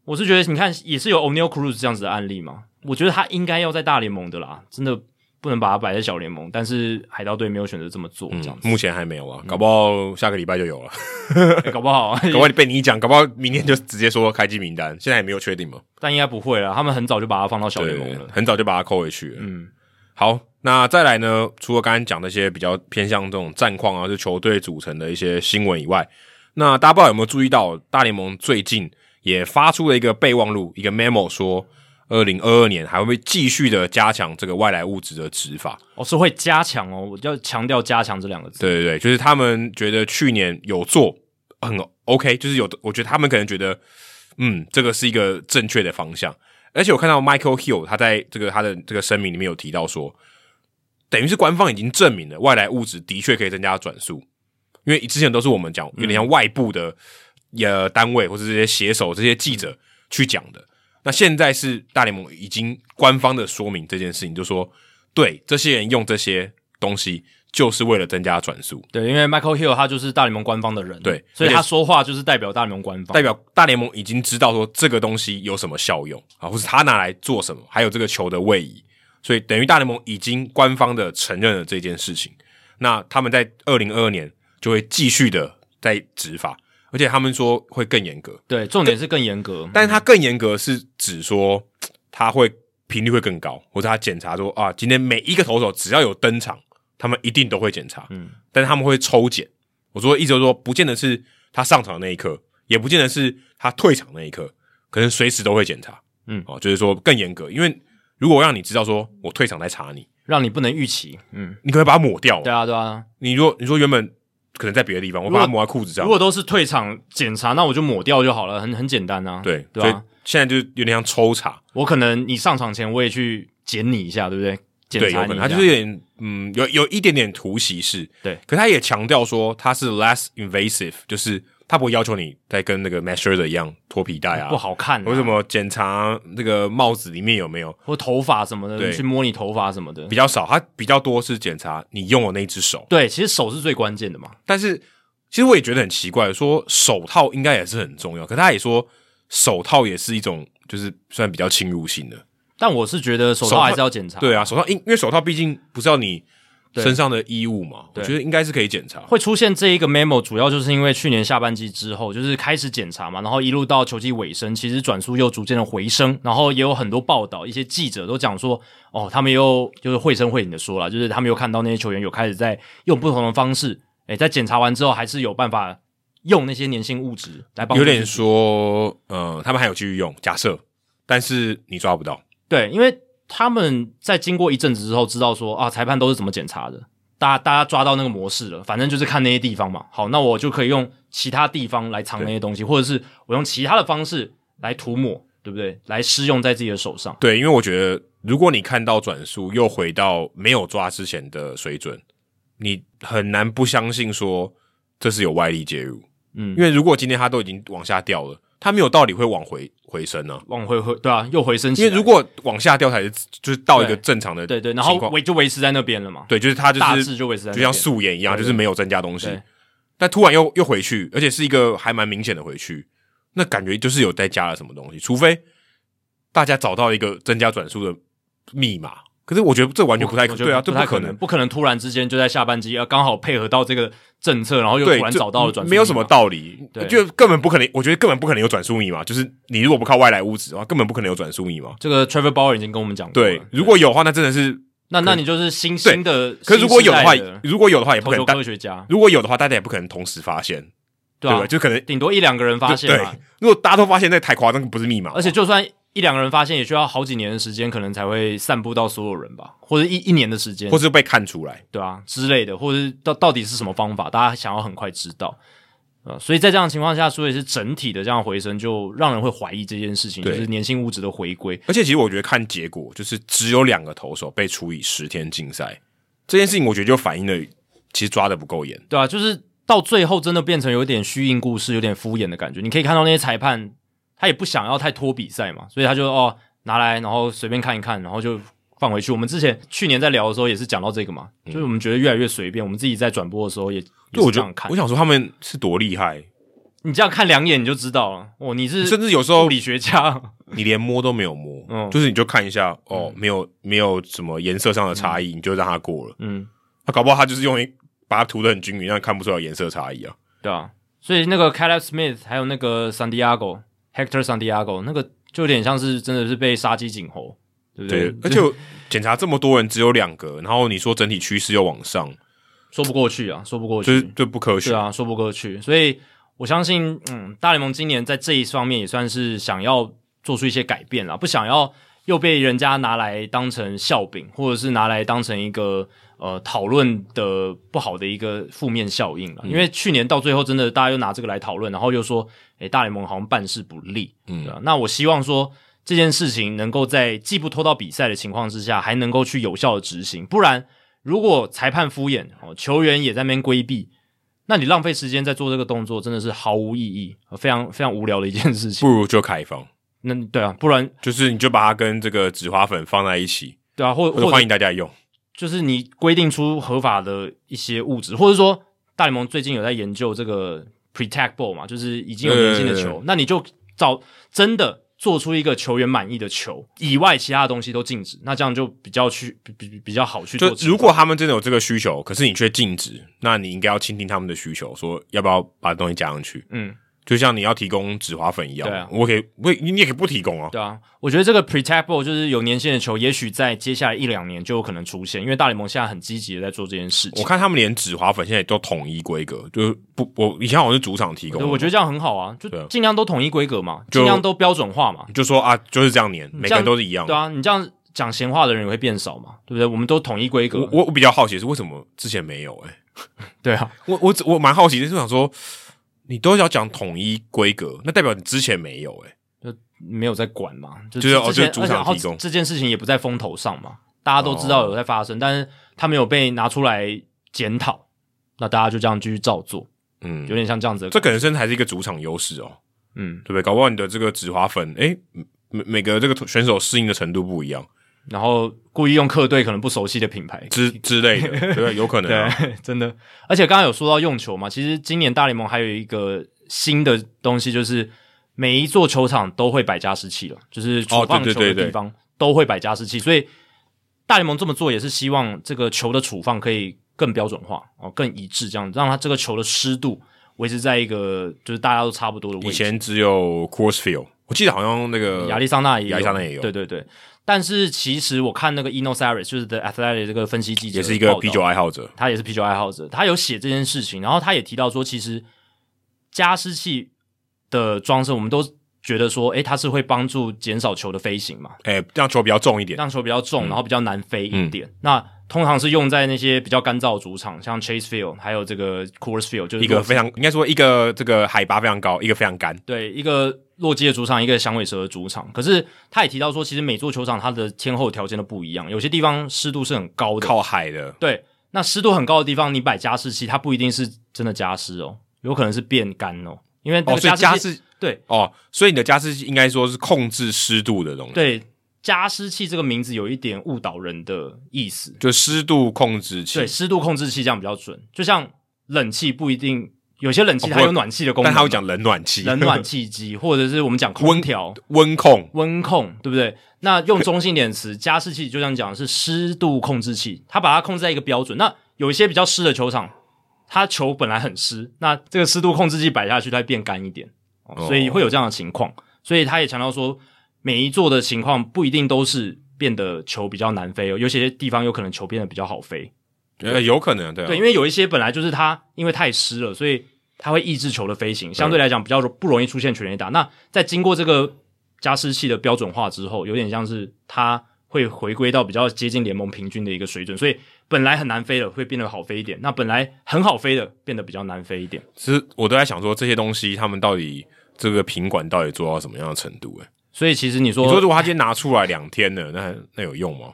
B: 我是觉得你看也是有 O'Neal Cruz 这样子的案例嘛，我觉得他应该要在大联盟的啦，真的不能把他摆在小联盟。但是海盗队没有选择这么做，这样
A: 嗯，
B: 子、
A: 目前还没有啊，搞不好下个礼拜就有了，
B: 诶搞不好，
A: 搞不好被你一讲，搞不好明天就直接说开机名单，现在也没有确定嘛。
B: 但应该不会啦，他们很早就把他放到小联盟
A: 对
B: 了，。
A: 很早就把他扣回去了。
B: 嗯，
A: 好，那再来呢？除了刚才讲那些比较偏向这种战况啊，就球队组成的一些新闻以外，那大家不知道有没有注意到，大联盟最近也发出了一个备忘录，一个 memo 说，二零二二年还会继续的加强这个外来物质的执法。
B: 哦，是会加强哦，我要强调加强这两个字。
A: 对对对，就是他们觉得去年有做很 OK，就是有，我觉得他们可能觉得，嗯，这个是一个正确的方向。而且我看到 Michael Hill 他在这个他的这个声明里面有提到说，等于是官方已经证明了外来物质的确可以增加转速，因为之前都是我们讲有点像外部的呃单位或者这些写手、这些记者去讲的。那现在是大联盟已经官方的说明这件事情，就说对这些人用这些东西就是为了增加转速，
B: 对，因为 Michael Hill 他就是大联盟官方的人，
A: 对
B: 所以
A: 而
B: 他
A: 且
B: 说话就是代表大联盟官方，
A: 代表大联盟已经知道说这个东西有什么效用啊，或是他拿来做什么，还有这个球的位移，所以等于大联盟已经官方的承认了这件事情。那他们在二零二二年就会继续的在执法，而且他们说会更严格，
B: 对，重点是更严格，
A: 但是它更严格是指说他会频率会更高，或者他检查说啊，今天每一个投手只要有登场，他们一定都会检查，
B: 嗯，
A: 但是他们会抽检。我说一直说，不见得是他上场那一刻，也不见得是他退场那一刻，可能随时都会检查，
B: 嗯
A: 哦，就是说更严格，因为如果让你知道说我退场再查你，
B: 让你不能预期，嗯，
A: 你可能把它抹掉嘛
B: 对啊，对啊，
A: 你如果你说原本可能在别的地方，我把它抹在裤子上
B: 如，果都是退场检查，那我就抹掉就好了，很很简单啊，
A: 对，
B: 对
A: 所以
B: 啊，
A: 现在就是有点像抽查，
B: 我可能你上场前我也去检你一下，对不对？检
A: 对，
B: 查
A: 有可
B: 你一
A: 能
B: 下，
A: 他就是有点嗯，有有一点点突袭式，
B: 对
A: 可他也强调说他是 less invasive，就是他不会要求你在跟那个 measure 的一样脱皮带啊，
B: 不，好看、啊，
A: 为什？么检查那个帽子里面有没有
B: 或头发什么的，
A: 对
B: 去摸你头发什么的
A: 比，较少，他比较多是检查你用的那只手，
B: 对，其实手是最关键的嘛，
A: 但是其实我也觉得很奇怪，说手套应该也是很重要，可他也说手套也是一种就是算比较侵入性的，
B: 但我是觉得手
A: 手
B: 套
A: 套
B: 还是要检查，
A: 对啊，手套因因为手套毕竟不是要你
B: 对
A: 身上的衣物嘛，我
B: 对
A: 觉得应该是可以检查。
B: 会出现这一个 memo，主要就是因为去年下半季之后，就是开始检查嘛，然后一路到球季尾声，其实转速又逐渐的回升，然后也有很多报道，一些记者都讲说，哦，他们又就是绘声绘影的说了，就是他们又看到那些球员有开始在用不同的方式，诶，在检查完之后还是有办法用那些粘性物质来帮助
A: 有
B: 自己，
A: 点说，呃，他们还有继续用，假设，但是你抓不到，
B: 对，因为他们在经过一阵子之后，知道说啊，裁判都是怎么检查的，大家大家抓到那个模式了，反正就是看那些地方嘛。好，那我就可以用其他地方来藏那些东西，或者是我用其他的方式来涂抹，对不对？来施用在自己的手上。
A: 对，因为我觉得，如果你看到转速又回到没有抓之前的水准，你很难不相信说这是有外力介入。
B: 嗯
A: 因为如果今天它都已经往下掉了，它没有道理会往回回升啊。
B: 往回回对啊，又回升起
A: 因
B: 来。
A: 为如果往下掉才是就是到一个正常的
B: 对对，
A: 情
B: 然后
A: 况
B: 维就维持在那边了嘛，
A: 对，就是它
B: 大
A: 就是
B: 致就维持在那
A: 就像
B: 边
A: 素颜一样，
B: 对
A: 就是没有增加东西
B: 对，
A: 但突然又又回去，而且是一个还蛮明显的回去，那感觉就是有再加了什么东西，除非大家找到一个增加转速的密码。可是我觉得这完全不太可
B: 我觉
A: 对啊，
B: 得
A: 这
B: 不太
A: 可
B: 能，不可能突然之间就在下半季啊，刚好配合到这个政策，然后又
A: 对，
B: 突然
A: 这
B: 找到了转，
A: 没有什么道理
B: 对，
A: 就根本不可能。我觉得根本不可能有转速密码，就是你如果不靠外来物质的话，根本不可能有转速密码。
B: 这个 Trevor Bauer 已经跟我们讲过了
A: 对，如果有的话，那真的是。
B: 那那你就是新新的，
A: 可是如果有的话
B: 新时代，
A: 如果有的话，也不
B: 投
A: 可能
B: 球
A: 大
B: 科。学家，
A: 如果有的话，大家也不可能同时发现，对
B: 对啊
A: 吧？，就可能
B: 顶多一两个人发现
A: 对
B: 嘛，。
A: 如果大家都发现，那太夸张，不是密码。
B: 而且就算一两个人发现，也需要好几年的时间，可能才会散布到所有人吧，或者一一年的时间
A: 或，是被看出来。
B: 对啊之类的，或者是到到底是什么方法，大家想要很快知道。啊、所以在这样的情况下，所以是整体的这样回升，就让人会怀疑这件事情，就
A: 对
B: 是粘性物质的回归。
A: 而且其实我觉得看结果，就是只有两个投手被处以十天禁赛这件事情，我觉得就反映了其实抓的不够严。
B: 对啊，就是到最后真的变成有点虚应故事，有点敷衍的感觉。你可以看到那些裁判，他也不想要太拖比赛嘛，所以他就哦拿来，然后随便看一看，然后就放回去。我们之前去年在聊的时候也是讲到这个嘛，就是我们觉得越来越随便，我们自己在转播的时候也也
A: 嗯对，我觉
B: 是这
A: 得
B: 样看
A: 我。想说他们是多厉害，
B: 你这样看两眼你就知道了，哦，你是
A: 甚至有时候
B: 物理学家，
A: 你连摸都没有摸，
B: 嗯
A: 就是你就看一下哦，没有没有什么颜色上的差异，你就让它过了。
B: 嗯，
A: 他搞不好他就是用一把它涂的很均匀，让你看不出来有颜色差异啊。
B: 对啊，所以那个 Caleb Smith 还有那个 Santiago Hector Santiago 那个就有点像是真的是被杀鸡儆猴，对不
A: 对，而 且我检查这么多人只有两个，然后你说整体趋势又往上，
B: 说不过去啊，说不过去，
A: 就是这不科学
B: 对。啊，说不过去。所以我相信，嗯，大联盟今年在这一方面也算是想要做出一些改变啦，不想要又被人家拿来当成笑柄，或者是拿来当成一个呃讨论的不好的一个负面效应了。因为去年到最后，真的大家又拿这个来讨论，然后又说，诶、大联盟好像办事不力，
A: 嗯
B: 对啊那我希望说。这件事情能够在既不拖到比赛的情况之下，还能够去有效的执行，不然如果裁判敷衍哦，球员也在那边规避，那你浪费时间在做这个动作，真的是毫无意义，呃非常非常无聊的一件事情
A: 不。如就开放，
B: 那对啊，不然
A: 就是你就把它跟这个紫花粉放在一起，
B: 对啊，或
A: 或者
B: 或
A: 欢
B: 者
A: 迎大家用。
B: 就是你规定出合法的一些物质，或者说大联盟最近有在研究这个 protect ball 嘛，就是已经有
A: 对
B: 年轻的
A: 对
B: 球，那你就找真的做出一个球员满意的球，以外其他的东西都禁止，那这样就比较去比比比较好去做
A: 就
B: 执法。
A: 如果他们真的有这个需求，可是你却禁止，那你应该要倾听他们的需求，说要不要把东西加上去。
B: 嗯，
A: 就像你要提供止滑粉一样，
B: 对啊
A: 我可以，我也你也可以不提供啊。
B: 对啊，我觉得这个 protect ball 就是有年限的球，也许在接下来一两年就有可能出现，因为大联盟现在很积极的在做这件事情
A: 我。看他们连止滑粉现在也都统一规格，就是不，我以前好像是主场提供
B: 对，
A: 的，
B: 我觉得这样很好啊，就
A: 对啊
B: 尽量都统一规格嘛，
A: 就
B: 尽量都标准化嘛。
A: 就说啊，就是这样粘，每个人都是一样。
B: 对啊，嗯你这样讲闲话的人也会变少嘛，对不对？啊我们都统一规格
A: 我，我我比较好奇的是为什么之前没有、欸？
B: 对啊，
A: 我我我蛮好奇，就是想说，你都要讲统一规格，那代表你之前没有、欸？
B: 没有在管嘛，就
A: 就是哦
B: 之前
A: 就是主场
B: 而且
A: 提供哦
B: 这件事情也不在风头上嘛，大家都知道有在发生，但是他没有被拿出来检讨，那大家就这样继续照做，
A: 嗯
B: 有，点像这样子的
A: 这可能甚至还是一个主场优势哦。
B: 嗯，
A: 对不对？搞不好你的这个止滑粉，诶，每每个这个选手适应的程度不一样，
B: 然后故意用客队可能不熟悉的品牌
A: 之之类的，对不对，有可能、啊。
B: 对， 真的。而且刚刚有说到用球嘛，其实今年大联盟还有一个新的东西，就是每一座球场都会摆加湿器了，就是
A: 哦
B: 储放
A: 对对
B: 球的
A: 对对
B: 地方都会摆加湿器，所以。大联盟这么做也是希望这个球的处放可以更标准化哦，更一致，这样让它这个球的湿度维持在一个就是大家都差不多的位
A: 以
B: 置。
A: 前只有 Coors Field，我记得好像那个
B: 亚利桑那也有，
A: 亚利桑那也有
B: 对对对。但是其实我看那个 Eno Saris 就是 The Athletic 这个分析记者
A: 也是一
B: 的
A: 个
B: 报道
A: 啤酒爱好者，
B: 他也是啤酒爱好者，他有写这件事情，然后他也提到说，其实加湿器的装饰，我们都觉得说，诶，它是会帮助减少球的飞行嘛，
A: 哎、让球比较重一点。
B: 让球比较
A: 嗯
B: 重，然后比较难飞一点。那通常是用在那些比较干燥的主场，像 Chase Field 还有这个 Coors Field，就是
A: 一个
B: 落
A: 非常应该说一个这个海拔非常高，一个非常干，
B: 对一个落基的主场，一个响尾蛇的主场。可是他也提到说，其实每座球场它的天候条件都不一样，有些地方湿度是很高的，
A: 靠海的。
B: 对，那湿度很高的地方，你摆加湿器，它不一定是真的加湿哦，有可能是变干哦，因为那
A: 哦，
B: 个
A: 所以加
B: 湿器、
A: 湿
B: 对
A: 哦，所以你的加湿器应该说是控制湿度的东西，，
B: 对加湿器这个名字有一点误导人的意思，
A: 就湿度控制器
B: 对，，湿度控制器这样比较准，就像冷气不一定，有些冷气
A: 哦
B: 它
A: 不
B: 有暖气的功能
A: 但
B: 嘛，
A: 他会讲冷暖气，
B: 冷暖气机，或者是我们讲空
A: 温
B: 调。
A: 温控
B: 温控对不对？那用中性点词，加湿器就像讲的是湿度控制器，它把它控制在一个标准。那有一些比较湿的球场，它球本来很湿，那这个湿度控制器摆下去，它会变干一点，哦
A: 哦
B: 所以会有这样的情况。所以他也强调说，每一座的情况不一定都是变得球比较难飞哦，有些地方有可能球变得比较好飞。
A: 呃，有可能对啊，
B: 对，因为有一些本来就是它因为太湿了，所以它会抑制球的飞行，相对来讲比较不容易出现全垒打。那在经过这个加湿器的标准化之后，有点像是它会回归到比较接近联盟平均的一个水准，所以本来很难飞的会变得好飞一点，那本来很好飞的变得比较难飞一点。
A: 其实我都在想说这些东西他们到底这个品管到底做到什么样的程度、欸？
B: 所以其实你说
A: 你说如果他今天拿出来两天了，那那有用吗？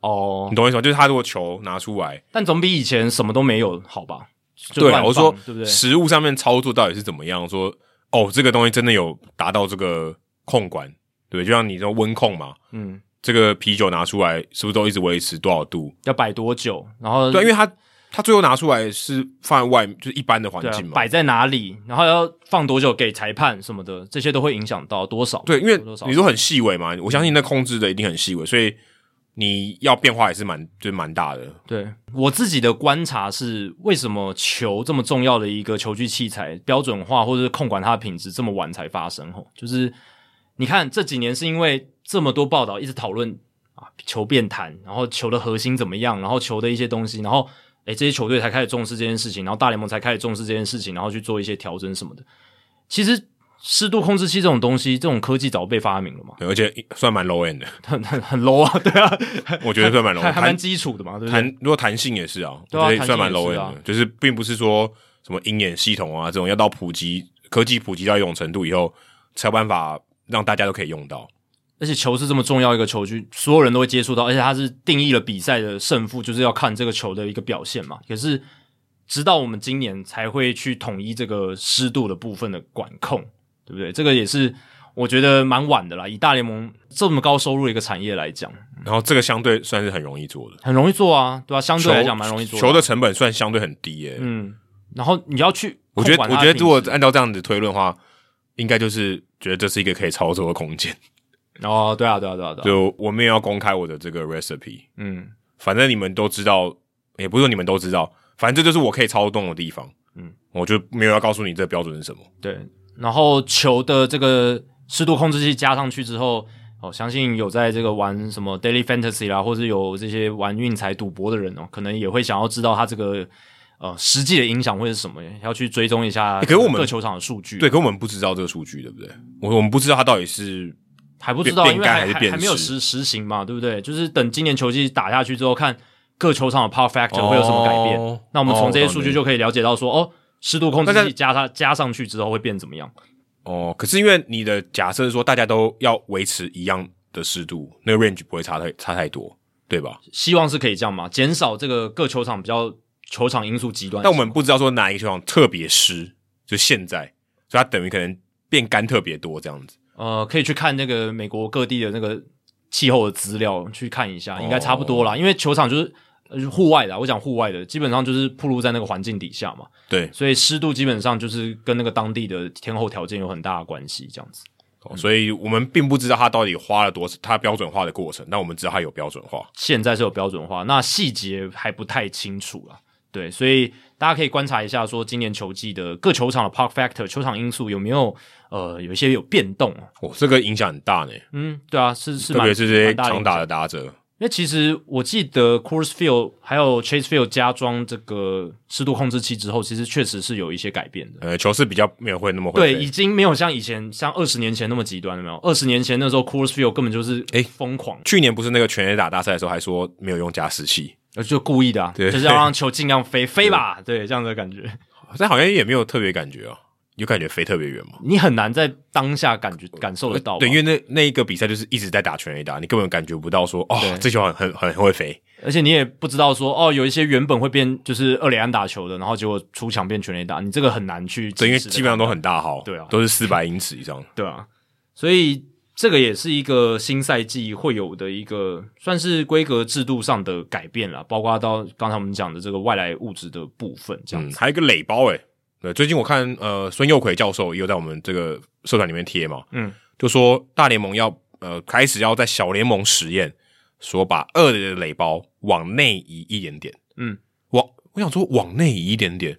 B: 哦
A: 你，懂我意思吗？就是他如果球拿出来，
B: 但总比以前什么都没有好吧？就
A: 对啊，
B: 乱
A: 我
B: 放
A: 说
B: 对不对？
A: 实物上面操作到底是怎么样？说哦，这个东西真的有达到这个控管，对不对，就像你说温控嘛，
B: 嗯，
A: 这个啤酒拿出来是不是都一直维持多少度？
B: 要摆多久？然后
A: 对，因为它它最后拿出来是放在外，就是一般的环
B: 对啊
A: 境，嘛。
B: 摆在哪里，然后要放多久给裁判什么的，这些都会影响到多少。
A: 对，因为
B: 多少
A: 你说很细微嘛，我相信那控制的一定很细微，所以你要变化也是蛮就是蛮大的。
B: 对我自己的观察是，为什么球这么重要的一个球具器材标准化或者是控管它的品质这么晚才发生？吼，就是你看这几年是因为这么多报道一直讨论啊球变弹，然后球的核心怎么样，然后球的一些东西，然后诶这些球队才开始重视这件事情，然后大联盟才开始重视这件事情，然后去做一些调整什么的。其实湿度控制器这种东西，这种科技早被发明了嘛，
A: 对而且算蛮 low end 的，
B: 很很很 low 啊， 对啊，
A: 我觉得算蛮 low。
B: 还还蛮
A: 弹
B: 基础的嘛，对不对？
A: 弹如果弹性也是啊，
B: 对啊
A: 我觉得算蛮
B: 弹性
A: low
B: 也
A: end
B: 是啊
A: 的，就是并不是说什么鹰眼系统啊这种要到普及科技普及到一种程度以后，才有办法让大家都可以用到。
B: 而且球是这么重要一个球具，所有人都会接触到，而且它是定义了比赛的胜负，就是要看这个球的一个表现嘛。可是直到我们今年才会去统一这个湿度的部分的管控，对不对？这个也是我觉得蛮晚的啦。以大联盟这么高收入的一个产业来讲，
A: 然后这个相对算是很容易做的，
B: 很容易做啊，对吧、相
A: 球
B: 对来讲蛮容易做啊
A: 球的成本算相对很低耶、
B: 嗯。然后你要去
A: 我
B: 控
A: 觉
B: 管
A: 得
B: 它的品质，
A: 我觉得如果按照这样子推论的话，应该就是觉得这是一个可以操作的空间。
B: 哦，对啊，对啊，对啊，对啊，
A: 就我们也要公开我的这个 recipe，
B: 嗯，
A: 反正你们都知道，也不是说你们都知道，反正这就是我可以操纵的地方。
B: 嗯，
A: 我就没有要告诉你这个标准是什么。
B: 对，然后球的这个湿度控制器加上去之后，哦，相信有在这个玩什么 Daily Fantasy 啦，或者有这些玩运彩赌博的人哦，可能也会想要知道它这个呃实际的影响会是什么，要去追踪一下
A: 可是我们
B: 各球场的数据。
A: 对，，可我们不知道这个数据，对不对？我我们不知道它到底是
B: 还不知道，
A: 变
B: 因为
A: 变干
B: 还
A: 还是
B: 还
A: 变
B: 还没有
A: 湿
B: 实实行嘛，对不对？就是等今年球季打下去之后，看各球场的 Power Factor 会有什么改变。
A: 哦
B: 那我们从这些数据
A: 哦
B: 就可以了解到说，哦，湿度控制
A: 那在
B: 器加它加上去之后会变怎么样？
A: 哦，可是因为你的假设是说大家都要维持一样的湿度，那个 range 不会差太差太多，对吧？
B: 希望是可以这样嘛，减少这个各球场比较球场因素极端。
A: 但我们不知道说哪一个球场特别湿，就现在，所以它等于可能变干特别多这样子。
B: 呃可以去看那个美国各地的那个气候的资料去看一
A: 哦
B: 下，应该差不多啦。因为球场就是呃户外的啊，我讲户外的，基本上就是暴露在那个环境底下嘛，
A: 对，
B: 所以湿度基本上就是跟那个当地的天候条件有很大的关系，这样子。
A: 哦所以我们并不知道他到底花了多少，他标准化的过程，但我们知道他有标准化。
B: 现在是有标准化，那细节还不太清楚了。对，所以大家可以观察一下，说今年球季的各球场的 park factor 球场因素有没有呃有一些有变动啊？
A: 哦，这个影响很大呢，
B: 嗯，对啊，是是
A: 特
B: 蛮
A: 别是这些
B: 蛮大的
A: 长
B: 影
A: 打
B: 响
A: 的打者。
B: 因为其实我记得 Coors Field 还有 Chase Field 加装这个湿度控制器之后，其实确实是有一些改变的。
A: 呃，球是比较没有会那么会
B: 对，
A: 飞
B: 已经没有像以前像二十年前那么极端了，没有？二十年前那时候 Coors Field 根本就是
A: 诶
B: 疯狂，
A: 去年不是那个全垒打大赛的时候还说没有用加湿器，
B: 呃就故意的、啊，
A: 对
B: 就是要让球尽 量飞飞吧，对，这样的感觉，
A: 但好像也没有特别感觉啊，有感觉飞特别远吗？
B: 你很难在当下感觉感受得到吧。
A: 呃对，因为那那一个比赛就是一直在打全垒打，你根本感觉不到说哦
B: 对，
A: 这球很很很会飞。
B: 而且你也不知道说哦，有一些原本会变就是二垒安打球的，然后结果出墙变全垒打，你这个很难去及
A: 对，因为
B: 时地
A: 基本上都很大号，
B: 对啊
A: 都是四百英尺以上。
B: 对啊，所以这个也是一个新赛季会有的一个算是规格制度上的改变啦，包括到刚才我们讲的这个外来物质的部分，这样
A: 嗯，
B: 子。
A: 还有一个垒包诶、对，最近我看呃孙佑奎教授也有在我们这个社团里面贴嘛，
B: 嗯，
A: 就说大联盟要呃开始要在小联盟实验，说把二垒的垒包往内移一点点，
B: 嗯，
A: 往我想说往内移一点点，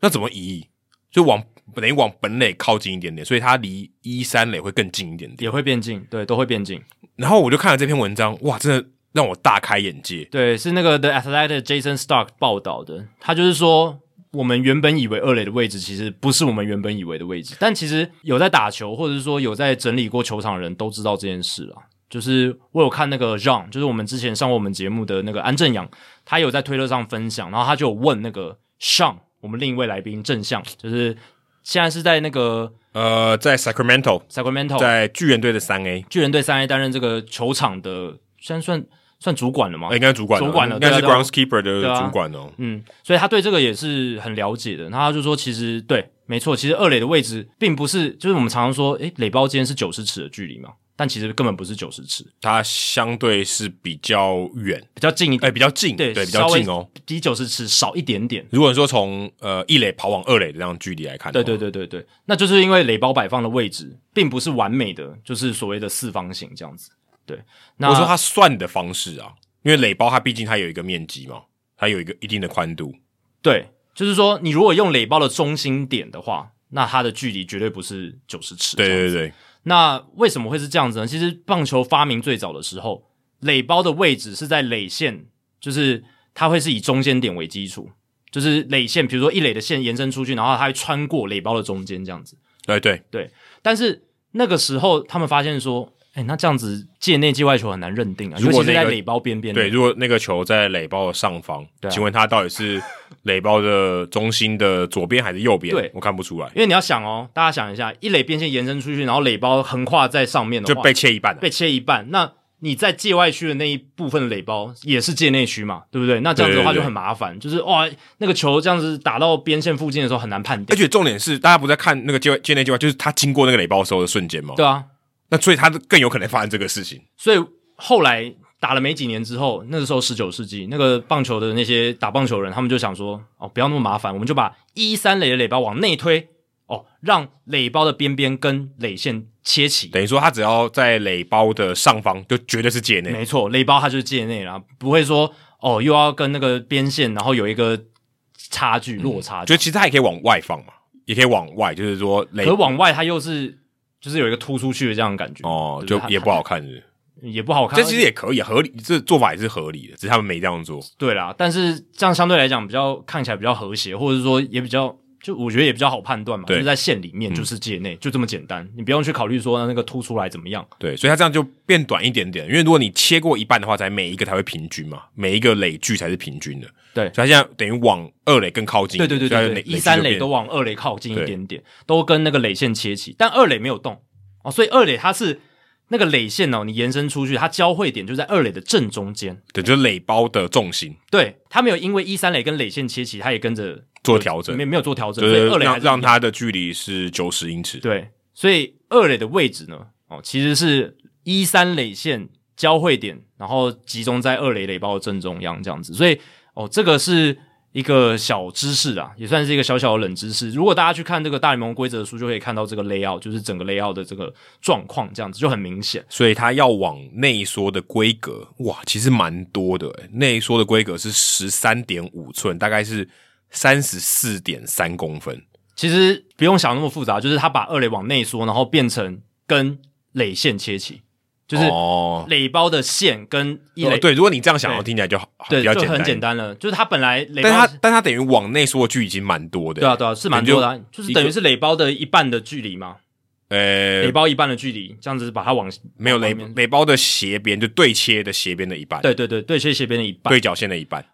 A: 那怎么移？就往等于往本垒靠近一点点，所以它离一三垒会更近一点点。
B: 也会变近，对，都会变近。
A: 然后我就看了这篇文章，哇，真的让我大开眼界。
B: 对，是那个 The Athletic Jason Stark 报道的，他就是说，我们原本以为二垒的位置其实不是我们原本以为的位置，但其实有在打球或者是说有在整理过球场的人都知道这件事了。就是我有看那个让，就是我们之前上过我们节目的那个安正阳，他有在推特上分享，然后他就有问那个上我们另一位来宾正向，就是现在是在那个
A: 呃，在 Sacramento，
B: Sacramento
A: 在巨人队的三 A，
B: 巨人队三 A 担任这个球场的，现在算算主管了吗？
A: 呃应该是主管了
B: 主管了
A: 应该是
B: 对啊对啊
A: groundskeeper 的
B: 对啊
A: 主管哦。
B: 嗯，所以他对这个也是很了解的。那他就说，其实对，没错，其实二垒的位置并不是，就是我们常常说，诶，垒包之间是九十尺的距离嘛，但其实根本不是九十尺，
A: 它相对是比较远，
B: 比较近一
A: 哎、
B: 点，
A: 比较近，
B: 对，
A: 比较近哦。，
B: 比九十尺少一点点。
A: 如果说从呃一垒跑往二垒的这样距离来看，
B: 对对，对对对，那就是因为垒包摆放的位置并不是完美的，就是所谓的四方形这样子。对，那
A: 我说它算的方式啊，因为垒包它毕竟它有一个面积嘛，它有一个一定的宽度，
B: 对，就是说你如果用垒包的中心点的话，那它的距离绝对不是九十尺这
A: 对
B: 样子。
A: 对对，
B: 那为什么会是这样子呢？其实棒球发明最早的时候，垒包的位置是在垒线，就是它会是以中间点为基础，就是垒线，比如说一垒的线延伸出去，然后它会穿过垒包的中间这样子。
A: 对对对，
B: 但是那个时候他们发现说，哎、那这样子界内界外球很难认定啊，尤
A: 如果
B: 其是
A: 那个
B: 在垒包边边的。
A: 对，如果那个球在垒包的上方，
B: 对啊
A: 请问它到底是垒包的中心的左边还是右边？
B: 对
A: 我看不出来，
B: 因为你要想哦，大家想一下，一垒变线延伸出去，然后垒包横跨在上面的
A: 就
B: 话，
A: 被切一半了。啊
B: 被切一半，那你在界外区的那一部分垒包也是界内区嘛，对不对？那这样子的话
A: 对对对
B: 就很麻烦，就是哇，那个球这样子打到边线附近的时候很难判
A: 而
B: 定。
A: 且重点是，大家不在看那个界外界内界外，就是他经过那个垒包的时候的瞬间嘛。
B: 对啊，
A: 那所以他更有可能发生这个事情。
B: 所以后来打了没几年之后，那个时候十九世纪，那个棒球的那些打棒球人，他们就想说，哦，不要那么麻烦，我们就把一三垒的垒包往内推，哦，让垒包的边边跟垒线切齐。
A: 等于说，他只要在垒包的上方，就绝对是界内。
B: 没错，垒包它就是界内啦，不会说哦又要跟那个边线，然后有一个差距落差。
A: 就其实他也可以往外放嘛，也可以往外，就是说垒
B: 啊可往外它又是就是有一个突出去的这样的感觉，
A: 哦，
B: 对
A: 就
B: 它
A: 也不好看是不是
B: 也不好看。
A: 这其实也可以，合理，这做法也是合理的，只是他们没这样做。
B: 对啦，但是这样相对来讲比较看起来比较和谐，或者说也比较。就我觉得也比较好判断嘛，就
A: 对嗯
B: 是在线里面，就是界内，就这么简单，你不用去考虑说那个凸出来怎么样。
A: 对，所以他这样就变短一点点，因为如果你切过一半的话，才每一个才会平均嘛，每一个垒距才是平均的。
B: 对
A: 所以他现在等于往二垒更靠近
B: 对
A: 点。
B: 对对
A: 所以
B: 对
A: 它垒
B: 对，一三
A: 垒距
B: 垒
A: 就变
B: 都往二垒靠近一
A: 对
B: 点点，都跟那个垒线切齐，但二垒没有动哦，所以二垒它是那个垒线哦，你延伸出去，它交汇点就在二垒的正中间。
A: 对，就是垒包的重心
B: 对，它没有因为一三垒跟垒线切齐，它也跟着
A: 做调整
B: 没，没有做调整，
A: 就
B: 所以
A: 是
B: 二垒还
A: 让
B: 是
A: 让
B: 一样
A: 它的距离是九十英尺。
B: 对，所以二垒的位置呢，哦，其实是一三垒线交汇点，然后集中在二垒垒包的正中央这样子，所以哦，这个是一个小知识啊，也算是一个小小的冷知识。如果大家去看这个大联盟规则书，就可以看到这个 layout，就是整个 layout 的这个状况，这样子就很明显。
A: 所以它要往内缩的规格，哇，其实蛮多的欸。内缩的规格是十三点五寸，大概是三十四点三公分。
B: 其实不用想那么复杂，就是他把二垒往内缩，然后变成跟垒线切齐，就是
A: 哦，
B: 垒包的线跟一垒、
A: 哦对，如果你这样想，要听起来就好，比
B: 对
A: 较
B: 就
A: 简
B: 很
A: 单。
B: 简单了。就是它本来垒
A: 但
B: 包
A: 它但它等于往内缩的距已经蛮多的欸。
B: 对啊对啊是蛮多的啊、就是
A: 一个
B: 等于是垒包的一半的距离嘛，
A: 呃
B: 垒，包一半的距离，这样子把它往
A: 没有
B: 往
A: 垒
B: 外面
A: 垒包的斜边，就对切的斜边的一半，
B: 对对对对切斜边的一半
A: 对角线的一半。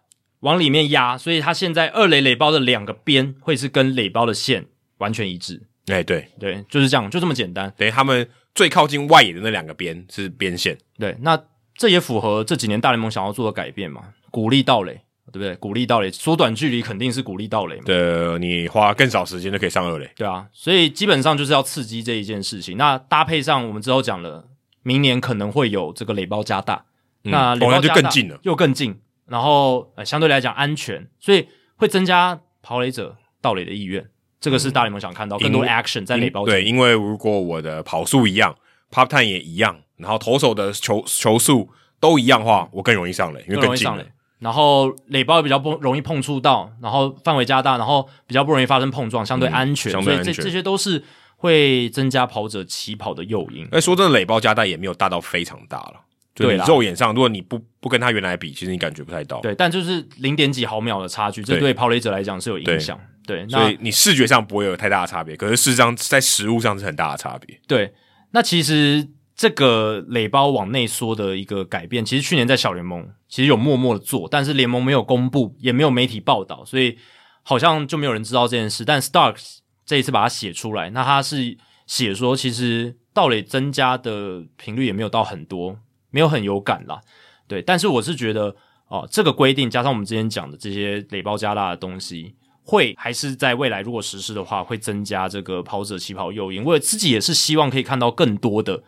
B: 往里面压，所以它现在二垒垒包的两个边会是跟垒包的线完全一致。
A: 哎，对，
B: 对，就是这样，就这么简单。
A: 等于他们最靠近外野的那两个边是边线。
B: 对，那这也符合这几年大联盟想要做的改变嘛，鼓励盗垒，对不对？鼓励盗垒，缩短距离肯定是鼓励盗垒嘛。
A: 的，呃你花更少时间就可以上二垒。
B: 对啊，所以基本上就是要刺激这一件事情。那搭配上我们之后讲了，明年可能会有这个垒包加大，
A: 嗯
B: 那
A: 哦
B: 垒包
A: 那就
B: 加大
A: 更近了。
B: 又更近，然后、呃、相对来讲安全，所以会增加跑垒者盗垒的意愿。这个是大联盟想看到更多
A: 因为
B: action 在垒包前
A: 对，因为如果我的跑速一样，pop time 也一样，然后投手的球球速都一样的话，我更容易上垒，因为
B: 更容
A: 更
B: 易
A: 近
B: 上
A: 了
B: 垒。，然后垒包也比较不容易碰触到，然后范围加大，然后比较不容易发生碰撞，相对
A: 嗯
B: 安全，
A: 相对安
B: 所以这
A: 全
B: 这些都是会增加跑者起跑的诱因。
A: 哎，说真的，垒包加带也没有大到非常大了。就
B: 对
A: 你
B: 啦
A: 肉眼上，如果你不不跟他原来比，其实你感觉不太到。，
B: 对，但就是零点几毫秒的差距，这
A: 对
B: 对跑垒者来讲是有影响。对，
A: 所
B: 那
A: 以你视觉上不会有太大的差别，可是事实上在实物上是很大的差别。
B: 对，那其实这个垒包往内缩的一个改变，其实去年在小联盟其实有默默的做，但是联盟没有公布，也没有媒体报道，所以好像就没有人知道这件事。但 Starks 这一次把它写出来，那他是写说，其实盗垒增加的频率也没有到很多，没有很有感啦。对，但是我是觉得哦、这个规定加上我们之前讲的这些垒包加大的东西，会还是在未来如果实施的话，会增加这个跑者起跑诱因。我自己也是希望可以看到更多的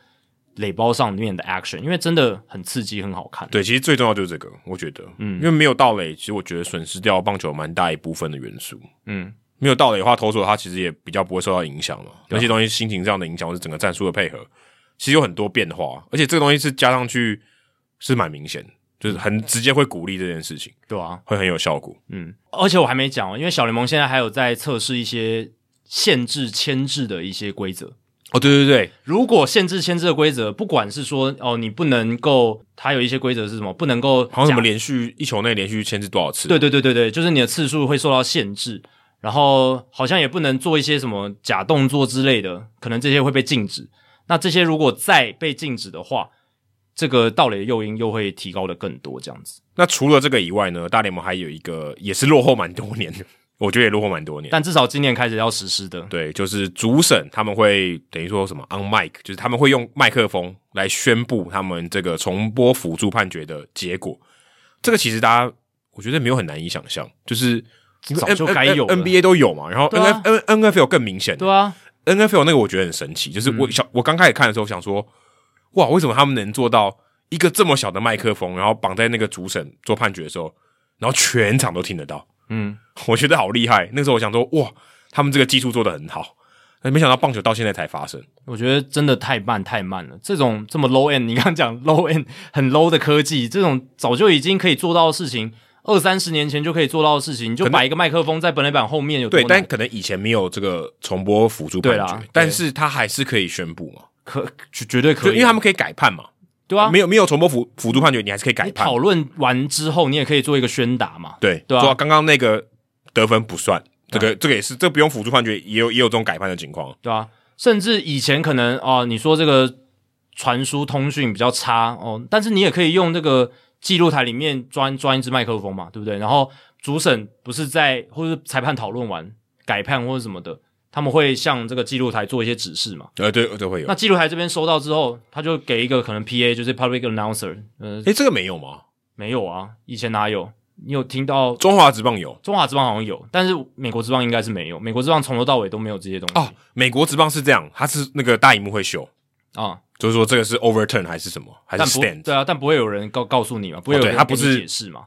B: 垒包上面的 action，因为真的很刺激，很好看。
A: 对，其实最重要就是这个，我觉得，
B: 嗯
A: 嗯，因为没有到垒，其实我觉得损失掉棒球蛮大一部分的元素。
B: 嗯，
A: 没有道理的话，投手他其实也比较不会受到影响嘛。那些东西心情上的影响，或是整个战术的配合，其实有很多变化。而且这个东西是加上去是蛮明显的，就是很直接会鼓励这件事情，
B: 对啊，
A: 会很有效果。
B: 嗯，而且我还没讲哦，因为小联盟现在还有在测试一些限制牵制的一些规则。
A: 哦，对对对，
B: 如果限制牵制的规则，不管是说哦，你不能够，它有一些规则是什么，不能够
A: 好像什么
B: 假
A: 连续一球内连续牵制多少次？
B: 对对对对对，就是你的次数会受到限制，然后好像也不能做一些什么假动作之类的，可能这些会被禁止。那这些如果再被禁止的话，这个盗垒诱因又会提高的更多，这样子。
A: 那除了这个以外呢，大联盟还有一个也是落后蛮多年的，我觉得也落后蛮多年。
B: 但至少今年开始要实施的，
A: 对，就是主审他们会等于说什么 on mic，就是他们会用麦克风来宣布他们这个重播辅助判决的结果。这个其实大家我觉得没有很难以想象，就是
B: 早就该有了
A: N B A 都有嘛，然后
B: 对
A: N
B: 啊
A: F N N F L 更明显
B: 对啊，嗯
A: ，N F L 那个我觉得很神奇，就是我小我刚开始看的时候想说，哇，为什么他们能做到一个这么小的麦克风，然后绑在那个主审做判决的时候，然后全场都听得到。
B: 嗯，
A: 我觉得好厉害。那时候我想说，哇，他们这个技术做得很好，但没想到棒球到现在才发生。
B: 我觉得真的太慢太慢了。这种这么 low end，你刚刚讲 low end 很 low 的科技，这种早就已经可以做到的事情，二三十年前就可以做到的事情，你就
A: 可能
B: 摆一个麦克风在本垒板后面有多
A: 对，但
B: 难？
A: 可能以前没有这个重播辅助判
B: 对啦
A: 决，但是他还是可以宣布嘛，
B: 可绝绝对可
A: 就
B: 以，啊
A: 因为他们可以改判嘛。
B: 对啊，
A: 没有没有重播辅辅助判决，你还是可以改
B: 你
A: 判
B: 讨。论完之后，你也可以做一个宣达嘛。
A: 对，
B: 对啊啊
A: 说刚刚那个得分不算，这个这个也是，这不用辅助判决，也有也有这种改判的情况。
B: 对啊，甚至以前可能哦、你说这个传输通讯比较差哦，但是你也可以用这个记录台里面装装一支麦克风嘛，对不对？然后主审不是在或者是裁判讨论完改判或者什么的，他们会向这个记录台做一些指示嘛。
A: 呃，对，这会有。
B: 那记录台这边收到之后，他就给一个可能 PA 就是 public announcer，呃，
A: 诶，这个没有吗？
B: 没有啊，以前哪有？你有听到
A: 中华职棒有
B: 中华之棒好像有，但是美国之棒应该是没有。美国之棒从头到尾都没有这些东西
A: 哦，美国职棒是这样，它是那个大荧幕会秀，
B: 啊、
A: 就是说这个是 overturn 还是什么，还是
B: 但不
A: stand？哦
B: 对啊，但不会有人告告诉你嘛，不会有
A: 对
B: 人
A: 他
B: 给
A: 不
B: 你
A: 是
B: 解释嘛，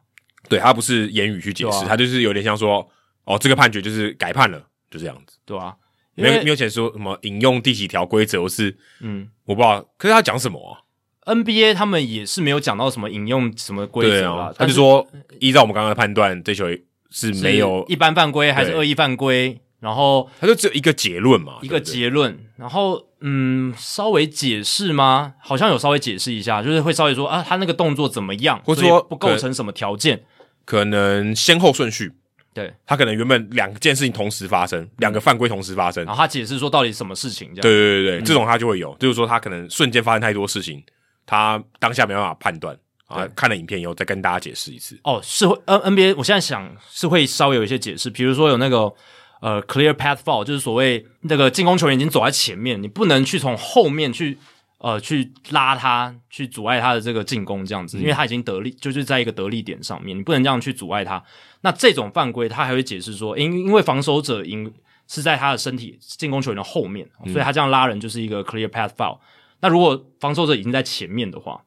A: 对他不是言语去解释，
B: 对啊
A: 他就是有点像说，哦，这个判决就是改判了，就这样子，
B: 对吧、啊？因
A: 没有没
B: 为
A: 有写说什么引用第几条规则，或是
B: 嗯
A: 我不知道，可是他讲什么啊？
B: ，NBA 他们也是没有讲到什么引用什么规
A: 对
B: 则
A: 啊
B: 啦，，
A: 他
B: 但
A: 就是说依照我们刚刚的判断，这球是没有
B: 是，一般犯规还是
A: 对
B: 恶意犯规，然后
A: 他就只有一个结论嘛，
B: 一个
A: 对不对
B: 结论，然后嗯，稍微解释吗？好像有稍微解释一下，就是会稍微说啊，他那个动作怎么样，
A: 或者
B: 所以
A: 说
B: 不构成什么条件，
A: 可能先后顺序，
B: 对，嗯
A: 他可能原本两件事情同时发生，两个犯规同时发生
B: 然，后他解释说到底什么事情这样，
A: 对对对对，这种他就会有，就是说他可能瞬间发生太多事情，他当下没办法判断啊
B: 对，
A: 看了影片以后再跟大家解释一次。
B: 哦，是会 N NBA，我现在想是会稍微有一些解释，比如说有那个呃 clear path foul，就是所谓那个进攻球员已经走在前面，你不能去从后面去呃去拉他，去阻碍他的这个进攻这样子，因为他已经得力，就是在一个得力点上面，你不能这样去阻碍他。那这种犯规，他还会解释说，因因为防守者因是在他的身体进攻球员的后面，所以他这样拉人就是一个 clear path foul。那如果防守者已经在前面的话，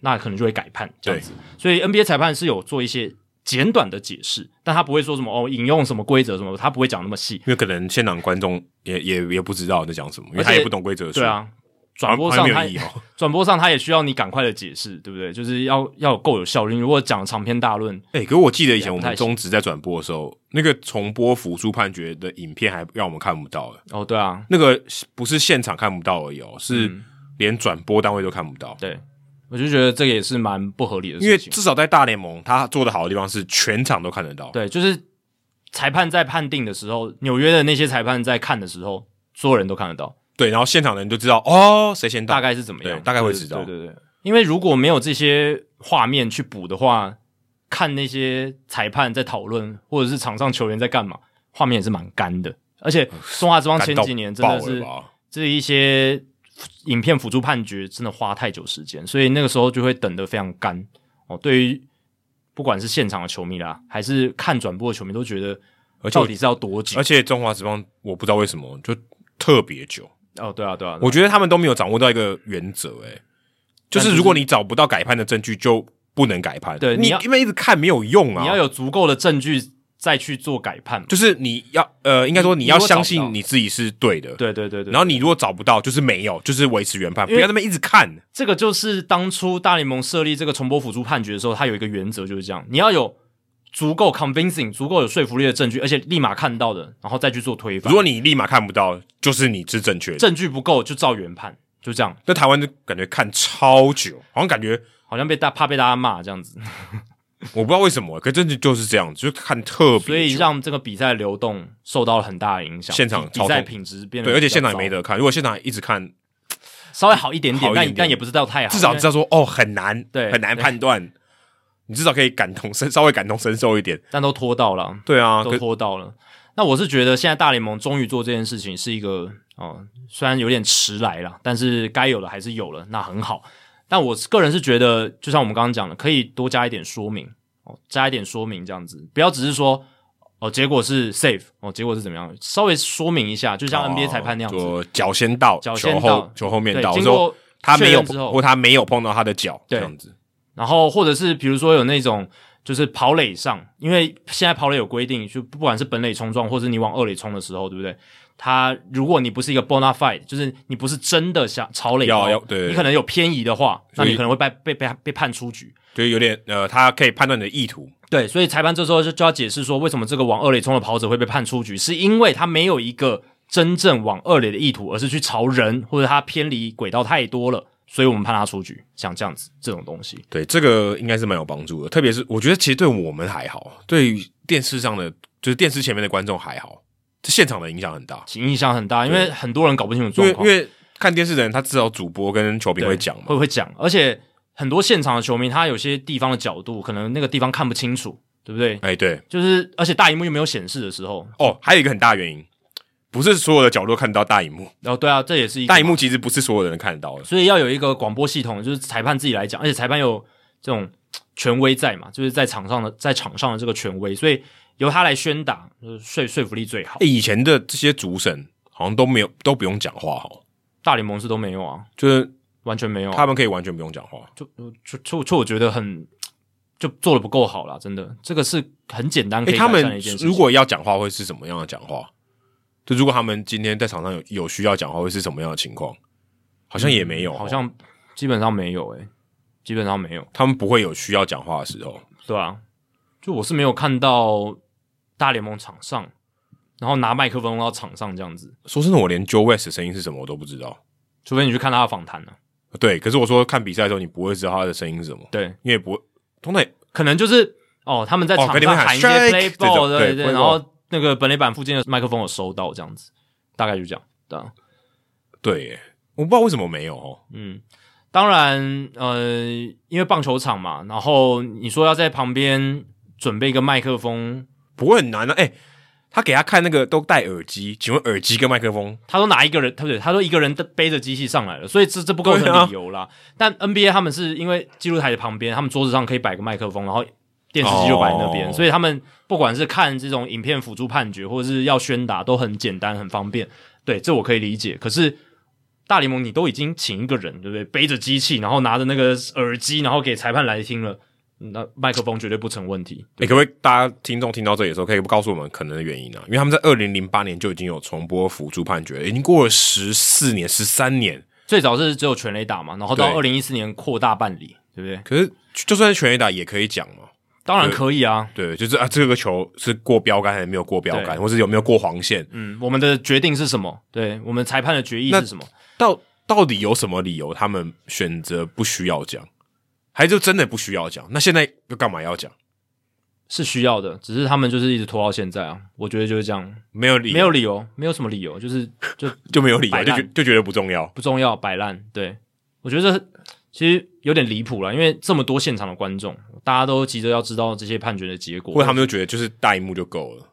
B: 那可能就会改判这样子。所以 NBA 裁判是有做一些简短的解释，但他不会说什么哦引用什么规则什么，他不会讲那么细。
A: 因为可能现场观众也也也不知道在讲什么，因为他
B: 而且
A: 也不懂规则书。
B: 对，啊，转
A: 好
B: 播
A: 像
B: 上
A: 没
B: 他
A: 有意义哦。
B: 转播上他也需要你赶快的解释，对不对？就是要要有够有效率。如果讲长篇大论，
A: 哎、可我记得以前我
B: 不太
A: 们
B: 行
A: 中职在转播的时候，那个重播辅助判决的影片还让我们看不到了，
B: 哦，对啊，
A: 那个不是现场看不到而已哦，是
B: 嗯
A: 连转播单位都看不到。
B: 对，我就觉得这个也是蛮不合理的
A: 因为
B: 事情。
A: 至少在大联盟，他做的好的地方是全场都看得到。
B: 对，就是裁判在判定的时候，纽约的那些裁判在看的时候，所有人都看得到。
A: 对，然后现场的人就知道哦，谁先到，
B: 大概是怎么样，
A: 对大概会知道
B: 对对对，因为如果没有这些画面去补的话，看那些裁判在讨论，或者是场上球员在干嘛，画面也是蛮干的。而且中华之邦前几年真的
A: 哦干
B: 是
A: 到爆了吧
B: 这一些影片辅助判决真的花太久时间，所以那个时候就会等得非常干哦。对于不管是现场的球迷啦，还是看转播的球迷，都觉得
A: 而且我
B: 到底是要多久
A: 而？且中华职棒，我不知道为什么就特别久，
B: 哦，对啊，对啊，对啊
A: 我觉得他们都没有掌握到一个原则，哎，就是如果你找不到改判的证据，就不能改判。
B: 对
A: 你
B: 你要
A: 因为一直看没有用啊，
B: 你要有足够的证据再去做改判嘛。
A: 就是你要呃，应该说你要
B: 如果找不
A: 相
B: 到
A: 信你自己是对的，。
B: 对对对对，
A: 然后你如果找不到，就是没有，就是维持原判，不要那么一直看。
B: 这个就是当初大联盟设立这个重播辅助判决的时候，它有一个原则就是这样：你要有足够 convincing、足够有说服力的证据，而且立马看到的，然后再去做推翻。
A: 如果你立马看不到，就是你是正确的。
B: 证据不够，就照原判，就这样，
A: 那台湾就感觉看超久，好像感觉
B: 好像被大怕被大家骂这样子，
A: 我不知道为什么，可真的就是这样，就看特别久，
B: 所以让这个比赛流动受到了很大的影响，
A: 现场
B: 比
A: 超
B: 比赛
A: 痛
B: 品质变得
A: 对，而且
B: 比较
A: 现场也没
B: 糟
A: 得看。如果现场一直看，
B: 稍微好一点点，
A: 好一
B: 但
A: 点点
B: 但也不是到哎太好，
A: 至少
B: 因为
A: 知道说哦很难，
B: 对
A: 很难判断。你至少可以感同身，稍微感同身受一点。
B: 但都拖到了。
A: 对啊，
B: 都
A: 可
B: 拖到了。那我是觉得现在大联盟终于做这件事情是一个哦、呃虽然有点迟来了，但是该有的还是有了，那很好。但我个人是觉得，就像我们刚刚讲的，可以多加一点说明哦，加一点说明这样子，不要只是说哦，结果是 safe 哦，结果是怎么样，稍微说明一下，就像 NBA 裁判那样子，
A: 哦就脚先到，
B: 脚
A: 球
B: 先
A: 后
B: 到
A: 球后面
B: 对
A: 到，
B: 经
A: 说
B: 过
A: 他没
B: 确
A: 有
B: 认之后
A: 或他没有碰到他的脚，这
B: 对
A: 样子。
B: 然后或者是比如说有那种就是跑垒上，因为现在跑垒有规定，就不管是本垒冲撞，或是你往二垒冲的时候，对不对？他如果你不是一个 bona fide，就是你不是真的想朝垒包，
A: 要要对
B: 你可能有偏移的话，
A: 所
B: 那
A: 以
B: 你可能会被被被被判出局。
A: 就有点呃，他可以判断你的意图，
B: 对，所以裁判这时候就就要解释说，为什么这个往二垒冲的跑者会被判出局，是因为他没有一个真正往二垒的意图，而是去朝人，或者他偏离轨道太多了，所以我们判他出局，像这样子这种东西。
A: 对这个应该是蛮有帮助的。特别是我觉得其实对我们还好，对于电视上的就是电视前面的观众还好，这现场的影响很大。
B: 影响很大，因为很多人搞不清楚
A: 因为
B: 状
A: 因
B: 况，
A: 为看电视的人，他至少主播跟球评
B: 对
A: 会讲嘛，
B: 会会讲，而且很多现场的球迷，他有些地方的角度，可能那个地方看不清楚，对不对？
A: 哎，对，
B: 就是而且大荧幕又没有显示的时候，
A: 哦，还有一个很大原因，不是所有的角落看得到大荧幕，
B: 然后对啊，这也是一个
A: 大荧幕其实不是所有人看得到的。
B: 所以要有一个广播系统，就是裁判自己来讲，而且裁判有这种嘖权威在嘛，就是在场上的在场上的这个权威，所以由他来宣打，就是说说服力最好
A: 哎。以前的这些主审好像都没有都不用讲话哈，
B: 大联盟是都没有啊，
A: 就是
B: 完全没有啊、
A: 他们可以完全不用讲话。
B: 就就就就我觉得很，就做的不够好了，真的，这个是很简单可
A: 诶
B: 以改
A: 哎他
B: 善的
A: 们
B: 一件事情。
A: 如果要讲话，会是什么样的讲话？就如果他们今天在场上有有需要讲话，会是什么样的情况？好像也没有哦、
B: 嗯好像基本上没有、欸，诶，基本上没有，
A: 他们不会有需要讲话的时候。
B: 对啊，就我是没有看到大联盟场上，然后拿麦克风到场上这样子，
A: 说真的，我连 Joe West 的声音是什么我都不知道。
B: 除非你去看他的访谈了。啊
A: 对，可是我说看比赛的时候，你不会知道他的声音是什么，
B: 对，
A: 因为不会通常也
B: 可能就是哦，他们在
A: 哦
B: 场
A: 跟你
B: 上
A: 们喊
B: 喊一些
A: strike
B: play
A: 这种
B: ball，对
A: 对
B: 对，
A: play
B: 然后那个本垒板附近的麦克风有收到这样子，大概就这样，对啊。
A: 对耶，我不知道为什么没有哦。
B: 嗯，当然，呃，因为棒球场嘛，然后你说要在旁边准备一个麦克风，
A: 不会很难啊。哎、他给他看那个都戴耳机，请问耳机跟麦克风
B: 他都拿一个人，他对，他都一个人背着机器上来了，所以这这不构
A: 对啊
B: 成理由啦。但 NBA 他们是因为记录台的旁边，他们桌子上可以摆个麦克风，然后电视机就摆在那边，
A: 哦
B: 所以他们不管是看这种影片辅助判决，或者是要宣达，都很简单很方便。对，这我可以理解。可是大联盟你都已经请一个人，对不对？背着机器，然后拿着那个耳机，然后给裁判来听了，那麦克风绝对不成问题。
A: 哎你、可不可以大家听众听到这里的时候，可以告诉我们可能的原因啊？因为他们在二零零八年就已经有重播辅助判决了，哎已经过了十四年、十三年。
B: 最早是只有全垒打嘛，然后到二
A: 对
B: 零一四年扩大办理，对不对？
A: 可是就算是全 A 打也可以讲嘛，
B: 当然
A: 对
B: 可以啊。
A: 对，就是啊，这个球是过标杆还是没有过标杆，或是有没有过黄线？
B: 嗯，我们的决定是什么？对我们裁判的决议是什么？
A: 到到底有什么理由他们选择不需要讲，还就真的不需要讲？那现在又干嘛要讲？
B: 是需要的，只是他们就是一直拖到现在啊。我觉得就是这样，
A: 没有理由，
B: 没有理由，没有什么理由，就是 就
A: 就没有理由，
B: 摆
A: 就
B: 烂
A: 觉就觉得不重要。
B: 不重要，摆烂。对我觉得这其实有点离谱了，因为这么多现场的观众，大家都急着要知道这些判决的结果，
A: 或者他们就觉得就是大荧幕就够了，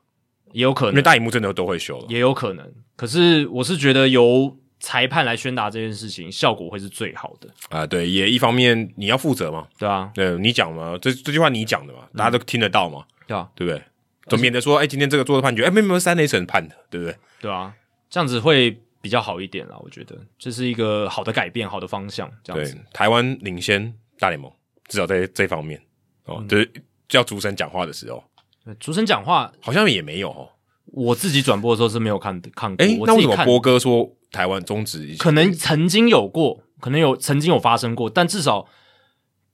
B: 也有可
A: 因为
B: 能，
A: 大荧幕真的都会修了。
B: 也有可能。可是我是觉得由裁判来宣达这件事情，效果会是最好的，
A: 啊、对，也一方面你要负责嘛，
B: 对啊，
A: 对，你讲嘛，这这句话你讲的
B: 嗯
A: 嘛，大家都听得到嘛，
B: 对啊，
A: 对不对？总免得说，哎、今天这个做的判决，哎、没有没有三雷神判的，对不对？
B: 对啊，这样子会比较好一点啦。我觉得这是一个好的改变，好的方向，这样子。
A: 对，台湾领先大联盟，至少在这方面哦，
B: 嗯
A: 就是叫主审讲话的时候，
B: 主持人讲话，
A: 好像也没有哦。
B: 我自己转播的时候是没有看看过。
A: 哎、
B: 我
A: 那
B: 自
A: 为什
B: 己
A: 么
B: 看
A: 波哥说台湾终止？
B: 可能曾经有过，可能有曾经有发生过，但至少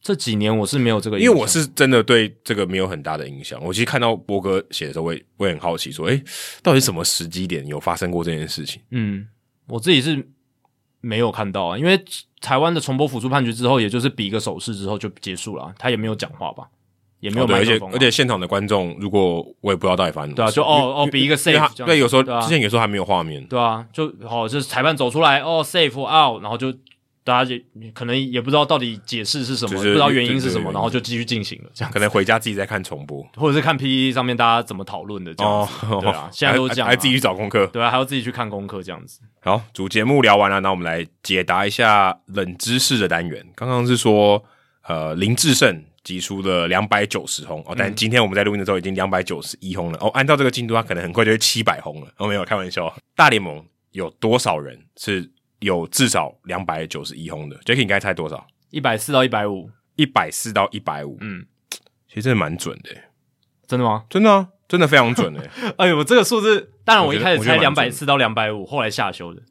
B: 这几年我是没有这个印
A: 因为
B: 象。
A: 我是真的对这个没有很大的影响。我其实看到波哥写的时候，我也我也很好奇，说，哎、到底什么时机点有发生过这件事情？
B: 嗯，我自己是没有看到啊，因为台湾的重播辅助判决之后，也就是比一个手势之后就结束了啊，他也没有讲话吧，也没有
A: 哦对
B: 麦
A: 而
B: 克
A: 且
B: 风啊、
A: 而且现场的观众，如果我也不知道到底发生什
B: 对
A: 么
B: 啊，
A: 事
B: 就哦哦
A: 因为
B: 比一个
A: 因为他
B: safe，这样
A: 对，有时候
B: 对啊
A: 之前有时候还没有画面，
B: 对啊，就好、就是裁判走出来哦 safe out，然后就。大家也可能也不知道到底解释是什么，
A: 就是
B: 不知道原因是
A: 对
B: 什
A: 对
B: 么，
A: 对
B: 然后就继续进行了这样。
A: 可能回家自己再看重播。
B: 或者是看 PPT 上面大家怎么讨论的这样子，对啊，现在都这样、啊，
A: 哦还还自己去找功课。
B: 对啊，还要自己去看功课这样子。
A: 好，主节目聊完了，那我们来解答一下冷知识的单元。刚刚是说，呃，林志胜击出了两百九十轰哦，但今天我们在录音的时候已经两百九十一轰了哦。按照这个进度，他可能很快就会七百轰了。哦，没有开玩笑。大联盟有多少人是有至少两百九十一轰的？Jacky，你该猜多少？
B: 一百四到一百五，
A: 一百四到一百五，
B: 嗯，
A: 其实真的蛮准的耶，欸
B: 真的吗？
A: 真的啊，真的非常准诶，
B: 哎呦，我这个数字，当然我一开始
A: 我觉得我觉
B: 猜
A: 得
B: 两
A: 蛮
B: 百
A: 准
B: 四到两百五，后来下修的，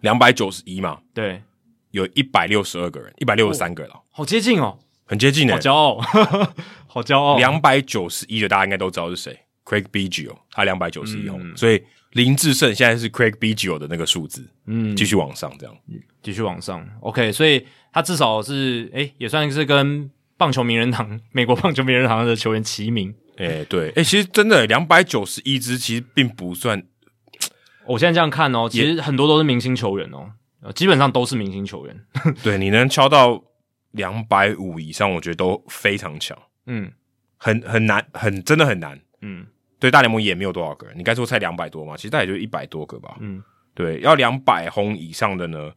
A: 两百九十一嘛，
B: 对，
A: 有一百六十二个人，一百六十三个了，
B: 好接近哦，
A: 很接近诶欸
B: 好。骄傲， 好骄傲。
A: 两百九十一的大家应该都知道是谁，Craig Biggio，他两百九十一
B: 嗯
A: 红，所以林志胜现在是 Craig Biggio 的那个数字，
B: 嗯，
A: 继续往上这样。
B: 继续往上，OK，所以他至少是哎，也算是跟棒球名人堂、 美国棒球名人堂的球员齐名。
A: 哎、对，哎、其实真的两百九十一支其实并不算，
B: 我现在这样看哦，其实很多都是明星球员哦，呃基本上都是明星球员。
A: 对，你能敲到两百五以上，我觉得都非常强，
B: 嗯
A: 很很难，很真的很难。
B: 嗯
A: 对大联盟也没有多少个人，你该说才两百多嘛，其实大概也就一百多个吧。
B: 嗯，
A: 对，要两百轰以上的呢，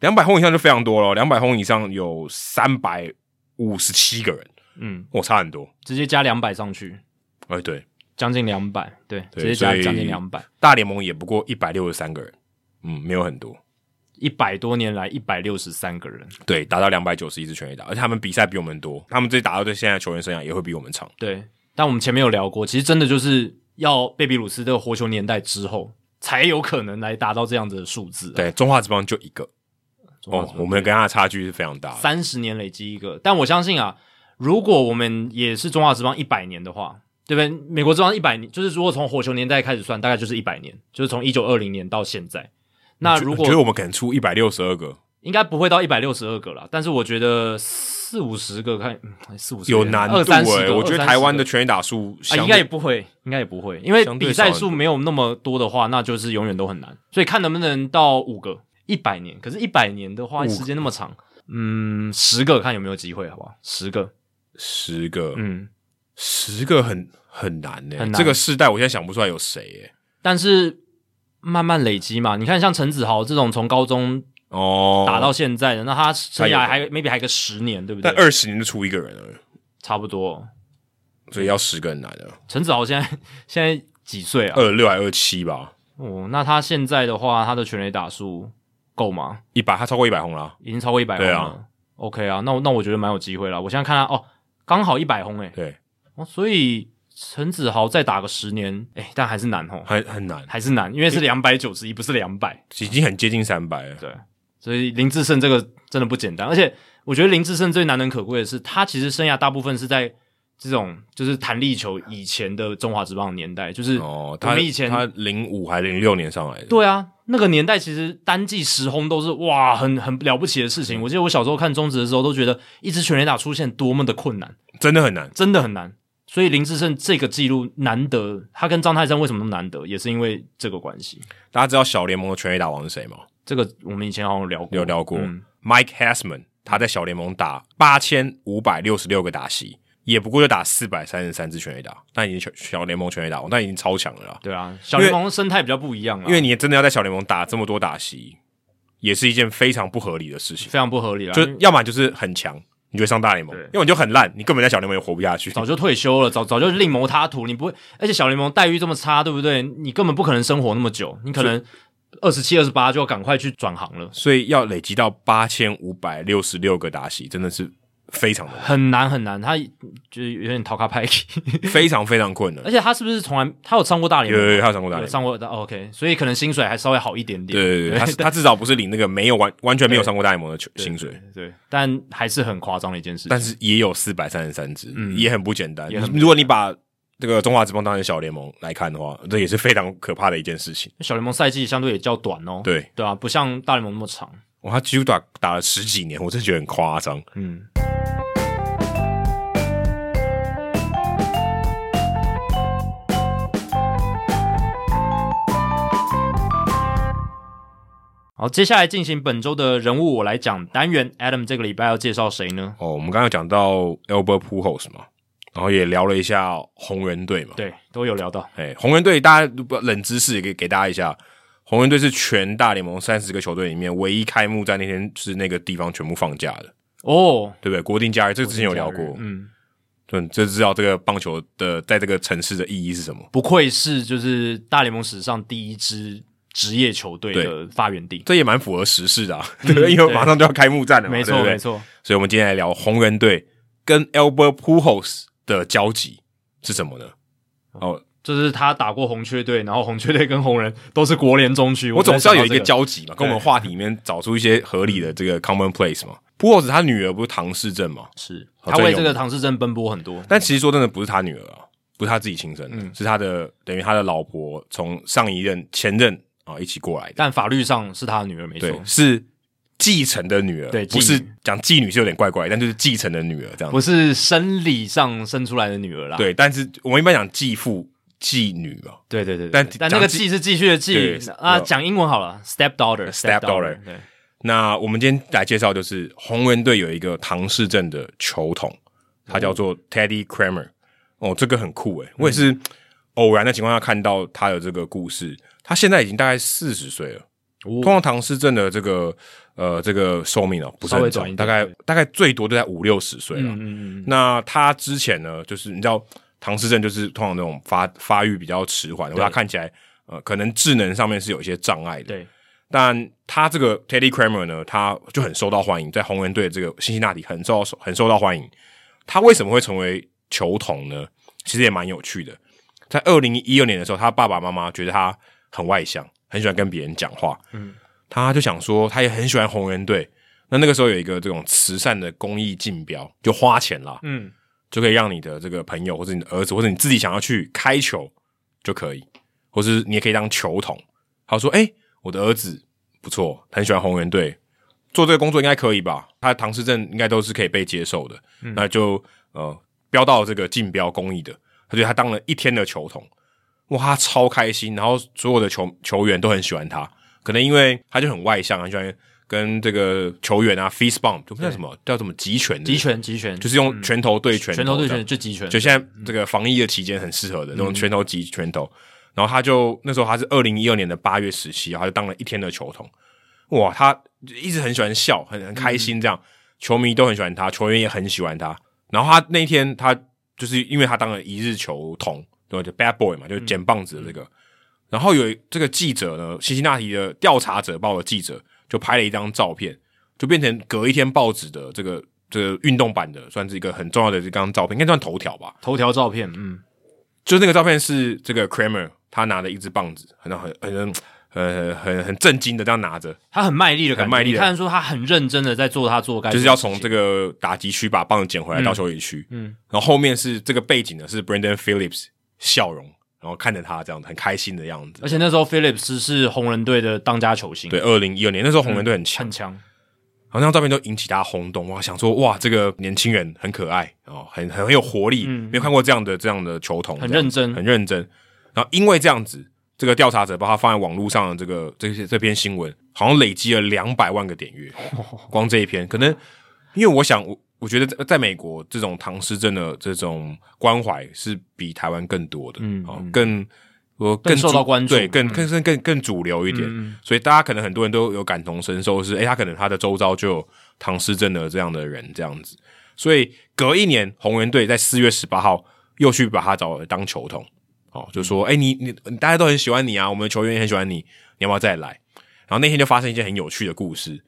A: 两百轰以上就非常多了，两百轰以上有三百五十七个人，
B: 嗯，
A: 我、哦差很多。
B: 直接加两百上去，
A: 哎、对，
B: 将近两百，对，
A: 对
B: 直接加
A: 所以
B: 将近两百。
A: 大联盟也不过一百六十三个人，嗯，没有很多。
B: 一百多年来一百六十三个人，
A: 对，达到两百九十一支全垒打，而且他们比赛比我们多，他们这打到对现在球员生涯也会比我们长。
B: 对。但我们前面有聊过，其实真的就是要贝比鲁斯的活球年代之后，才有可能来达到这样子的数字、啊。
A: 对，中华职棒就一个
B: 中华
A: 哦
B: 职，
A: 我
B: 棒，
A: 们跟他的差距是非常大的。
B: 三十年累积一个，但我相信啊，如果我们也是中华职棒一百年的话，对不对？美国职棒一百年，就是如果从火球年代开始算，大概就是一百年，就是从一九二零年到现在。那如
A: 我觉得
B: 果
A: 我们可能出一百六十二个，
B: 应该不会到一百六十二个啦，但是我觉得四五十个看嗯四五十
A: 有难度
B: 二三十
A: 哎、
B: 个，
A: 我觉得
B: 20-30
A: 台湾的
B: 个
A: 全垒打数
B: 啊，
A: 相
B: 应该也
A: 对
B: 不会，应该也不会，因为
A: 相对
B: 比赛
A: 少很
B: 数
A: 多
B: 没有那么多的话，那就是永远都很难。所以看能不能到五个，一百年。可是，一百年的话，
A: 五个
B: 时间那么长，嗯，十个看有没有机会，好不好？十个，
A: 十个，
B: 嗯。
A: 十个很很难呢、
B: 很难
A: 这个世代我现在想不出来有谁哎、
B: 但是慢慢累积嘛，你看像陈子豪这种从高中
A: 哦，
B: 打到现在的，那他生
A: 他有
B: 涯还 maybe 还有个十年，对不
A: 但
B: 对？
A: 二十年就出一个人了，
B: 差不多。
A: 所以要十个很难了，
B: 陈子豪现在 现在几岁啊？
A: 二六还二七吧，
B: 哦，那他现在的话，他的全垒打数够吗？
A: 一百他超过一百红啦，
B: 已经超过一百红
A: 对
B: 了。
A: 啊
B: OK 啊，那我那我觉得蛮有机会了。我现在看他哦，刚好一百红诶、
A: 对，
B: 哦，所以陈子豪再打个十年，诶、但还是难哦，
A: 很很难，
B: 还是难，因为是两百九十一，不是两百，
A: 已经很接近三百了，
B: 对，所以林志胜这个真的不简单。而且我觉得林志胜最难能可贵的是，他其实生涯大部分是在这种就是弹力球以前的中华职棒年代，就是
A: 哦，
B: 我
A: 他
B: 们以前
A: 他零五还零六年上来的，
B: 对啊，那个年代其实单季十轰都是哇，很很了不起的事情。我记得我小时候看中职的时候，都觉得一支全垒打出现多么的困难，
A: 真的很难，
B: 真的很难。所以林志胜这个记录难得，他跟张泰山为什么那么难得，也是因为这个关系。
A: 大家知道小联盟的全垒打王是谁吗？
B: 这个我们以前好像有聊过，
A: 有聊过、
B: 嗯
A: Mike Hasman，他在小联盟打八千五百六十六个打席，也不过就打四百三十三支全垒打，那已经小小联盟全垒打王，那已经超强了啦。
B: 对啊，小联盟生态比较不一样啊，
A: 因为你真的要在小联盟打这么多打席，也是一件非常不合理的事情。
B: 非常不合理啦，
A: 就
B: 因为
A: 要么就是很强，你就会上大联盟
B: 对；
A: 要么你就很烂，你根本在小联盟也活不下去。
B: 早就退休了，早早就另谋他途。你不会，而且小联盟待遇这么差，对不对？你根本不可能生活那么久，你可能二十七、二十八就要赶快去转行了。
A: 所以要累积到八千五百六十六个打席，真的是非常的难
B: 很难很难，他就是有点逃卡派，
A: 非常非常困难
B: 而。且他是不是从来他有上过大联
A: 有
B: 盟吗？
A: 有有，他有上过大
B: 有
A: 联盟。
B: 上过大哦 OK，所以可能薪水还稍微好一点点。
A: 对对对，他他至少不是领那个没有完完全没有上过大联盟的球
B: 对
A: 薪水，
B: 对对，但还是很夸张的一件事情。
A: 但是也有四百三十三支，
B: 嗯
A: 也很不简单。
B: 也很不
A: 如果你把这个中华职棒当成小联盟来看的话，这也是非常可怕的一件事情。
B: 小联盟赛季相对也较短哦，
A: 对，
B: 对啊，不像大联盟那么长。
A: 哇，他几乎打打了十几年，我真的觉得很夸张。
B: 嗯，好，接下来进行本周的人物我来讲单元。Adam 这个礼拜要介绍谁呢？
A: 哦，我们刚刚有讲到 Albert Pujols 嘛，然后也聊了一下红人队嘛。
B: 对，都有聊到。
A: 哎，红人队大家如果冷知识也给给大家一下，红人队是全大联盟三十个球队里面唯一开幕在那天是那个地方全部放假的，
B: 哦，
A: 对不对？国定假日，这个之前有聊过，
B: 嗯，
A: 对，这知道这个棒球的在这个城市的意义是什么。
B: 不愧是就是大联盟史上第一支职业球队的发源地。
A: 这也蛮符合时事的、啊， 对不对？因为马上就要开幕战了嘛，
B: 嗯没
A: 对
B: 错，
A: 不对
B: 没。错。
A: 所以，我们今天来聊红人队跟 Albert Pujols 的交集是什么呢？哦，
B: 就是他打过红雀队，然后红雀队跟红人都是国联中区。
A: 我总是要有一
B: 个嗯
A: 个交集嘛，跟我们话题里面找出一些合理的这个 common place 嘛。Pujols 他女儿不是唐氏症嘛？
B: 是，
A: 好
B: 他
A: 真
B: 为
A: 有
B: 这个唐氏症奔波很多。
A: 但其实说真的，不是他女儿啊，不是他自己亲生的，
B: 嗯
A: 是他的等于他的老婆从上一任前任啊、一起过来的，
B: 但法律上是他的女儿，没错
A: 对，，是继承的女儿，
B: 对
A: 不
B: 继
A: 是
B: 女
A: 讲继女是有点怪怪，但就是继承的女儿这样
B: 不。是生理上生出来的女儿啦。
A: 对，但是我们一般讲继父、继女嘛
B: 对对对对
A: 但
B: 但那个
A: 讲继
B: 继是继续的继
A: 对
B: 啊，
A: 对
B: 讲英文好了，stepdaughter，stepdaughter，
A: Stepdaughter
B: 对，
A: 那我们今天来介绍，就是红人队有一个唐氏症的球童，他叫做 Teddy Kramer。哦，这个很酷诶，
B: 嗯
A: 我也是偶然的情况下看到他的这个故事。他现在已经大概四十岁了。
B: 嗯哦
A: 通常唐氏症的这个呃这个寿命哦不是
B: 稍
A: 很
B: 微
A: 长
B: 短一，点
A: 大概大概最多都在五六十岁了。
B: 嗯嗯嗯，
A: 那他之前呢，就是你知道唐氏症就是通常那种发发育比较迟缓的，或者他看起来呃可能智能上面是有一些障碍的。
B: 对，
A: 但他这个 Teddy Kramer 呢，他就很受到欢迎，在红人队这个辛辛那提很受到很受到欢迎。他为什么会成为球童呢？其实也蛮有趣的。在二零一二年的时候，他爸爸妈妈觉得他很外向，很喜欢跟别人讲话，嗯，他就想说，他也很喜欢红人队。那那个时候有一个这种慈善的公益竞标，就花钱啦，
B: 嗯，
A: 就可以让你的这个朋友或者你的儿子或者你自己想要去开球就可以，或是你也可以当球童。他说：“哎、我的儿子不错，很喜欢红人队，做这个工作应该可以吧？他的唐诗镇应该都是可以被接受的。那就呃标到这个竞标公益的，他觉得他当了一天的球童，哇，他超开心，然后所有的球球员都很喜欢他，可能因为他就很外向，很喜欢跟这个球员啊 fist bump，就不叫什么叫什么集拳，
B: 集，拳集拳
A: 就是用拳头对拳
B: 嗯拳头对
A: 这样
B: 拳就集拳，嗯
A: 就现在这个防疫的期间很适合的那种拳头级拳头。然后他就那时候他是二零一二年的八月十七，他就当了一天的球童。哇，他一直很喜欢笑，很很开心，这样、球迷都很喜欢他，球员也很喜欢他。然后他那天他就是因为他当了一日球童，对吧，就 bad boy 嘛，就是捡棒子的这个。然后有这个记者呢，辛辛那提的调查者报的记者就拍了一张照片，就变成隔一天报纸的这个这个运动版的，算是一个很重要的这张照片，应该算头条吧。
B: 头条照片，嗯，
A: 就那个照片是这个 Kramer 他拿了一支棒子，很很很呃很很震惊的这样拿着，
B: 他很卖力的感觉，
A: 很卖力的
B: 你看得出他很认真的在做他做该
A: 就是要从这
B: 个
A: 个打击区把棒子捡回来到球员区。
B: 嗯，
A: 然后后面是这个背景呢是 Brandon Phillips 笑容，然后看着他这样子很开心的样子
B: 而。且那时候 Phillips 是红人队的当家球星，
A: 对，，二零一二年那时候红人队很强，
B: 很强，
A: 然后那张照片就引起大家轰动，哇，想说哇这个年轻人很可爱哦，很很很有活力，没有看过这样的这样的球童，
B: 嗯很
A: 这样
B: 认真
A: 很认真。然后因为这样子，这个调查者把他放在网络上的这个这些这篇新闻，好像累积了两百万个点 阅，光这一篇，可能因为我想我。我觉得在在美国，这种唐诗镇的这种关怀是比台湾更多的，
B: 嗯
A: 哦，更我更
B: 更受
A: 主
B: 到关注嗯
A: 对，更更更更更主流一点，所以大家可能很多人都有感同身受是，诶，他可能他的周遭就有唐诗镇的这样的人这样子，所以隔一年红人队在四月十八号又去把他找来当球童，哦，就
B: 嗯
A: 说，诶，你你你大家都很喜欢你啊，我们的球员也很喜欢你，你要不要再来？然后那天就发生一件很有趣的故事，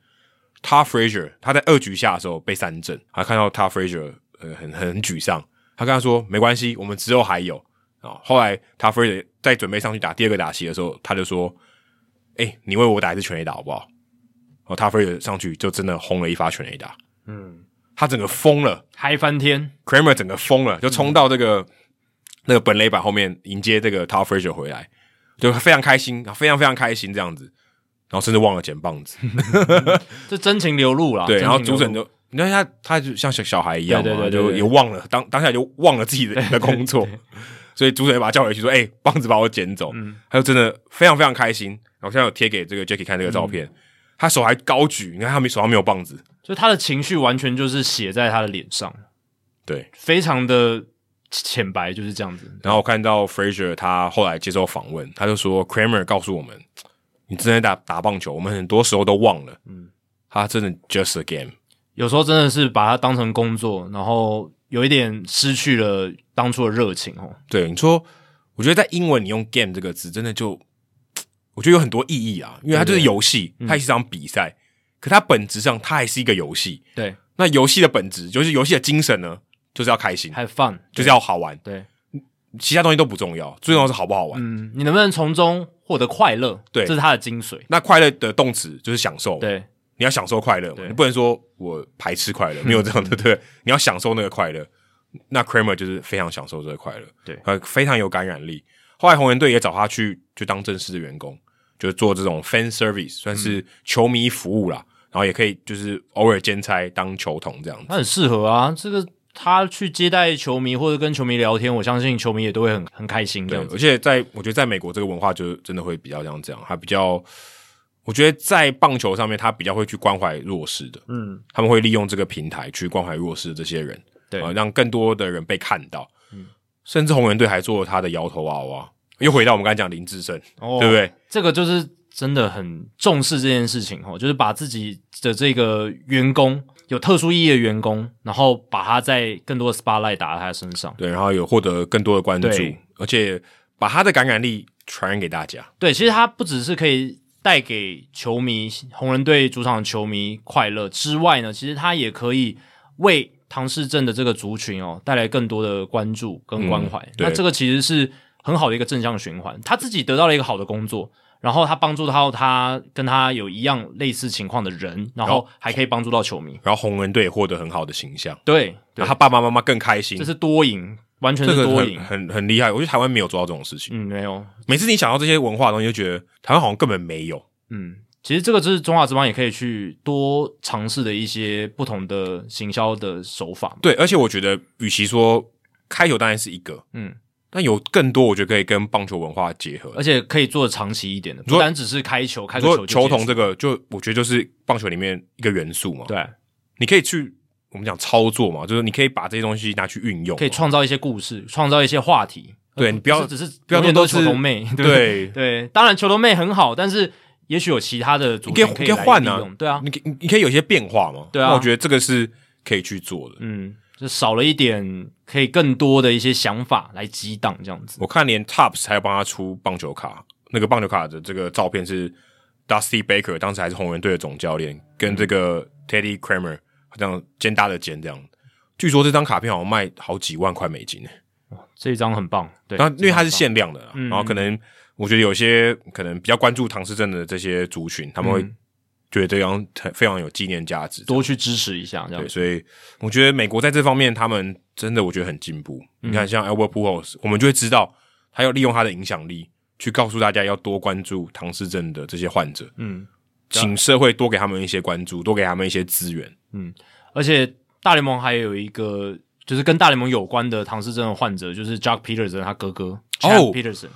A: 他 Fraser 他在二局下的时候被三振，他看到他 Fraser 呃很很沮丧，他跟他说没关系，我们之后还有啊、哦后来他 Fraser 在准备上去打第二个打席的时候，他就说：“哎、你为我打一次全垒打好不好？”然后他 Fraser 上去就真的轰了一发全垒打，
B: 嗯，
A: 他整个疯了
B: 嗨翻天，
A: ，Kramer 整个疯了，就冲到这个、那个本垒板后面迎接这个 t o f Fraser 回来，就非常开心，非常非常开心这样子，然后甚至忘了捡棒子。
B: 这啊真情流露啦，
A: 对，然后主
B: 主
A: 审就，你看他，他就像小小孩一样嘛，
B: 对对对对
A: 就
B: 对
A: 也忘了当当下就忘了自己的的工作， 所以主审就把他叫回去说：“哎、棒子把我捡走。
B: 嗯
A: 他就真的非常非常开心，然后现在有贴给这个 Jacky 看这个照
B: 嗯
A: 片，他手还高举，你看他没手上没有棒子，
B: 就他的情绪完全就是写在他的脸上，
A: 对。
B: 非常的浅白，就是这样子，
A: 然后我看到 Fraser 他后来接受访问，他就说：Kramer 告诉我们，你真的打打棒球，我们很多时候都忘了，嗯，他真的 just a game。”
B: 有时候真的是把它当成工作，然后有一点失去了当初的热情哦。
A: 对，你说，我觉得在英文你用 game 这个字，真的就我觉得有很多意义啊，因为它就是游戏，它也
B: 嗯
A: 是一场比赛，可它本质上它还是一个游戏。
B: 对，
A: 那游戏的本质就是游戏的精神呢，就是要开心，
B: 还 fun，
A: 就是要好玩，
B: 对，
A: 其他东西都不重要，最重要是好不好玩。
B: 嗯，你能不能从中获得快乐？
A: 对
B: 这是他的精髓。
A: 那快乐的动词就是享受，
B: 对，
A: 你要享受快乐嘛，
B: 对嗯
A: 你不能说我排斥快乐，没有这样的，对不对？你要享受那个快乐。那 Kramer 就是非常享受这个快乐，
B: 对
A: 呃，非常有感染力。后来红人队也找他去，就当正式的员工，就做这种 fan service，算
B: 嗯
A: 是球迷服务啦。然后也可以就是偶尔兼差当球童这样子。
B: 他很适合啊。这个他去接待球迷或者跟球迷聊天，我相信球迷也都会很很开心这
A: 对
B: 样，子。
A: 而且在我觉得在美国这个文化就是真的会比较这样这样，还比较，我觉得在棒球上面他比较会去关怀弱势的，
B: 嗯，
A: 他们会利用这个平台去关怀弱势的这些人，
B: 对嗯
A: 啊让更多的人被看到，甚至红人队还做了他的摇头娃娃，又回到我们刚才讲林志胜，
B: 哦
A: 对不对？
B: 这个就是真的很重视这件事情哦，就是把自己的这个员工有特殊意义的员工，然后把他在更多的 spotlight 打在他身上。
A: 对，然后有获得更多的关注
B: 对，
A: 而且把他的感染力传染给大家，
B: 对，其实他不只是可以带给球迷红人队主场的球迷快乐之外呢，其实他也可以为唐市镇的这个族群哦带来更多的关注跟关怀。
A: 嗯对
B: 那这个其实是很好的一个正向循环，他自己得到了一个好的工作。然后他帮助到他跟他有一样类似情况的人，然
A: 哦
B: 后还可以帮助到球迷。
A: 然后红人队也获得很好的形象，
B: 对，对
A: 然后他爸爸妈妈更开心
B: 这，是多赢，完全
A: 这
B: 是
A: 个
B: 多赢
A: 很。很很厉害。我觉得台湾没有做到这种事情。
B: 嗯，没有，
A: 每次你想到这些文化的东西，就觉得台湾好像根本没有。
B: 嗯，其实这个就是中华之邦也可以去多尝试的一些不同的行销的手法嘛。
A: 对，而且我觉得，与其说开球当然是一个，
B: 嗯，
A: 但有更多，我觉得可以跟棒球文化结合。
B: 而且可以做的长期一点的，
A: 说
B: 不单只是开球，开
A: 你
B: 个
A: 说
B: 球
A: 球
B: 就结
A: 童
B: 束
A: 这个，就我觉得就是棒球里面一个元素嘛。，
B: 对，啊
A: 你可以去我们讲操作嘛，就是你可以把这些东西拿去运用嘛，
B: 可 以创造一些故事，创造一些话题。
A: 对你不要
B: 是只是
A: 不要
B: 永远
A: 都
B: 都是球
A: 是
B: 童妹，对不对
A: 对，
B: 对，当然球童妹很好，但是也许有其他的主
A: 你可以
B: 可
A: 你可以
B: 来
A: 换
B: 利
A: 啊
B: 用对啊，
A: 你可你你可以有一些变化嘛。
B: 对啊
A: 那我觉得这个是可以去做的。
B: 嗯，就少了一点可以更多的一些想法来激荡这样子。
A: 我看连 Tops 还有帮他出棒球卡，那个棒球卡的这个照片是 Dusty Baker 当时还是红人队的总教练，跟这个 Teddy Kramer 这样肩搭着肩这样。据说这张卡片好像卖好几万块美金呢，
B: 这一张很棒，对，
A: 然后因为它是
B: 这一张
A: 限
B: 很棒
A: 量的啦，
B: 嗯
A: 然后可能我觉得有些可能比较关注唐氏症的这些族群，他们会
B: 嗯
A: 觉得这张很非常有纪念价值。
B: 多去支持一下这样
A: 对，。所以我觉得美国在这方面，他们真的我觉得很进步。你看，像 Albert Pujols，我们就会知道他要利用他的影响力去告诉大家要多关注唐氏症的这些患者，
B: 嗯，
A: 请社会多给他们一些关注，多给他们一些资源。
B: 而且大联盟还有一个就是跟大联盟有关的唐氏症的患者，就是 Jack Peterson 他哥
A: 哦
B: 哥 Jack Peterson，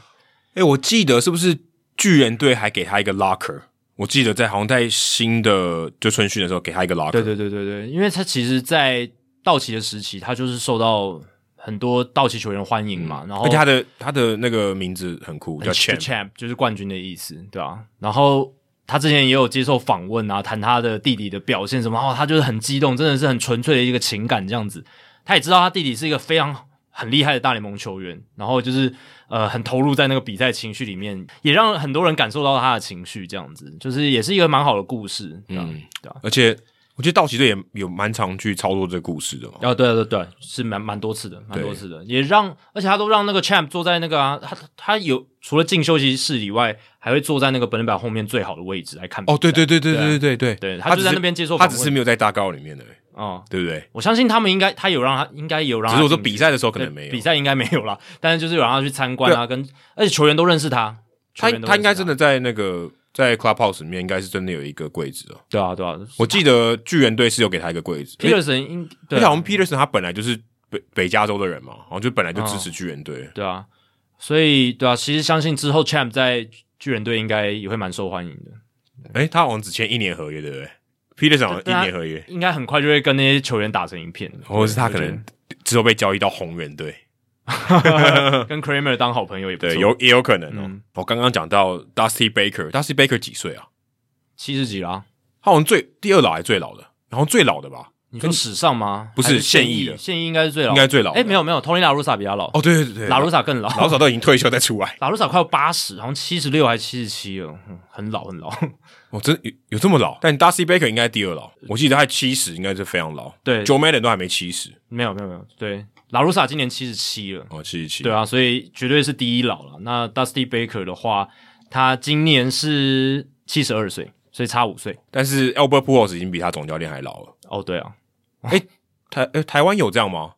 A: 诶，我记得是不是巨人队还给他一个 locker？我记得在好像在新的就春训的时候给他一个 locker，
B: 对对对对对，因为他其实，在道奇的时期，他就是受到很多道奇球员欢迎嘛，然
A: 嗯
B: 后
A: 而且他的他的那个名字哦很酷，叫
B: champ
A: Champ。
B: champ 就是冠军的意思，对啊，然后他之前也有接受访问啊，谈他的弟弟的表现什么，然后他就是很激动，真的是很纯粹的一个情感这样子。他也知道他弟弟是一个非常很厉害的大联盟球员，然后就是呃很投入在那个比赛情绪里面，也让很多人感受到他的情绪，这样子就是也是一个蛮好的故事，对啊
A: 嗯
B: 对啊。
A: 而且我觉得道奇队也有蛮常去操作这个故事的嘛。
B: 哦，对对对，是蛮蛮多次的，蛮多
A: 对
B: 次的，也让，而且他都让那个 Champ 坐在那个啊，他他有除了进休息室以外，还会坐在那个本垒板后面最好的位置来看比赛。
A: 哦，对对对对
B: 对啊
A: 对对对
B: 对
A: 他
B: 他就
A: 只
B: 在
A: 是
B: 那边接受
A: 他
B: 访
A: 只
B: 问
A: 是没有在大高里面的，
B: 哦，
A: 对不对？
B: 我相信他们应该他有让他应该有让
A: 只
B: 他
A: 是我说
B: 进
A: 比
B: 去
A: 赛的时候可
B: 啊对
A: 能没有，
B: 比赛应该没有啦，但是就是有让他去参观啊，跟而且球员都认识他，
A: 他
B: 球员都
A: 他应该
B: 认识
A: 真的在那个在 clubhouse 里面应该是真的有一个柜子哦。
B: 对啊对啊
A: 我记得巨人队是有给他一个柜子，因为
B: ，Peterson 应
A: 因
B: 对
A: 为好
B: 啊
A: 像 Peterson 他本来就是北北加州的人嘛，然后就本来就
B: 哦
A: 支持巨人队。
B: 对啊，所以对啊，其实相信之后 Champ 在巨人队应该也会蛮受欢迎的。
A: 哎，他好像只签一年合约，对不对？Peterson 好像
B: 对啊
A: 一年合约，
B: 应该很快就会跟那些球员打成一片，
A: 或者是他
B: 对
A: 可
B: 我觉
A: 能之后被交易到红人队。
B: 得跟 Kramer 当好朋友也不错。
A: 对，有也有可能哦。
B: 嗯
A: 我刚刚讲到 Dusty Baker，Dusty Baker 几岁啊？
B: 七十几啦，
A: 他好像最第二老还是最老的，然后最老的吧？
B: 你说史上吗？
A: 不是
B: 还是现
A: 现役的
B: 现役应该是最老，
A: 应该最老的
B: 哎，没有没有，Tony 拉鲁萨比较老，
A: 哦，对对对对，
B: 拉鲁萨更老，
A: 老早都已经退休再出来，
B: 拉鲁萨快要八十，好像七十六还七十七了，嗯很 老很老。
A: 我、哦真有有这么老？但 Darcy Baker 应该第二老，我记得他七十应该是非常老，
B: 对
A: ，Joe Madden 都还没七十，
B: 没有没有没有，对，拉鲁萨今年七十七了，
A: 哦，七十七，
B: 对啊，所以绝对是第一老了。那 Dusty Baker 的话，他今年是七十二岁，所以差五岁。
A: 但是 Albert Pujols 已经比他总教练还老了。
B: 哦，对啊，
A: 台呃台湾有这样吗？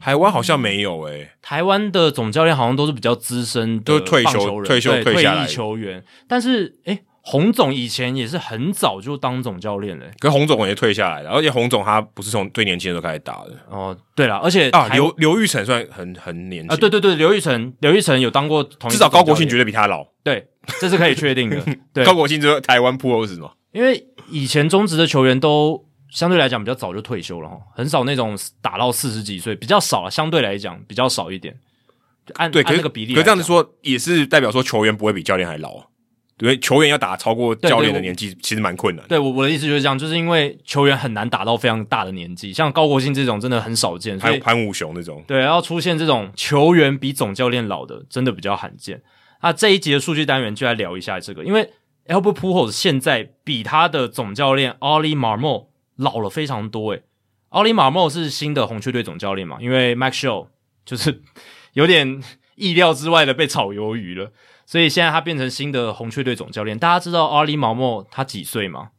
A: 台湾好像没有诶、
B: 台湾的总教练好像都是比较资深的
A: 都是退休
B: 棒球人
A: 退休
B: 对
A: 退
B: 退
A: 下来
B: 役球员，但是诶，洪总以前也是很早就当总教练了、
A: 可洪总也退下来了，而且洪总他不是从最年轻的时候开始打的
B: 哦，对了，而且
A: 啊，
B: 台
A: 刘刘玉成算很很年轻
B: 啊，对对对，刘玉成，刘玉成有当过同一
A: 至少高国
B: 总
A: 庆
B: 教
A: 绝对比他老，
B: 练对，这是可以确 定的。对，
A: 高国庆就是台湾 Pujols 嘛，
B: 因为以前中职的球员都相对来讲比较早就退休了哈，很少那种打到四十几岁，比较少了，相对来讲比较少一点。就按
A: 对，可
B: 按
A: 是
B: 那个比例
A: 可
B: 来
A: 是这样子
B: 讲
A: 说也是代表说球员不会比教练还老、啊，对，球员要打超过教练的
B: 对对
A: 年纪其实蛮困难的。
B: 对我我的意思就是这样，就是因为球员很难打到非常大的年纪，像高国庆这种真的很少见，所
A: 潘
B: 以
A: 潘武雄那种，
B: 对要出现这种球员比总教练老的，真的比较罕见。那这一集的数据单元就来聊一下这个，因为 Albert Pujols 现在比他的总教练 Ollie Marmo 老了非常多诶。Ollie Marmo 是新的红雀队总教练嘛？因为 Max Shaw 就是 有点意料之外的被炒鱿鱼了，所以现在他变成新的红雀队总教练。大家知道 Ollie Marmo 他几岁吗？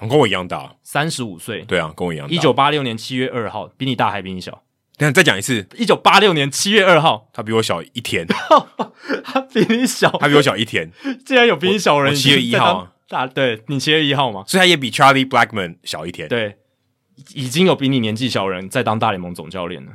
A: 跟我一样大，
B: 三十五岁，
A: 对啊，跟我一样大。
B: 一九八六年七月二号，比你大还比你小。
A: 等一下再讲一次，
B: 一九八六年七月二号，
A: 他比我小一天，
B: 他比你小，
A: 他比我小一天，
B: 竟然有比你小人
A: 我7月1号啊
B: 大对你七月一号嘛，
A: 所以他也比 Charlie Blackman 小一天。
B: 对，已已经有比你年纪小人在当大联盟总教 练了，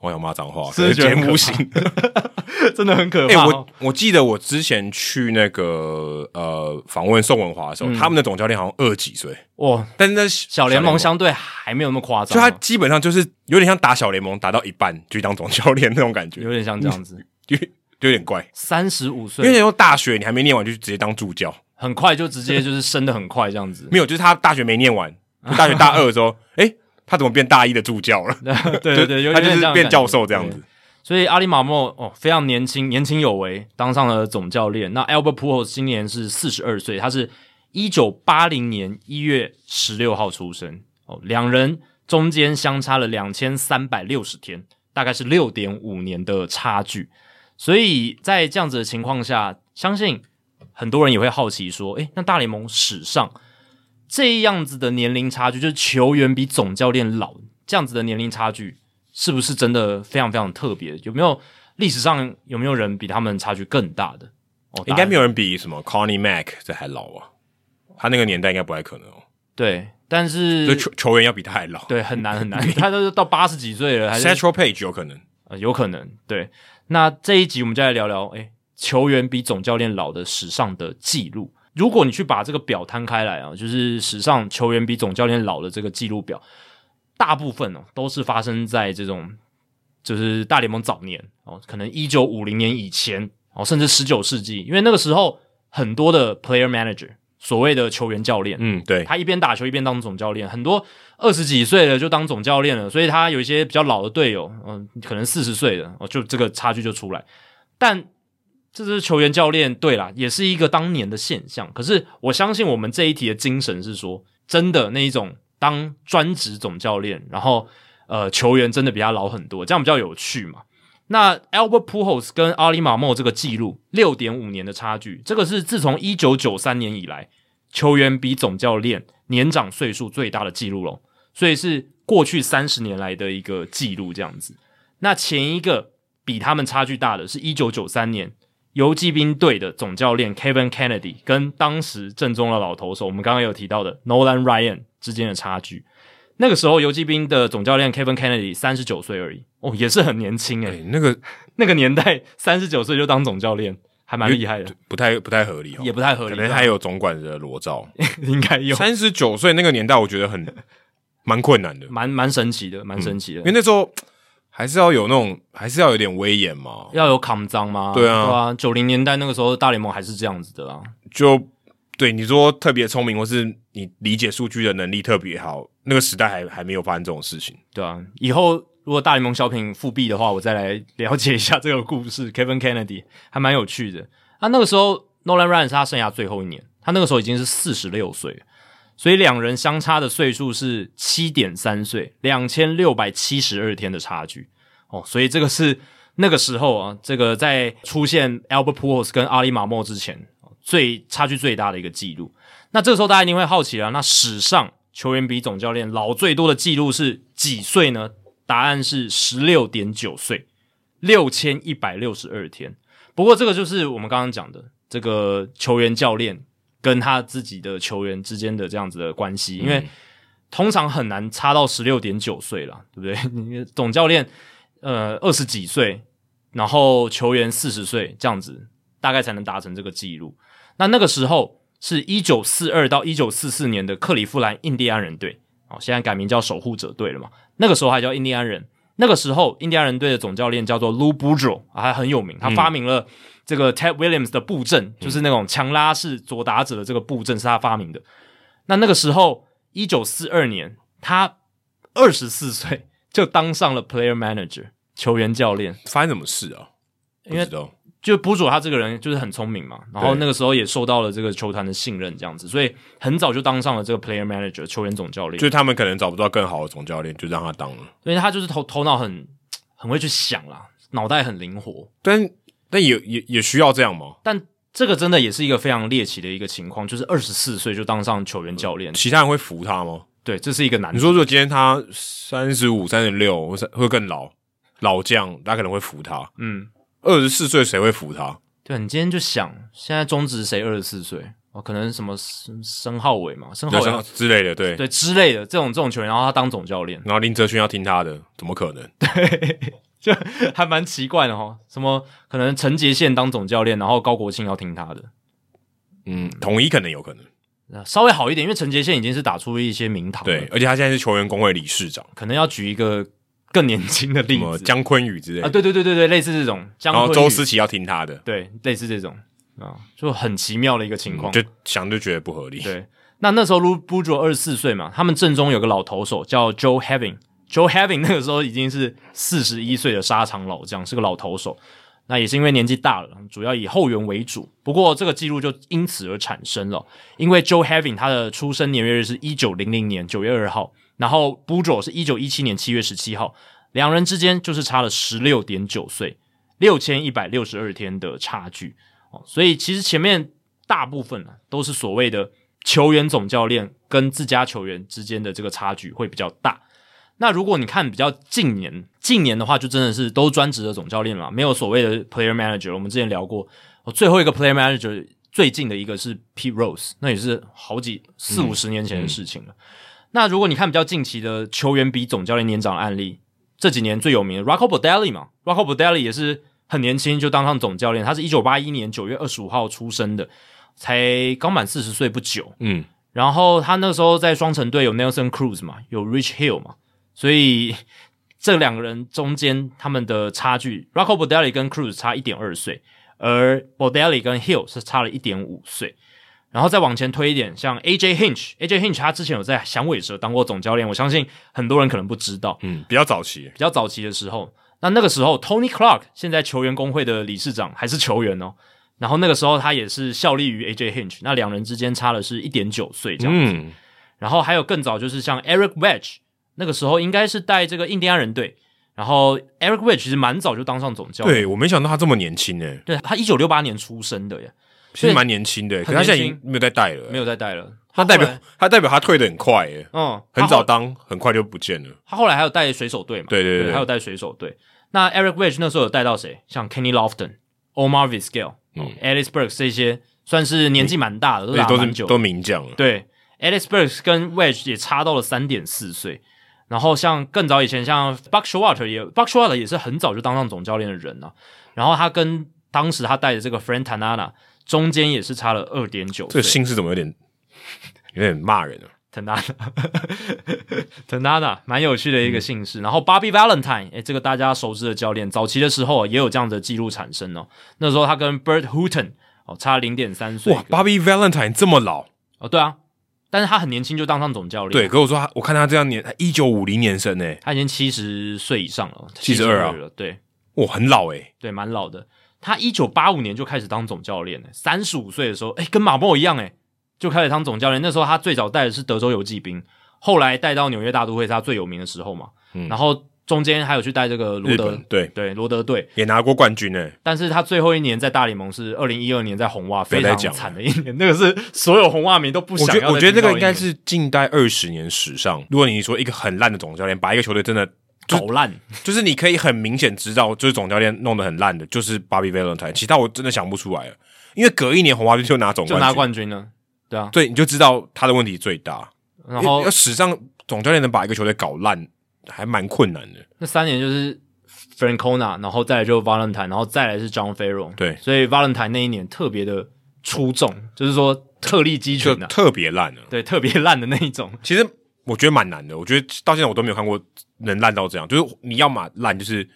A: 我想骂脏话，
B: 是不是觉得
A: 节
B: 很可
A: 目
B: 怕
A: 型。
B: 真的很可
A: 哎、
B: 怕、哦
A: 我我记得我之前去那个呃访问宋文华的时候，他们的总教练好像二十几岁，
B: 哇，
A: 但是那
B: 嗯小联盟相对还没有那么夸
A: 就
B: 张
A: 他
B: 啊，
A: 基本上就是有点像打小联盟打到一半就去当总教练那种感觉，
B: 有点像这样子，
A: 就就有点怪。
B: 三十五
A: 因为
B: 岁
A: 那时候大学你还没念完就直接当助教，
B: 很快就直接就是升的很快这样子，
A: 没有，就是他大学没念完，
B: 嗯
A: 就大学大二的时候， 哎、他怎么变大一的助教 了？
B: 对对对，有
A: 他
B: 点
A: 就是
B: 这样的
A: 变
B: 感
A: 教
B: 觉
A: 授这样。子
B: 对。所以阿里马莫哦，非常年轻，年轻有为，当上了总教练。那 Albert Pujols 今年是四十二岁，他是一九八零年一月十六号出生哦，两人中间相差了两千三百六十天，大概是六点五年的差距。所以在这样子的情况下，相信很多人也会好奇说，诶，那大联盟史上这样子的年龄差距，就是球员比总教练老这样子的年龄差距，是不是真的非常非常特别？有没有历史上有没有人比他们差距更大的？哦，
A: 应该没
B: 有
A: 有人比什么 Connie Mack 这还老啊，他那个年代应该不太可能哦、
B: 对，但
A: 就是球球员要比他还老。
B: 对很难很难，他都是到八十几岁了，还是
A: Central Page 有可能。
B: 呃，有可能。对，那这一集我们就来聊聊，诶，球员比总教练老的史上的记录。如果你去把这个表摊开来啊，就是史上球员比总教练老的这个记录表，大部分哦都是发生在这种就是大联盟早年哦，可能一九五零年以前哦，甚至十九世纪，因为那个时候很多的 player manager 所谓的球员教练，
A: 嗯，对，
B: 他一边打球一边当总教练，很多二十几岁了就当总教练了，所以他有一些比较老的队友，嗯、可能四十岁的，哦，就这个差距就出来。但这支球员教练，对啦，也是一个当年的现象。可是我相信我们这一题的精神是说，真的那一种当专职总教练，然后呃球员真的比他老很多，这样比较有趣嘛。那 Albert Pujols 跟阿里马莫这个记录六点五年的差距，这个是自从一九九三年以来球员比总教练年长岁数最大的记录咯，所以是过去三十年来的一个记录这样子。那前一个比他们差距大的是一九九三年游击兵队的总教练 Kevin Kennedy 跟当时正宗的老投手，我们刚刚有提到的 Nolan Ryan 之间的差距。那个时候游击兵的总教练 Kevin Kennedy 三十九岁而已，哦，也是很年轻诶、
A: 哎、那个
B: 那个年代三十九岁就当总教练，还蛮厉害的，
A: 不太不太合理哦，
B: 也不太合理
A: 可能还有总管的裸照。
B: 应该 有，
A: 三十九岁那个年代，我觉得很蛮困难的，
B: 蛮蛮神奇的，蛮神奇的。
A: 嗯因为那时候还是要有那种，还是要有点威严嘛，
B: 要有扛脏吗？
A: 对啊
B: 对啊，九零年代那个时候大联盟还是这样子的啊啦。
A: 就。对你说特别聪明，或是你理解数据的能力特别好，那个时代还还没有发生这种事情。
B: 对啊，以后如果大联盟小品复辟的话，我再来了解一下这个故事。Kevin Kennedy 还蛮有趣的。啊，那个时候 Nolan Ryan 是他生涯最后一年，他那个时候已经是四十六岁了，所以两人相差的岁数是七点三岁，两千六百七十二天的差距。哦，所以这个是那个时候啊，这个在出现 Albert Pujols 跟阿里马莫之前，最差距最大的一个记录。那这个时候大家一定会好奇啊了，那史上球员比总教练老最多的记录是几岁呢？答案是十六点九岁，六千一百六十二天。不过这个就是我们刚刚讲的这个球员教练跟他自己的球员之间的这样子的关系，因为通常很难差到十六点九岁啦，对不对？ 你总教练呃二十几岁，然后球员四十岁这样子，大概才能达成这个记录。那那个时候是一九四二到一九四四年的克利夫兰印第安人队，哦，现在改名叫守护者队了嘛。那个时候还叫印第安人。那个时候，印第安人队的总教练叫做 Lou Boudreau，啊还很有名，他发明了这个 Ted Williams 的布阵，就是那种强拉式左打者的这个布阵是他发明的。那那个时候，一九四二年，他二十四岁就当上了 Player Manager 球员教练，
A: 发生什么事啊？不
B: 因为
A: 知道
B: 就博主他这个人就是很聪明嘛，然后那个时候也受到了这个球团的信任，这样子，所以很早就当上了这个 player manager 球员总教练
A: 就，是他们可能找不到更好的总教练，就让他当了。
B: 所以他就是头头脑很很会去想啦，脑袋很灵活，
A: 但但也也也需要这样吗？
B: 但这个真的也是一个非常猎奇的一个情况，就是二十四岁就当上球员教练，
A: 其他人会服他吗？
B: 对，这是一个难
A: 嗯你说，如果今天他三十五、三十六，或是会更老老将，他可能会服他。
B: 嗯，
A: 二十四岁谁会服他？
B: 对你今天就想，现在中职谁二十四岁？哦，可能什么申申浩伟嘛，申浩
A: 然
B: 伟
A: 后之类的，对。
B: 对之类的这种这种球员，然后他当总教练，
A: 然后林哲轩要听他的，怎么可能？
B: 就 还蛮奇怪的哈。什么可能陈杰宪当总教练，然后高国庆要听他的，
A: 嗯，统一可能有可能，
B: 呃稍微好一点，因为陈杰宪已经是打出一些名堂了
A: 对。，而且他现在是球员工会理事长，
B: 可能要举一个更年轻的例
A: 什么
B: 子
A: 姜昆宇之类
B: 啊，
A: 的。
B: 对对对对对，类似这种，江
A: 然后
B: 坤宇
A: 周思齐要听他的，
B: 对，类似这种啊，就很奇妙的一个情况。
A: 嗯就想就觉得不合理。
B: 对，那那时候 Lu b u d r o 二十四岁嘛，他们阵中有个老投手叫 Joe Having。Joe Having 那个时候已经是四十一岁的沙场老将，是个老投手。那也是因为年纪大了，主要以后援为主。不过这个记录就因此而产生了，因为 Joe Having 他的出生年月日是一九零零年九月二号，然后 b u d r o 是一九一七年七月十七号，两人之间就是差了十六点九岁，六千一百六十二天的差距。哦，所以其实前面大部分啊都是所谓的球员总教练跟自家球员之间的这个差距会比较大。那如果你看比较近年，近年的话，就真的是都专职的总教练了，没有所谓的 player manager。我们之前聊过，哦最后一个 player manager 最近的一个是 Pete Rose，那也是好几四五十年前的事情了。那如果你看比较近期的球员比总教练年长的案例，这几年最有名的 Rocco Baldelli 嘛，Rocco Baldelli 也是很年轻就当上总教练，他是一九八一年九月二十五号出生的，才刚满四十岁不久。
A: 嗯，
B: 然后他那时候在双城队有 Nelson Cruz 嘛，有 Rich Hill 嘛，所以这两个人中间他们的差距，Rocco Baldelli 跟 Cruz 差一点二岁，而 Baldelli 跟 Hill 是差了一点五岁。然后再往前推一点，像 AJ Hinch，AJ Hinch 他之前有在响尾蛇当过总教练，我相信很多人可能不知道。
A: 嗯，比较早期，
B: 比较早期的时候，那那个时候 Tony Clark 现在球员工会的理事长还是球员哦，然后那个时候他也是效力于 AJ Hinch，那两人之间差的是一点九岁这样子。
A: 嗯，
B: 然后还有更早就是像 Eric Wedge，那个时候应该是带这个印第安人队，然后 Eric Wedge 其实蛮早就当上总教练，
A: 对我没想到他这么年轻诶，
B: 对他一九六八年出生的耶，
A: 其实蛮年轻的，可他现在已经没有在带了，
B: 没有再带了，
A: 他代
B: 后
A: 表
B: 来
A: 他代表他退的很快诶，
B: 嗯
A: 很
B: 他
A: 早
B: 后
A: 当，很快就不见了。
B: 他后来还有带水手队嘛？
A: 对对对对
B: 还有带水手队。那 Eric Wedge 那时候有带到谁？像 Kenny Lofton、Omar Vizquel、
A: 嗯
B: Alex Burks 这些，算是年纪蛮大的，都
A: 而且
B: 打
A: 都
B: 蛮
A: 是
B: 久的。
A: 都名将了，
B: 对，Alex Burks 跟 Wedge 也差到了三点四岁。然后像更早以前，像 Buck Showalter 也 Buck Showalter 也是很早就当上总教练的人了、然后他跟当时他带的这个 Frank Tanana 中间也是差了二点九
A: 这
B: 岁
A: 个。姓氏怎么有点有点骂人啊？
B: Tanana，Tanana 蛮有趣的一个姓
A: 嗯
B: 氏。然后 Bobby Valentine，诶，这个大家熟知的教练，早期的时候也有这样的记录产生哦。那时候他跟 Bert Hooton 哦差零点三岁
A: 哇，Bobby Valentine 这么老，
B: 哦，对啊，但是他很年轻就当上总教练，
A: 对，，可我说他，我看他这样年，一九五零年生欸诶，
B: 他已经七十岁以上了，
A: 72啊
B: 了，对
A: 哇，很老欸诶，
B: 对，蛮老的。他一九八五年就开始当总教练了，三十五岁的时候，诶，跟马莫一样，诶，就开始当总教练。那时候他最早带的是德州游骑兵，后来带到纽约大都会，是他最有名的时候嘛。
A: 嗯
B: 然后中间还有去带这个罗
A: 日
B: 德
A: 本，对
B: 对罗德队，
A: 也拿过冠军诶，
B: 但是他最后一年在大联盟是二零一二年在红袜，
A: 不要
B: 非
A: 再
B: 常
A: 讲了
B: 惨的一年，那个是所有红袜迷都不
A: 我
B: 想
A: 觉得
B: 要
A: 我
B: 再
A: 觉得这
B: 听到
A: 个
B: 的一年。
A: 应该是近代二十年史上，如果你说一个很烂的总教练，把一个球队真的 就
B: 搞烂，
A: 就是你可以很明显知道，就是总教练弄得很烂的，就是 Bobby Valentine，其他我真的想不出来了，因为隔一年红袜队就拿总
B: 就
A: 冠
B: 拿
A: 军，
B: 冠军了，对啊。
A: 对，你就知道他的问题最大。
B: 然后
A: 要史上总教练能把一个球队搞烂，还蛮困难的。
B: 那三年就是 Francona，然后再来就 Valentine，然后再来是 John Farrell。
A: 对
B: 所以 Valentine 那一年特别的出众，就是说特立鸡
A: 就
B: 群啊，
A: 特别烂了。
B: 对，特别烂的那一种。
A: 其实我觉得蛮难的，我觉得到现在我都没有看过能烂到这样。就是你要么烂，就是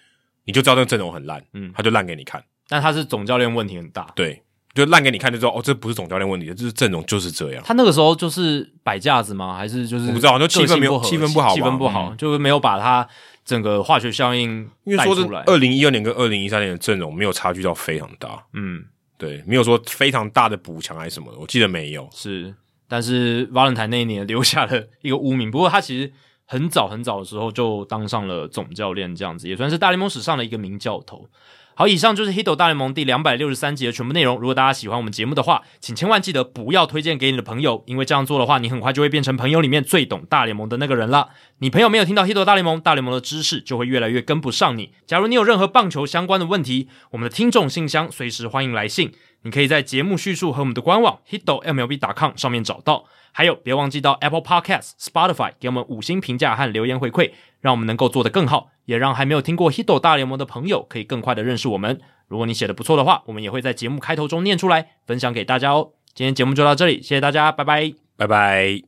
A: 你就知道那个阵容很烂，
B: 嗯
A: 他就烂给你看，
B: 但他是总教练问题很大，
A: 对，就烂给你看就知道哦，这不是总教练问题，这是阵容就是这样。
B: 他那个时候就是摆架子吗？还是就是
A: 我不知道就气氛没有
B: 个性不合
A: 气氛不好吧嗯
B: 气氛不好，就是没有把他整个化学效应
A: 因为
B: 带
A: 说
B: 出
A: 真
B: 来
A: 的，。二零一二年跟二零一三年的阵容没有差距到非常大，
B: 嗯，
A: 对，没有说非常大的补强还是什么的，我记得没有。
B: 是，但是 Valentine 那一年留下了一个污名。不过他其实很早很早的时候就当上了总教练，这样子也算是大联盟史上的一个名教头。好，以上就是《h i t o 大联盟》第两百六十三集的全部内容。如果大家喜欢我们节目的话，请千万记得不要推荐给你的朋友，因为这样做的话，你很快就会变成朋友里面最懂大联盟的那个人啦。你朋友没有听到《h i t o 大联盟》，大联盟的知识就会越来越跟不上你。假如你有任何棒球相关的问题，我们的听众信箱随时欢迎来信。你可以在节目叙述和我们的官网 hito mlb.com 上面找到。还有，别忘记到 Apple Podcast、Spotify 给我们五星评价和留言回馈，让我们能够做得更好，也让还没有听过 Hito 大联盟的朋友可以更快的认识我们。如果你写的不错的话，我们也会在节目开头中念出来，分享给大家哦。今天节目就到这里，谢谢大家，拜拜。
A: 拜拜。